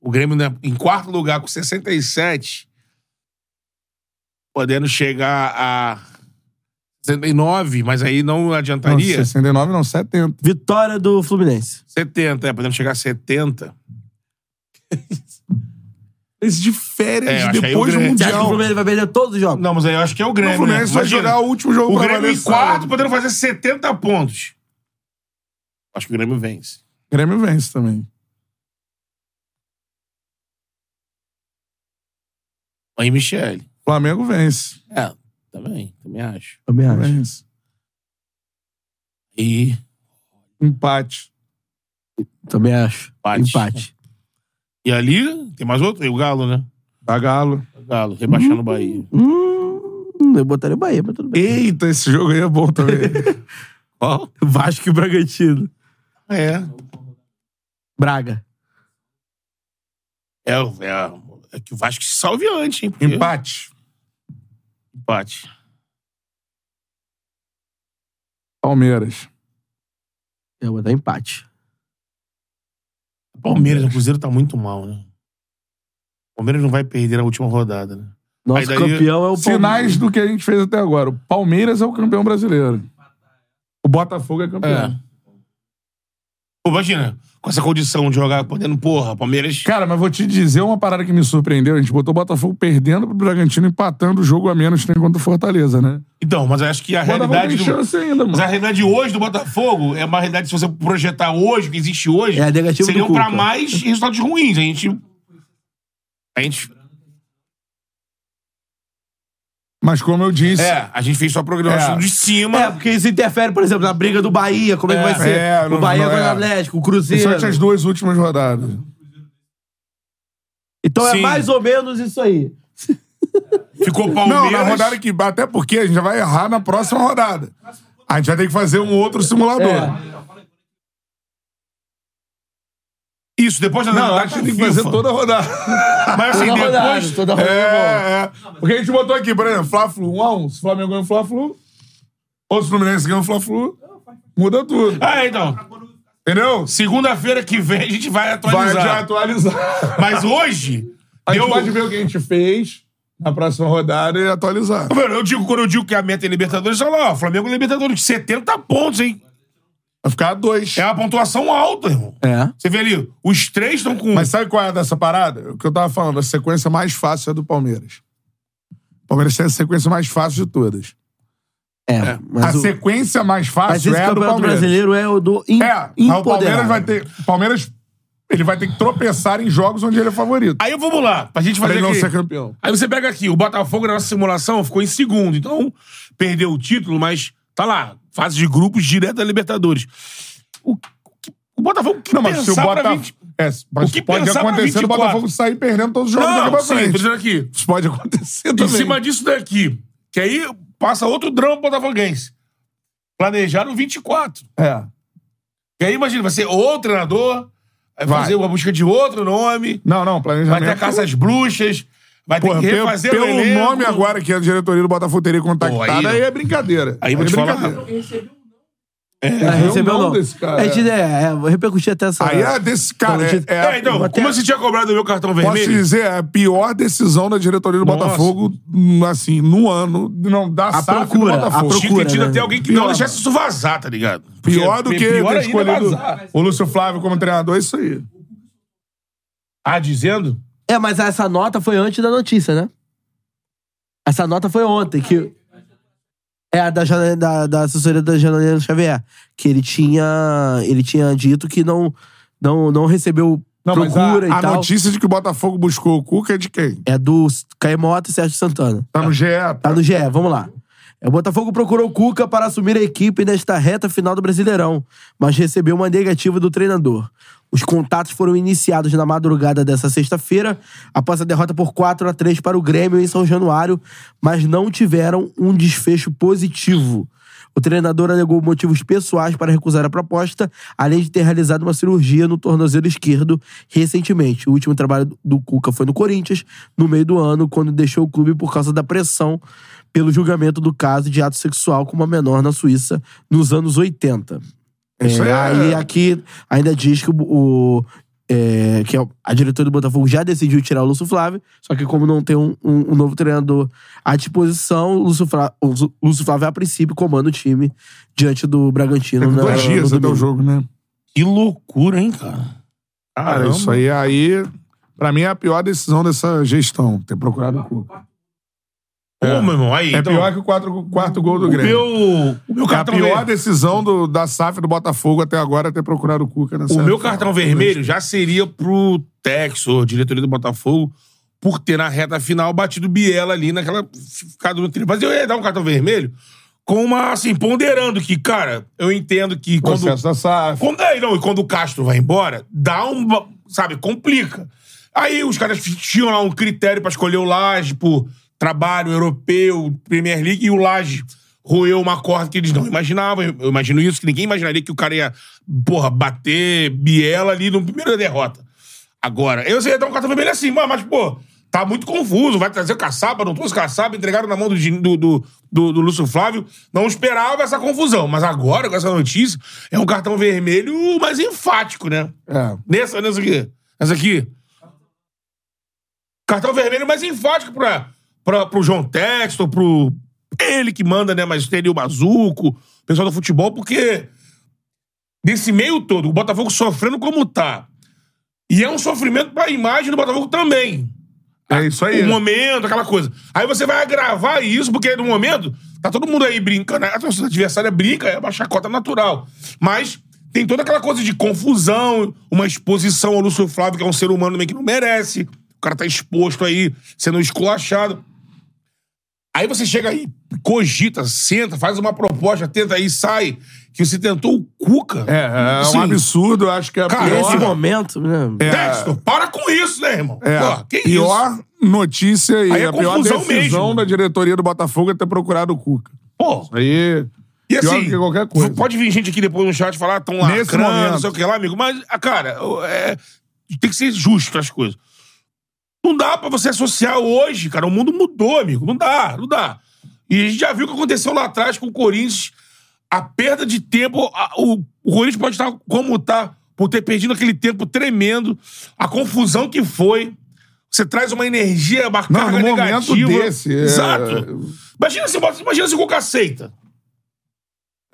O Grêmio né, em quarto lugar com 67, podendo chegar a 69, mas aí não Não, adiantaria. 69 não, 70. Vitória do Fluminense. 70, é, podemos chegar a 70. Eles de É, férias eu acho que aí depois o do Grêmio- Você acha que o Mundial. Fluminense vai perder todos os jogos? Não, mas aí eu acho que é o Grêmio. O Fluminense né? vai Imagina. jogar o último jogo O pra Grêmio valer em quarto, sábado. podendo fazer 70 pontos. Acho que o Grêmio vence. O Grêmio vence também. Aí, Michele. O Flamengo vence. É, também, também acho. Também Vence. E Empate. Também acho. Empate. Empate. E ali tem mais outro? E o Galo, né? Da Galo. O Galo, rebaixando o Bahia. Hum, eu botaria o Bahia, mas tudo bem. Eita, esse jogo aí é bom também. Qual? Vasco e Bragantino. É. Braga. É, é, é que o Vasco se salve antes, hein? Porque- Empate. Empate. Palmeiras. Eu vou botar empate. O Palmeiras, o Cruzeiro tá muito mal, né? O Palmeiras não vai perder na última rodada, né? Aí Nosso daí- campeão é o Palmeiras. Sinais do que a gente fez até agora. O Palmeiras é o campeão brasileiro. O Botafogo é campeão. Pô, imagina, com essa condição de jogar podendo, porra, o Palmeiras. Cara, mas vou te dizer uma parada que me surpreendeu. A gente botou o Botafogo perdendo pro Bragantino, empatando o jogo a menos que tem contra o Fortaleza, né? Então, mas eu acho que a O Botafogo realidade tem do. chance ainda, Mas mano. a realidade hoje do Botafogo é uma realidade, se você projetar hoje, que existe hoje, É a negativa do seriam pra Cuca. mais resultados ruins. A gente. A gente. Mas como eu disse, É, a gente fez só programação É. de cima. É, porque isso interfere, por exemplo, na briga do Bahia. Como é, É, que vai ser? é, o não- Bahia não contra o é. Atlético, o são Cruzeiro. as duas últimas rodadas. Então Sim. é mais ou menos isso aí. Ficou É. Não, Palmeiras. na rodada que até porque a gente já vai errar na próxima rodada. A gente vai ter que fazer um outro simulador. É. Isso, depois da Não, da- acho que tem que tá FIFA. fazer toda a rodada. Mas assim, Toda depois. rodada, toda rodada é bom. É, é. Porque a gente botou aqui, por exemplo, Fla-Flu 1x1. Se o Flamengo ganha o Fla-Flu, ou se o Fluminense ganha o Fla-Flu, muda tudo. Ah, então. Entendeu? Segunda-feira que vem a gente vai Vai atualizar. já atualizar. Mas hoje. A gente deu- pode ver o que a gente fez na próxima rodada e atualizar. Mano, eu digo, quando eu digo que a meta é Libertadores, olha lá, ó, Flamengo e Libertadores, 70 pontos, hein? Vai ficar dois. É uma pontuação alta, irmão. É. Você vê ali, os três estão com. um. Mas sabe qual é dessa parada? O que eu tava falando, a sequência mais fácil é a do Palmeiras. O Palmeiras tem a sequência mais fácil de todas. É. a Mas, o, sequência mais mas fácil esse é a do campeonato Palmeiras. brasileiro é o do in, É, mas o empoderado. Palmeiras vai ter. O Palmeiras ele vai ter que tropeçar em jogos onde ele é favorito. Aí vamos lá, pra gente Pra fazer ele não aqui. ser campeão. Aí você pega aqui, o Botafogo na nossa simulação ficou em segundo. Então, perdeu o título, mas tá lá, fase de grupos direto da Libertadores. O, que- o Botafogo que Não, mas se o pensar pra Botafogo. 20 É, mas O que pode pensar pra acontecer o 24? Botafogo sair perdendo todos os jogos daqui Não, pra sim, tô frente. dizendo aqui. Isso pode acontecer Em também. cima disso daqui, que aí passa outro drama pro botafoguense. Planejaram 24. É. E aí, imagina, vai ser outro treinador, vai Vai. fazer uma busca de outro nome, Não, não, vai planejamento. ter a caça às bruxas, vai ter Porra, que pelo, refazer pelo o elenco. nome agora que a diretoria do Botafogo teria contactado, Pô, aí- aí, é brincadeira. Aí vou é te falar. brincadeira. É, Eu recebeu não não. desse cara, A gente, é, é, vou repercutir até essa. Aí é desse cara. Então, a gente- é- é- É, então, Até- como você tinha cobrado o meu cartão Posso te vermelho? dizer, é a pior decisão da diretoria do Nossa. Botafogo, hum, assim, no ano, não da A SAF procura, do a Botafogo. procura. Tinha que ter tido né? até alguém que Pior, não mano. deixasse isso vazar, tá ligado? Porque Pior do que pior ter ainda escolhido vazar. o Lúcio Flávio como treinador, é isso aí. Ah, dizendo? É, mas essa nota foi antes da notícia, né? Essa nota foi ontem, que. É a da, Jana- da, da assessoria da Janaína Xavier. Que ele tinha. Ele tinha dito que não, não, não recebeu Não, mas a, procura e a tal. notícia de que o Botafogo buscou o Cuca é de quem? É do Caemota e Sérgio Santana. Tá no GE. Tá no GE, vamos lá. É, O Botafogo procurou Cuca para assumir a equipe nesta reta final do Brasileirão, mas recebeu uma negativa do treinador. Os contatos foram iniciados na madrugada dessa sexta-feira, após a derrota por 4 a 3 para o Grêmio em São Januário, mas não tiveram um desfecho positivo. O treinador alegou motivos pessoais para recusar a proposta, além de ter realizado uma cirurgia no tornozelo esquerdo recentemente. O último trabalho do Cuca foi no Corinthians, no meio do ano, quando deixou o clube por causa da pressão pelo julgamento do caso de ato sexual com uma menor na Suíça nos anos 80. Isso É, aí é- Aí aqui ainda diz que o, o é, que é a diretora do Botafogo já decidiu tirar o Lúcio Flávio, só que como não tem um, um- um novo treinador à disposição, o Lúcio, Flá- o Lúcio- Lúcio Flávio, a princípio, comanda o time diante do Bragantino. Teve na- É, dois no dias até domingo. o jogo, né? Que loucura, hein, cara? Cara, isso aí, aí, pra mim, é a pior decisão dessa gestão, ter procurado o Cuca. Pô, meu irmão, aí. É então, pior que o quatro- quarto gol do o Grêmio. meu, o meu É a cartão pior ver- decisão do- da SAF do Botafogo até agora é ter procurado o Cuca nessa O meu cartão vermelho já seria pro Tex, ou diretoria do Botafogo, por ter na reta final batido o Biela ali naquela ficada no trilho. Mas eu ia dar um cartão vermelho com uma, assim, ponderando que, cara, eu entendo que O quando processo da SAF. Quando, é, não, e quando o Castro vai embora, dá uma. Sabe, complica. Aí os caras tinham lá um critério pra escolher o Laje por trabalho europeu, Premier League, e o Laje roeu uma corda que eles não imaginavam. Eu imagino isso, que ninguém imaginaria que o cara ia, porra, bater biela ali no primeiro da derrota. Agora, eu sei dar um cartão vermelho assim, mas, mas, pô, tá muito confuso. Vai trazer o caçaba, não trouxe o caçaba, entregaram na mão do, Gin- do, do, do- do Lúcio Flávio. Não esperava essa confusão. Mas agora, com essa notícia, é um cartão vermelho mais enfático, né? É. Nessa, nessa aqui. Nessa aqui. Cartão vermelho mais enfático pra, pra, pro João Texto, pro. Ele que manda, né? Mas teria o Bazuco, o pessoal do futebol, porque. Desse meio todo, o Botafogo sofrendo como tá. E é um sofrimento pra imagem do Botafogo também. É isso aí. O momento, aquela coisa. Aí você vai agravar isso, porque no momento, tá todo mundo aí brincando. A torcida adversária brinca, é uma chacota natural. Mas tem toda aquela coisa de confusão, uma exposição ao Lúcio Flávio, que é um ser humano também que não merece. O cara tá exposto aí, sendo esculachado. Aí você chega aí, cogita, senta, faz uma proposta, tenta aí, sai. Que você tentou o Cuca. É, é Sim. um absurdo, eu acho que é a Cara, pior. Nesse momento, né? Texto, para com isso, né, irmão? É, Pô, que pior isso? notícia e Aí é a pior confusão decisão mesmo. da diretoria do Botafogo é ter procurado o Cuca. Pô, Aí, E pior assim, do que qualquer coisa. pode vir gente aqui depois no chat falar, "Ah, tão Nesse lacrando, não momento. sei o que lá, amigo. Mas, ah, cara, eu- é, tem que ser justo as coisas. Não dá pra você associar hoje, cara. O mundo mudou, amigo. Não dá, não dá. E a gente já viu o que aconteceu lá atrás com o Corinthians. A perda de tempo, a- o, o Corinthians pode estar como tá, por ter perdido aquele tempo tremendo, a confusão que foi. Você traz uma energia, uma Não, carga no momento negativa. desse, é- Exato. Imagina se, imagina se o Cuca aceita.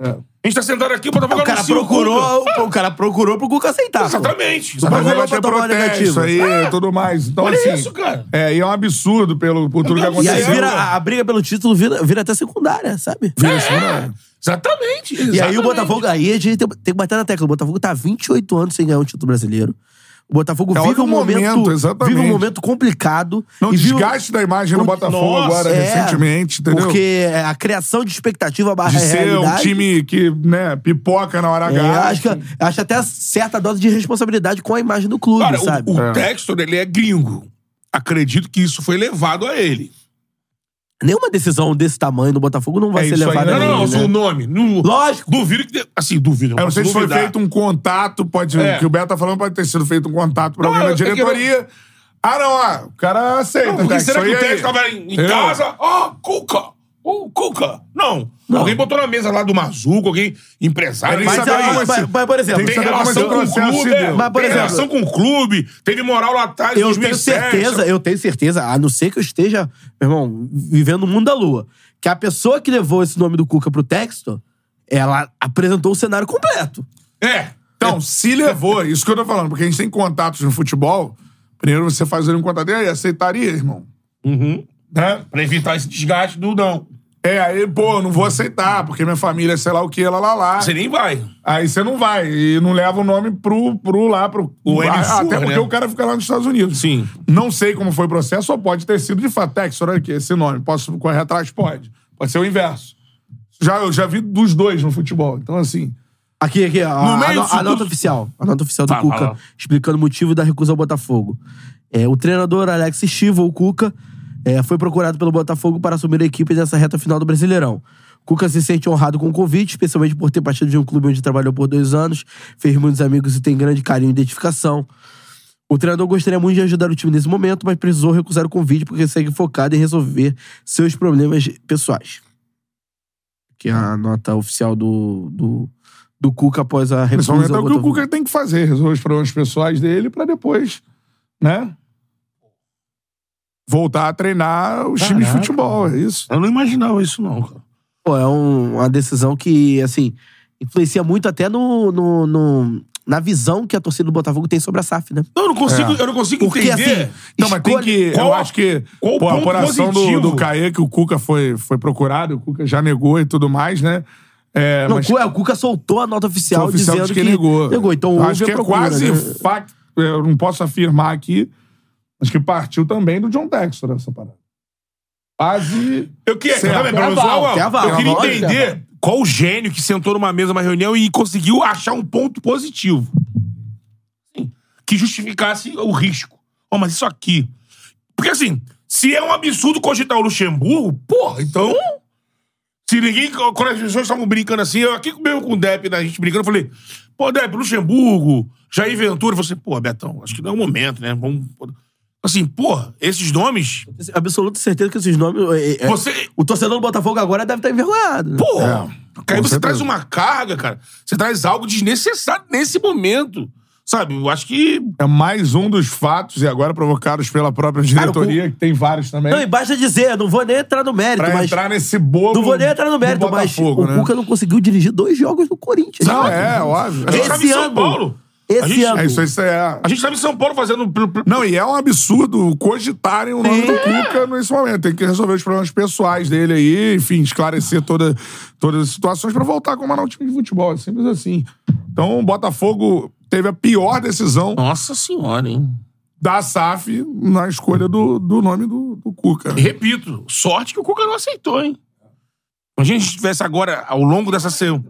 É. A gente tá sentado aqui, o Botafogo O cara anuncia procurou, Cuca. o cara procurou pro Cuca aceitar. pô. Exatamente. Só Mas Mas aí vai vai ter botar uma protesto negativa. aí e tudo mais. Então, Ah, Olha assim, isso, cara. é, e é um absurdo pelo, por tudo que tá Deus do E aí aconteceu. céu. vira, a, a briga pelo título vira, vira até secundária, sabe? Vira isso, né? Exatamente. E aí o Botafogo, aí a gente tem, tem que bater na tecla. O Botafogo tá há 28 anos sem ganhar um título brasileiro. O Botafogo É vive outro um momento, momento, exatamente. vive um momento complicado. Não, e vive- um desgaste da imagem do Não- Botafogo Nossa, agora, é, recentemente, entendeu? Porque é a criação de expectativa De barra ser um realidade, time que, né, pipoca na hora é, H. acho, que, acho até certa dose de responsabilidade com a imagem do clube, Cara, sabe? o, o É. Textor, ele é gringo. Acredito que isso foi levado a ele. Nenhuma decisão desse tamanho do Botafogo não vai É ser isso aí, levada a Não, não, não, ele, o né? nome. No, Lógico. duvido que... Assim, duvido. Eu não sei se foi duvidar. feito um contato, pode. É. O que o Beto tá falando pode ter sido feito um contato pra Não, alguém da é- é que eu- diretoria. Ah, não, ah, o cara aceita. Não, porque Tex, será isso que o aí é- Textor tava em, em É. casa? Ó, Cuca! Ô, Cuca! Não. Não. Alguém botou na mesa lá do Mazuco, alguém empresário. Tem que Mas, sabe saber aí, como mas- esse- mas, por exemplo, tem que tem saber como relação esse com o processo se clube, deu. é, Mas, por tem exemplo, relação com o clube, teve moral lá atrás, em Eu tenho 2007, certeza, eu tenho certeza, a não ser que eu esteja, meu irmão, vivendo o mundo da lua, que a pessoa que levou esse nome do Cuca pro texto, ela apresentou o cenário completo. É. Então, se levou, isso que eu tô falando, porque a gente tem contatos no futebol. Primeiro você faz ali um contato, e aí, aceitaria, irmão? Uhum. Né? Pra evitar esse desgaste do não. É, aí, pô, eu não vou aceitar, porque minha família, é sei lá o que, lá, lá, lá. Você nem vai. Aí você não vai e não leva o nome pro, pro lá, pro. O N Ah, Sur, Até porque né? o cara fica lá nos Estados Unidos. Sim. Não sei como foi o processo, ou pode ter sido de fato. é, Tex, olha aqui, esse nome. Posso correr atrás? Pode. Pode ser o inverso. Já, eu já vi dos dois no futebol. Então, assim. Aqui, aqui, ó, No a, meio no- disso a nota tudo- oficial. A nota oficial do Fala, Cuca, fala. explicando o motivo da recusa ao Botafogo. É, o treinador Alex Chivo, o Cuca, é, foi procurado pelo Botafogo para assumir a equipe nessa reta final do Brasileirão. Cuca se sente honrado com o convite, especialmente por ter partido de um clube onde trabalhou por dois anos, fez muitos amigos e tem grande carinho e identificação. O treinador gostaria muito de ajudar o time nesse momento, mas precisou recusar o convite porque segue focado em resolver seus problemas pessoais. Que é a nota oficial do, do, do Cuca após a Nesse república. momento é o que o Cuca tem que fazer, resolver os problemas pessoais dele pra depois, né? Voltar a treinar os times de Caraca. futebol, é isso. Eu não imaginava isso, não, cara. Pô, é um- uma decisão que, assim, influencia muito até no, no- no- na visão que a torcida do Botafogo tem sobre a SAF, né? Não, eu não consigo, É. eu não consigo Porque, entender. assim, Não, mas tem Escolha- que. qual eu a- acho que qual o pô, a ponto apuração do, positivo? do Caê, que o Cuca foi, foi procurado, o Cuca já negou e tudo mais, né? É, Não, mas o Cuca soltou a nota oficial, o oficial dizendo diz que, negou. Então, houve acho a que é procura, quase né? fac- Eu não posso afirmar aqui, mas que partiu também do John Dexter essa parada. Quase. Eu queria, Certo. tá vendo, Tem Bruno? aval, Só, tem aval. eu queria Tem aval, tem entender qual o gênio que sentou numa mesa, numa reunião e conseguiu achar um ponto positivo. Sim. Que justificasse o risco. Ó, mas isso aqui. Porque assim, se é um absurdo cogitar o Luxemburgo, porra, então. Se ninguém. Quando as pessoas estavam brincando assim, eu aqui mesmo com o Depp, né, a gente brincando, eu falei, pô, Depp, Luxemburgo, Jair Ventura. Você, pô, Betão, acho que não é o momento, né? Vamos. Assim, porra, esses nomes. Absoluta certeza que esses nomes. é- é- Você, O torcedor do Botafogo agora deve estar envergonhado. né? Pô, É, cara, aí com você certeza. traz uma carga, cara. Você traz algo desnecessário nesse momento. Sabe? Eu acho que. É mais um dos fatos, e agora provocados pela própria diretoria, que tem vários também. Não, e basta dizer, não vou nem entrar no mérito, é. pra mas. entrar nesse bolo. Não vou nem entrar no mérito, do mas Botafogo, o né? Cuca não conseguiu dirigir dois jogos no Corinthians. Não, cara. é, óbvio. A gente tava em Esse São ano. Paulo. Esse a gente, ano. É isso, isso é. A gente tava em São Paulo fazendo. pl- pl- Não, e é um absurdo cogitarem o nome do Cuca nesse momento. Tem que resolver os problemas pessoais dele aí, enfim, esclarecer toda, todas as situações pra voltar a comandar um time de futebol. É simples assim. Então, o Botafogo teve a pior decisão Nossa senhora, hein? da SAF na escolha do, do nome do, do Cuca. E repito, sorte que o Cuca não aceitou, hein? Imagina se a gente tivesse agora, ao longo dessa semana.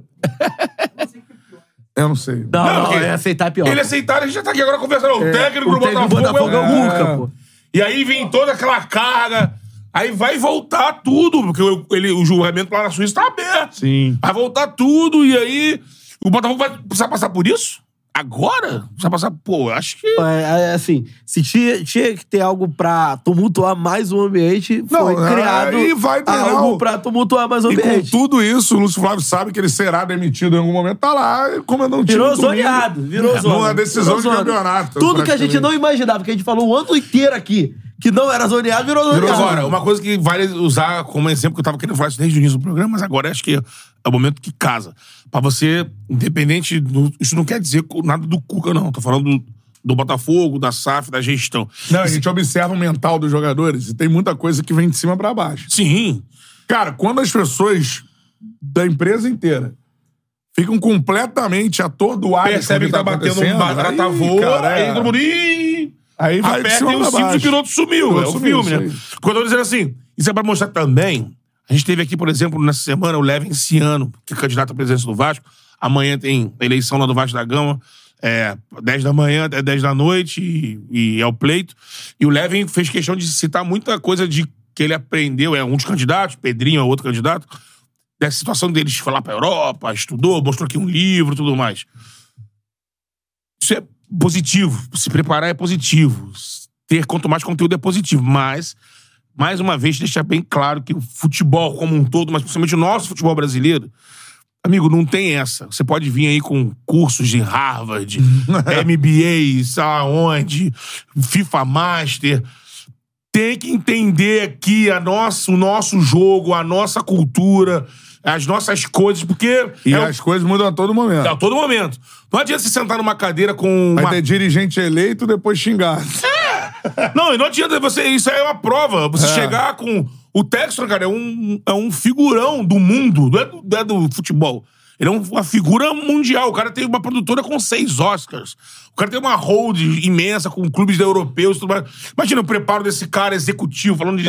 Eu não é sei. Não, Não, não, porque é aceitar pior. Ele aceitar, a gente já tá aqui agora conversando. O técnico do o técnico do Botafogo, Botafogo é é o o Cuca. Cuca, pô. E aí vem toda aquela carga. Aí vai voltar tudo, porque o- ele, o julgamento lá na Suíça tá aberto. Sim. Vai voltar tudo e aí o Botafogo vai precisar passar por isso? Agora? Precisa passar, pô, eu acho que É, é, assim, se tinha, tinha que ter algo pra tumultuar mais o ambiente, foi Não, criado aí vai ter algo não. pra tumultuar mais o E com ambiente. tudo isso, o Lúcio Flávio sabe que ele será demitido em algum momento. Tá lá, comandando um time. Virou domingo. zoneado, virou É, Numa zona. decisão virou de zona. campeonato, Tudo que a gente praticamente. não imaginava, que a gente falou o ano inteiro aqui, que não era zoneado, virou zoneado. Agora, uma coisa que vale usar como exemplo, que eu tava querendo falar isso desde o início do programa, mas agora acho que é o momento que casa. Pra você, independente do. Isso não quer dizer co- nada do Cuca, não. Tô falando do, do Botafogo, da SAF, da gestão. Não, a gente observa o mental dos jogadores e tem muita coisa que vem de cima pra baixo. Sim. Cara, quando as pessoas da empresa inteira ficam completamente atordoadas, Percebe que com Ah, o tá batendo um acontecendo, barata aí, voa, cara, é. aí todo mundo. um "Ih!" Aí vai de aperta cima e o pra cinto baixo. e o piloto sumiu. Piloto é o sumiu, filme, né? isso aí. Quando eu tô dizendo assim, isso é pra mostrar também. A gente teve aqui, por exemplo, nessa semana, o Levenciano, que é candidato à presidência do Vasco. Amanhã tem a eleição lá do Vasco da Gama. É 10 da manhã até 10 da noite e, e é o pleito. E o Levin fez questão de citar muita coisa de que ele aprendeu. É um dos candidatos, Pedrinho é outro candidato. Dessa situação deles foi lá pra Europa, estudou, mostrou aqui um livro e tudo mais isso é positivo. Se preparar é positivo. Ter quanto mais conteúdo é positivo. Mas, mais uma vez, deixar bem claro que o futebol como um todo, mas principalmente o nosso futebol brasileiro, amigo, não tem essa. Você pode vir aí com cursos de Harvard, Uhum. MBA, sei lá onde, FIFA Master. Tem que entender aqui a nossa, o nosso jogo, a nossa cultura, as nossas coisas, porque E é o- as coisas mudam a todo momento. a todo momento. Não adianta você sentar numa cadeira com Vai uma ter dirigente eleito depois xingado. Não, e não adianta você. Isso aí é uma prova. Você É. chegar com. O Textor, cara, é um, é um figurão do mundo, não é do, não é do futebol. Ele é um- uma figura mundial. O cara tem uma produtora com seis Oscars. O cara tem uma hold imensa com clubes europeus. e Tudo mais. Imagina o preparo desse cara executivo, falando de.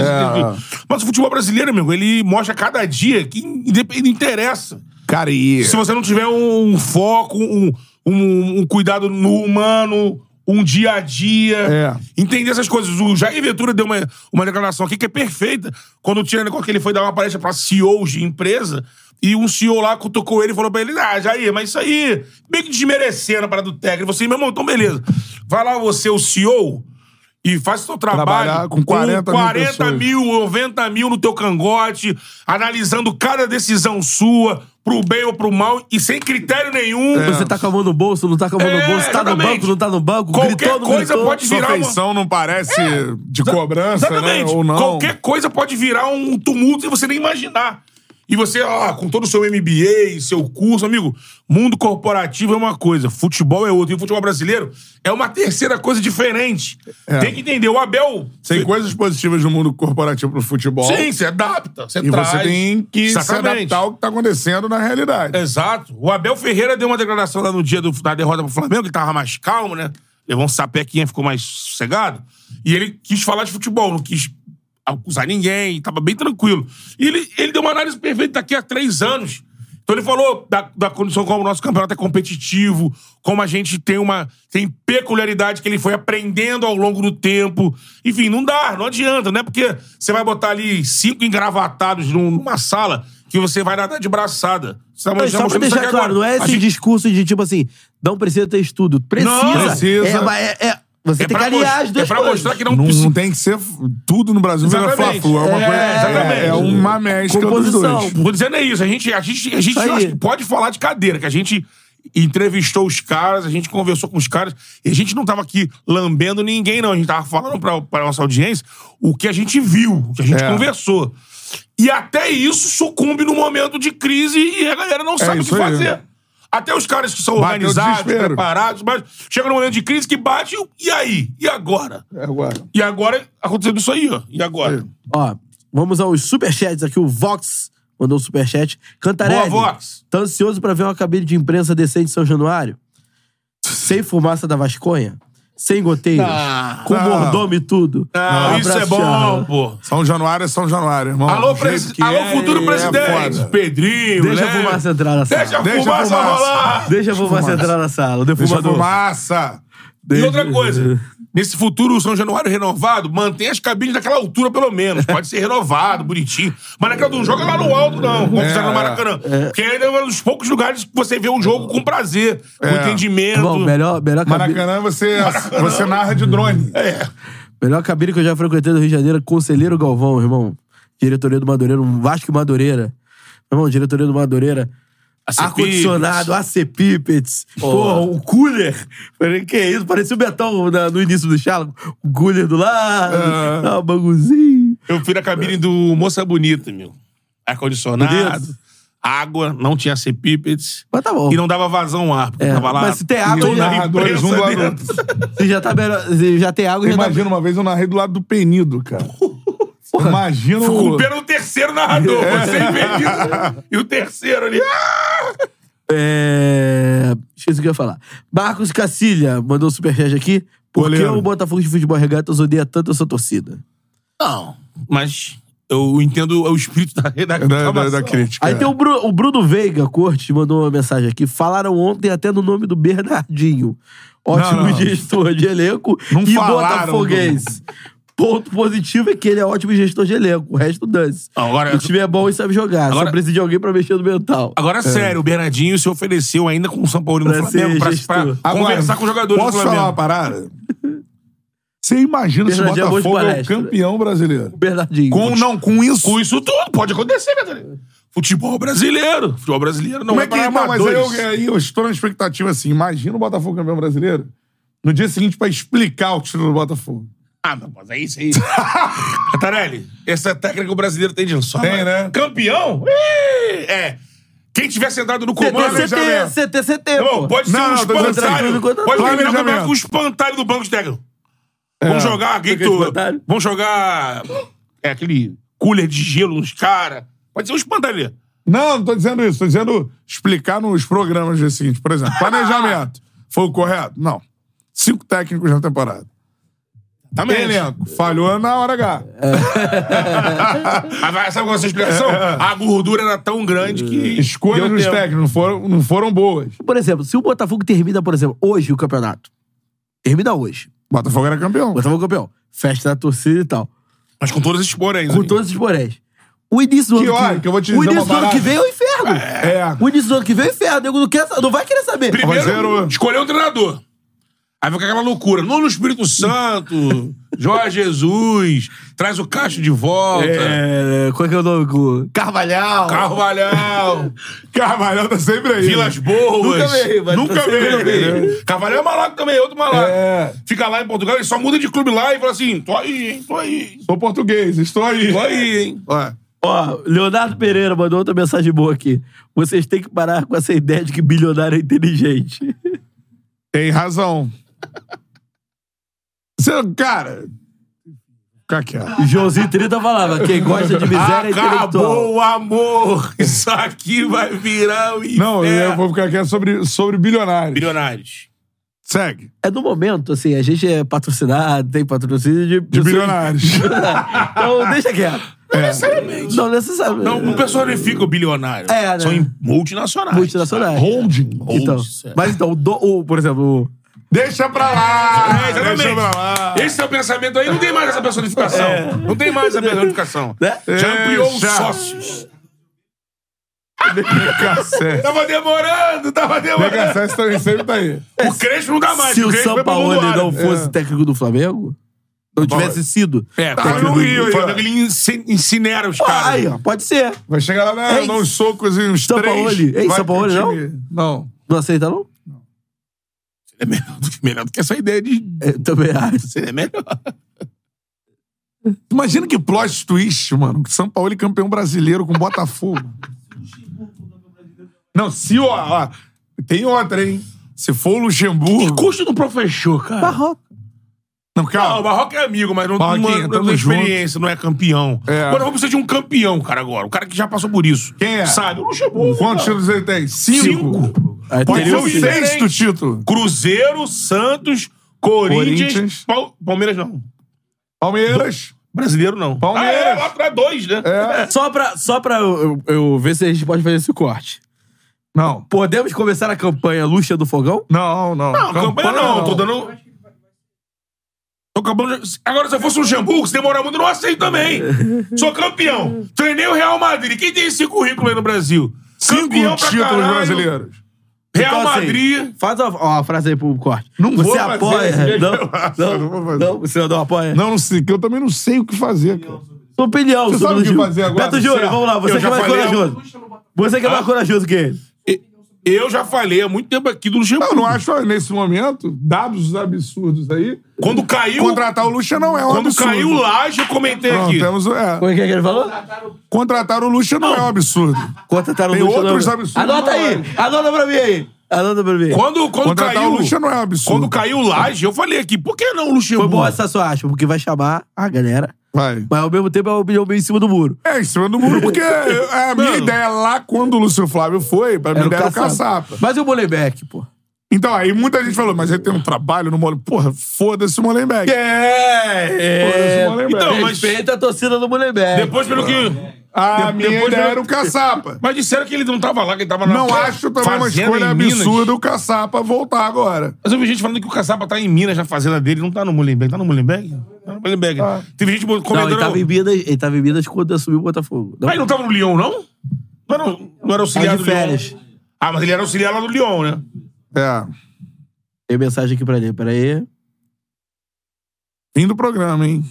Mas o futebol brasileiro, amigo, ele mostra a cada dia que indep- não interessa. Cara, e... Se você não tiver um, foco, um, um- um cuidado no humano, um dia a dia. É. Entender essas coisas. O Jair Ventura deu uma, uma declaração aqui que é perfeita. Quando tinha negócio que ele foi dar uma palestra pra CEOs de empresa. E um CEO lá cutucou ele e falou pra ele: Ah, Jair, mas isso aí, meio que desmerecendo a parada do técnico. Você, meu irmão, então beleza. Vai lá você, o CEO, e faz o seu trabalho. Trabalhar com 40 mil 40 pessoas. mil, 90 mil no teu cangote, analisando cada decisão sua, pro bem ou pro mal e sem critério nenhum. É. Você tá com a mão no bolso, não tá com a mão É, no bolso, tá no exatamente. banco, não tá no banco, Qualquer gritou, não coisa gritou. pode Sua virar uma- É, feição não parece de cobrança, né? Ou não. Qualquer coisa pode virar um tumulto e você nem imaginar. E você, ah, com todo o seu MBA, seu curso, amigo, mundo corporativo é uma coisa, futebol é outra. E o futebol brasileiro é uma terceira coisa diferente. É. Tem que entender. O Abel. Tem coisas positivas no mundo corporativo pro futebol. Sim, você adapta. Você E traz. você tem que Exatamente. se adaptar ao que tá acontecendo na realidade. Exato. O Abel Ferreira deu uma declaração lá no dia do- da derrota pro Flamengo, que tava mais calmo, né? Levou um sapequinha, ficou mais sossegado. E ele quis falar de futebol, não quis acusar ninguém, tava bem tranquilo. E ele, ele deu uma análise perfeita daqui a três anos. Então ele falou da, da condição como o nosso campeonato é competitivo, como a gente tem uma tem peculiaridade que ele foi aprendendo ao longo do tempo. Enfim, não dá, não adianta, não é porque você vai botar ali cinco engravatados num- numa sala que você vai nadar de braçada. Você tá Não, e já só pra mostrando isso deixar aqui claro, agora. não é A esse gente- discurso de tipo assim, não precisa ter estudo. Precisa. precisa. É, mas é- é- você é tem que pra aliar mos- as duas é pra coisas. mostrar que não, Não, não precisa. tem que ser tudo no Brasil vira Exatamente. Fla-Flu. É uma É, coisa. exatamente. É, é uma mescla Composição. dos dois. Vou dizendo é isso. A gente, a gente, a gente Isso eu aí. acho que pode falar de cadeira, que a gente entrevistou os caras, a gente conversou com os caras, e a gente não tava aqui lambendo ninguém, não. A gente tava falando pra, pra nossa audiência o que a gente viu, o que a gente É. conversou. E até isso sucumbe no momento de crise e a galera não sabe o É que isso aí. fazer. Até os caras que são Bateu organizados, desespero. preparados, mas chega no momento de crise que bate, e aí? E agora? É, agora. E agora aconteceu isso aí, ó. E agora? Ó, vamos aos superchats aqui. O Vox mandou um superchat. Cantarelli. Boa, Vox. Tá ansioso pra ver uma cabine de imprensa decente em São Januário? Sem fumaça da Vasconha? Sem goteiros? Ah, com não. mordomo e tudo? Ah, Um isso é abraço, bom, Thiago. pô. São Januário é São Januário, irmão. Alô, Do jeito presi- que Alô é, futuro é presidente. foda. Pedrinho, Deixa a né? fumaça entrar na sala. Deixa a Deixa a fumaça fumaça. rolar. Deixa a fumaça fumaça. entrar na sala. O Deixa defumador. fumaça. E outra coisa, nesse futuro São Januário renovado, mantém as cabines naquela altura pelo menos. Pode ser renovado, bonitinho. Mas naquela não joga lá no alto, não, como é fizeram tá no Maracanã. Porque ainda é um dos poucos lugares que você vê o jogo com prazer, com entendimento. Bom, melhor, melhor, cabine, Maracanã, você, você narra de drone. É. melhor cabine que eu já frequentei do Rio de Janeiro, Conselheiro Galvão, irmão. Diretoria do Madureira, um Vasco e Madureira. Meu irmão, diretoria do Madureira. Assim, Ar-condicionado, AC Pippets. Porra, o cooler. Falei, que isso? Parecia o Betão na- no início do Charlo. O cooler do lado, ah, o bagulhozinho. Eu fui na cabine do Moça Bonita, meu. Ar-condicionado, Bonito. água, não tinha C-Pippets. Mas tá bom. E não dava vazão ao ar, porque É, tava lá. mas se tem E água, os toda já, a narradores um imprensa do lado do dentro. outro. se já tá melhor. Se já tem água, já tá Imagina, uma vez eu narrei do lado do Penido, cara. Imagina O o... culpa era o terceiro narrador, É. você é impedido. E o terceiro ali. ah! É... Esqueci o que eu ia falar. Marcos Cacilha mandou um superchat aqui. Por que Goleiro. o Botafogo de Futebol Regatas odeia tanto a sua torcida? Não. Mas eu entendo o espírito Da, da redação. da- da um- crítica. Aí tem o, Bru- o Bruno Veiga Corte mandou uma mensagem aqui. Falaram ontem até no nome do Bernardinho. Ótimo Não, não. gestor de elenco Não e falaram, botafoguense. Ponto positivo é que ele é ótimo gestor de elenco. O resto dance. Agora- o time é bom e sabe jogar. Só Agora- precisa de alguém pra mexer no mental. Agora, É. sério, o Bernardinho se ofereceu ainda com o São Paulo no Pra Flamengo ser pra, gestor. pra Agora, conversar com os jogadores do Posso falar uma Flamengo. parada? Você imagina se o Bernardinho é bom de Botafogo é o palestra. campeão brasileiro. O Bernardinho. Com, não, com isso... Com isso tudo, pode acontecer, né, Daniel? Futebol brasileiro. Futebol brasileiro não Como é, é que para não, mas aí amadores. eu, aí eu estou na expectativa assim. Imagina o Botafogo campeão brasileiro no dia seguinte pra explicar o título do Botafogo. Ah, não, mas é isso aí. Catarelli, essa técnica o brasileiro tem de só. Tem, Ah, mas- né? Campeão? Ih, É. Quem tiver sentado no CT, comando. já vê. CT, CT, CT, Não, pô. pode ser Não, um não, tô dizendo espantalho. tranquilo, tô Pode terminar o planejamento. campeonato com o espantalho do banco de técnico. Vamos jogar Porque Gator. espantalho. Vamos jogar. É aquele cooler de gelo nos caras. Pode ser um espantalho. Não, não tô dizendo isso. Tô dizendo explicar nos programas do dia seguinte. Por exemplo, planejamento. Foi o correto? Não. Cinco técnicos na temporada. Também. Elenco. Falhou na hora H. Ah, vai- Sabe qual é a sua explicação? A gordura era tão grande que. Escolhas deu dos tempo. técnicos não foram, não foram boas. Por exemplo, se o Botafogo termina, por exemplo, hoje o campeonato. Termina hoje. Botafogo era campeão. O Botafogo é campeão. Festa da torcida e tal. Mas com todos esses porém. Com todos os poréns. O início do Que ano hora? que, Que eu vou te O dizer início uma do ano parada. que vem é o inferno. É. um O início do ano que vem é o inferno. Nego não, quer, não vai querer saber. Primeiro, Rogério- escolher um treinador. Aí fica aquela loucura. Nuno Espírito Santo, Jorge Jesus, traz o Cacho de volta. É, qual é que é o nome? com- Carvalhal. Carvalhal, Carvalhal tá sempre aí. Vilas né? Boas. Nunca veio, mas Nunca tá sempre veio. Carvalhal é malaco também, é outro malaco. É. Fica lá em Portugal, ele só muda de clube lá e fala assim: tô aí, hein, tô aí. Sou português, estou aí. Tô aí, hein. Ó, Ó, Leonardo Pereira mandou outra mensagem boa aqui. Vocês têm que parar com essa ideia de que bilionário é inteligente. tem razão. Seu cara... Fica quieto. Joãozinho 30 falava, quem gosta de miséria é intelectual. Acabou o amor. Isso aqui vai virar o inferno. Não, eu vou ficar quieto sobre, sobre bilionários. Bilionários. Segue. É no momento, assim, a gente é patrocinado, tem patrocínio De de... pessoas- bilionários. então, deixa quieto. É. Sinceramente. Não necessariamente. Não, não personifica o bilionário. É, né? São em- multinacionais. Multinacionais. Holding. Então, Putz, é. mas então, o do- o, por exemplo, o- Deixa pra lá. É, exatamente. Ah, Deixa pra lá. Esse é o pensamento aí. Não tem mais essa personificação. Não tem mais essa personificação. Né? Já É, ampliou os já. sócios. Cacete. Tava demorando, tava demorando. Cacete também sempre tá aí. O Crespo não Ah, dá mais. se o o Crespo foi pro Sampaoli não mundo É. árabe. fosse técnico do Flamengo, não tivesse sido... É, Tava porque no Rio aí, foi ó. quando ele inci- incinera os um Pô, caras. aí, ó, pode ser. Vai chegar lá, né? Ei, Dá uns socos e uns São três. Paulo? Ei, vai São Paulo, pro não? time. Não. Não aceita, não? É melhor, melhor do que essa ideia de Eu também acho. ser é melhor. Imagina que plot twist, mano. que São Paulo é campeão brasileiro com Botafogo. não, se ó, ó, Tem outra, hein? Se for o Que Luxemburgo. custo do professor, cara? Barroca. Não, Ah, o calma. Barroca é amigo, mas não, não, Barroquinha, não tamo tem junto. experiência, não é campeão. É. Agora vamos precisar de um campeão, cara, agora. O cara que já passou por isso. Quem é? Sabe? O Luxemburgo. Quantos cara. títulos ele tem? Cinco. Cinco. Aí Pode ser teria o um cinco. filho. sexto título. Cruzeiro, Santos, Corinthians, Corinthians. Pal- Palmeiras não. Palmeiras. Brasileiro não. Palmeiras. Ah, é, lá pra dois, né? É. Só pra, só pra eu, eu- eu ver se a gente pode fazer esse corte. Não. Podemos começar a campanha Luxa do Fogão? Não, não. Não, campanha não. Tô dando... Tô acabando de- Agora, se eu fosse o Luxemburgo, se demorar muito, eu não aceito também. Sou campeão. Treinei o Real Madrid. Quem tem esse currículo aí no Brasil? Cinco campeão pra títulos caralho. brasileiros. Real Então, assim, Madrid... Faz uma, ó, uma frase aí pro corte. Não você vou fazer, apoia. gente, não, eu acho, não, não vou fazer. não, você não apoia. Não, não sei, que eu também não sei o que fazer, cara. Sua opinião, Você sobre sabe o que Gil. fazer agora, Beto Júnior, certo? vamos lá, você que Eu é já mais falei, corajoso. Você que é mais Ah? corajoso que ele. Eu já falei há muito tempo aqui do Luxemburgo. Eu não acho, ó, nesse momento, dados os absurdos aí, Quando caiu, contratar o Lucha não é um quando absurdo. caiu o Laje, eu comentei não, aqui. temos, é. Como é que é que ele falou? Contratar o Lucha não, é um absurdo. Contrataram Tem o Luxa. outros não- absurdos. tá Anota aí, anota pra mim aí. Anota pra mim. Quando, quando Contratar caiu o Lucha não é um absurdo. Quando caiu o Laje, eu falei aqui, por que não o Foi Luxemburgo? boa essa sua acha, porque vai chamar a galera. Vai. Mas ao mesmo tempo é uma opinião meio em cima do muro. É, em cima do muro, porque é, a minha Mano. ideia lá quando o Lúcio Flávio foi, pra mim Era o era o caçapa. caçapa. Mas e o Molebeck, pô? Então, aí muita gente falou, mas ele tem um trabalho no Molenbeek. Porra, foda-se o Molenbeek. É, Foda-se o Molenbeek. Então, mas Respeita a torcida do Molebeck. depois pelo que... a de- minha depois ideia eu- era o caçapa. Mas disseram que ele não tava lá, que ele tava na Não acho também uma fazenda escolha em Minas. absurda o caçapa voltar agora. Mas eu vi gente falando que o Caçapa tá em Minas, na fazenda dele, não tá no Mullenberg. Tá no Mullenberg? Tá no Mullenberg. Tá. Teve gente Não, ele comentando... tava em Minas, ele tava em Minas quando assumiu o Botafogo. Não, Ah, ele não tava no Lyon, não? Não era, não era auxiliar Tava do de Lyon. férias. Ah, mas ele era auxiliar lá do Lyon, né? É. Tem mensagem aqui pra ele, peraí. Fim do programa, hein?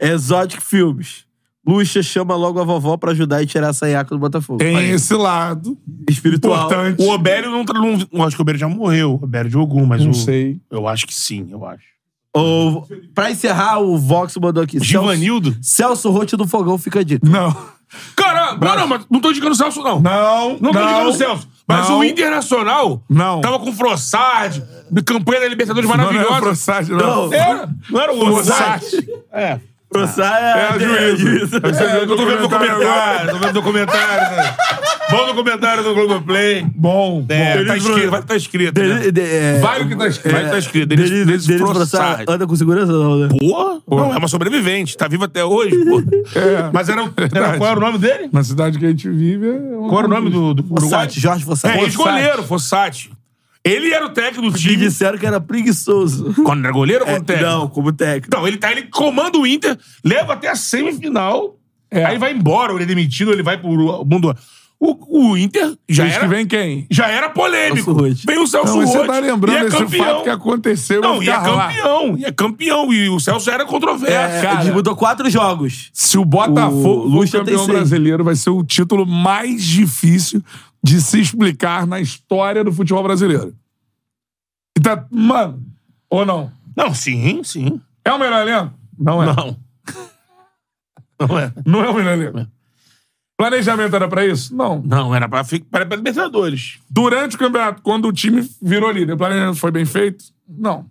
Exotic Filmes. Luxa chama logo a vovó pra ajudar e tirar essa iaca do Botafogo. Tem Aí, esse lado. espiritual. Importante. O Obério não, tra- não. eu Acho que o Obério já morreu. O Obério de Ogum, mas o. sei. Eu acho que sim, eu acho. Ou, pra encerrar, o Vox mandou aqui. Então, Celso, Givanildo? Celso Rote do Fogão fica a dica. Não. Cara, não, não, mas não tô indicando o Celso, não. Não. Não tô indicando o Celso. Mas Não. o Internacional Não. tava com o Frossard, campanha da Libertadores Não, é maravilhosa. Frossard, não. É. Não. Era, não era o Frossard. É. é, a juíza. Eu tô vendo o Documentário documentário, tô vendo o documentário. né? Bom documentário do Globoplay. Bom. É, bom. tá escrito, vai que tá escrito. né? Deli- de- é, Vai o que tá escrito. Vai o que tá escrito. Denis- Denis, Denis Denis Frossard. Frossard anda com segurança ou não, né? Porra, Não, é uma sobrevivente, tá viva até hoje, pô. É. Mas era, o- era- Verdade. qual era o nome dele? Na cidade que a gente vive... É um- Qual era o nome do, do Uruguai? Fossati, Jorge Fossati. É, ex-goleiro, Fossati. Ele era o técnico do Me time. disseram que era preguiçoso. Quando era goleiro ou quando técnico? É, Não, como técnico. Então, ele, tá, ele comanda o Inter, leva até a semifinal, É. aí vai embora, ou ele é demitido, ou ele vai pro Uru- mundo. O, o Inter já Diz era, que vem quem? já era polêmico. Celso Roth. Vem o Celso Não, mas você Roth tá e lembrando é esse fato campeão. que aconteceu. eu não, e é ficava lá. campeão. E é campeão. E o Celso era controverso. É, cara. Ele mudou quatro jogos. Se o Botafogo O for Lucha tem campeão seis. brasileiro, vai ser o título mais difícil de se explicar na história do futebol brasileiro. E tá, mano, ou não? Não, sim, sim. É o melhor elenco? Não é. Não, Não. Não é. é o melhor elenco. Planejamento era pra isso? Não. Não, era pra, fi- pra, pra Libertadores. Durante o campeonato, quando o time virou líder, o planejamento foi bem feito? Não.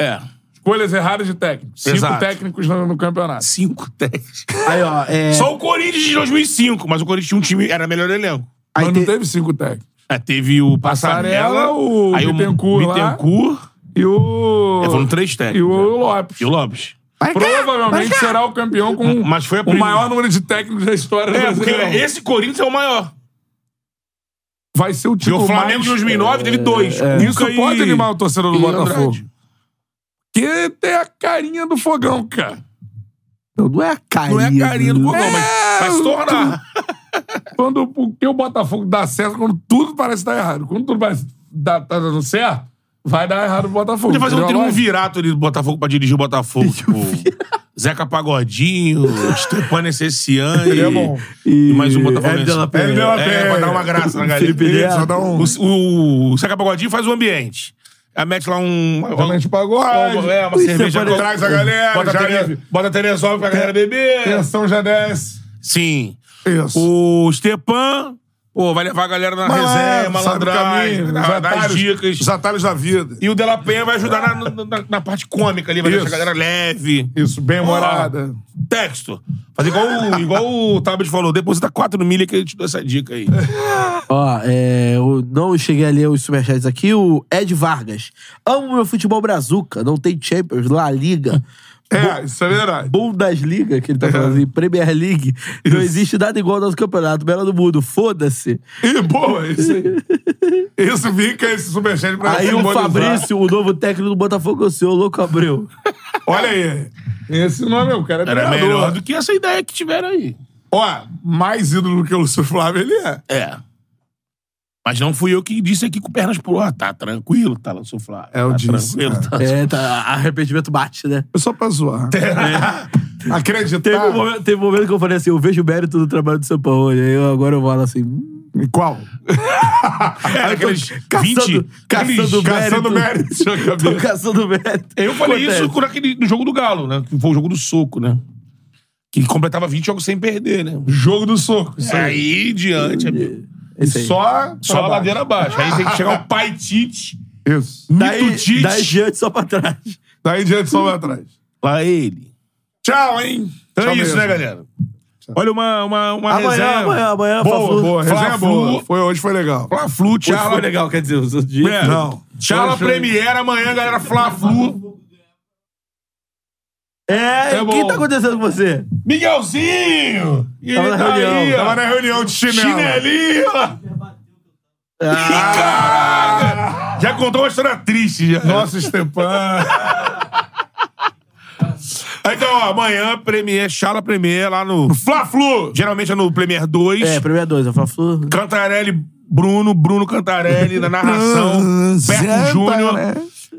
É. Escolhas erradas de técnico. Cinco Exato. técnicos no, no campeonato. Cinco técnicos. Aí, ó, é, Só o Corinthians de 2005, mas o Corinthians tinha um time, era melhor elenco. aí Mas te- não teve cinco técnicos. É, teve o Passarela, Passarella, o aí Bittencourt o lá. Bittencourt. E o. É, foram três E técnicos. o Lopes. E o Lopes. Provavelmente será o campeão com Mas foi a o prim- maior número de técnicos da história do É, porque Brasileirão. esse Corinthians é o maior. Vai ser o E o título Flamengo mais... É, em 2009 teve dois. Isso Cuca e- pode animar o torcedor do e Botafogo. Andrade. Porque tem a carinha do fogão, cara. Não, não é a carinha. Não é a carinha do Fogão, É, mas vai se tornar. Quando porque o Botafogo dá certo, quando tudo parece dar errado. Quando tudo parece dar, tá dando certo, vai dar errado o é- Botafogo. Podia fazer um Entendeu? triunvirato ali do Botafogo pra dirigir o Botafogo. Tipo, Zeca Pagodinho, Stepan Necessian Seria é bom. e... e mais um Botafogo. Hélio de la Penha. Hélio de la Penha. É, pra dar uma graça na galera. Felipe Neto. Só dá um... O, o, o Zeca Pagodinho faz o ambiente. Aí mete lá um... Realmente pagou. um- é, uma Isso cerveja. é coca- Traz a galera. É. Bota, já Tereza, deve- bota Teresópolis pra galera beber. Tensão já desce. Sim. Isso. O Stepan, pô, vai levar a galera na Mas lá resenha, é, sabe o malandragem, caminho, os dá- dá as atalhos- dicas. Os atalhos da vida. E o De La Penha vai ajudar na, na- na- na parte cômica ali, vai Isso. deixar a galera leve. Isso, bem-humorada. Texto. Fazer igual, o- igual o Tabet falou, deposita quatro no milha que ele te deu essa dica aí. Ó, é, eu não cheguei a ler os superchats aqui. O Ed Vargas. Amo meu futebol brazuca. Não tem Champions, La Liga, É, isso é verdade. Bundesliga, que ele tá falando assim, Premier League. Não existe nada igual ao nosso campeonato. Bela do mundo. Foda-se. E boa, isso aí. Isso fica esse superchat pra é Aí o simbolizar. Fabrício, o novo técnico do Botafogo, é o seu louco Abreu. Olha aí. Esse nome é o cara é Era treinador. melhor do que essa ideia que tiveram aí. Ó, mais ídolo do que o Lúcio Flávio ele é. É. Mas não fui eu que disse aqui com pernas pro ar. Tá tranquilo, tá, Lançou Flávio. É, eu tá disse, Tranquilo, cara. tá. É, tá, arrependimento bate, né? É só pra zoar. É. Acreditar. Teve, um momento, teve um momento que eu falei assim, eu vejo o mérito do trabalho do São Paulo. Aí eu, agora eu falo assim... hum, E Qual? É, aí eu tô aqueles 20, caçando, caçando Aqueles caçando mérito. mérito, sua Tô cabeça. caçando mérito. É, Eu falei Acontece. isso com naquele- no jogo do Galo, né? Que foi o jogo do soco, né? Que completava 20 jogos sem perder, né? Jogo do soco. Isso aí. Aí diante, amigo. E Esse aí. só. É. Só pra a ladeira baixo. abaixo. Aí tem que chegar o Pai Tite, Isso. Daí, Mito Tite. daí diante só pra trás. Daí em diante só vai atrás. Lá ele. Tchau, hein? Então Tchau é isso, mesmo. né, galera? Olha uma, uma, uma Amanhã, resenha. amanhã, amanhã, Boa, Fla-Flu. é boa. Resenha é Fla-Flu. boa. Foi, hoje foi legal. Fla-Flu, Hoje foi Tchala. legal, quer dizer, os outros dias. né? É, Não. Tchala Hoje- Premiere amanhã, galera. Fla-Flu. É, É o que bom. tá acontecendo com você? Miguelzinho! E Tava ele na tá reunião. aí, Tava ó. na reunião de chinelo. Chinelinho! Caraca! Já contou uma história triste, já. Nossa, Stepan. Então, ó, amanhã, Premier, Chala Premier lá no. Fla-Flu! Geralmente é no Premier 2. É, primeira dois, a Fla-Flu. Cantarelli, Bruno, Bruno Cantarelli na narração, Berto Zé Júnior. Paré.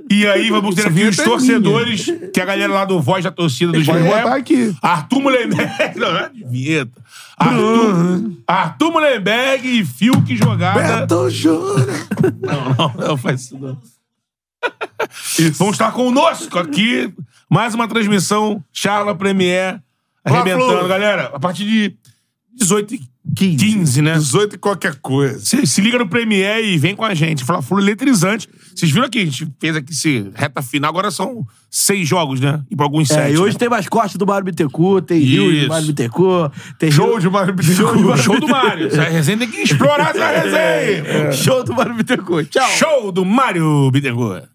E aí vamos ter aqui vinheta os é torcedores, que é a galera lá do Voz da Torcida do GE. Pode botar aqui. Arthur Mullenberg, não, não é de vinheta. Arthur, Arthur Mullenberg e Fio que jogada. Uhum. Beto Júnior. Não, não, não faz isso não. Vão estar conosco aqui. Mais uma transmissão, Charla Premier, arrebentando, Fla-Flu. galera. A partir de 18 e 15. 15, né? 18 e qualquer coisa. Se, se liga no Premier e vem com a gente. Fala Flu eletrizante. Vocês viram aqui, a gente fez aqui esse reta final, agora são seis jogos, né? E pra alguns É, sete. e hoje né? tem mais corte do Mário Bittencourt, tem Rio Isso. do Mário Bittencourt, tem Show Rio- de Mário O Bittencourt. É. show do Mário. Essa resenha tem que explorar essa resenha. Show do Mário Bittencourt. Tchau. Show do Mário Bittencourt.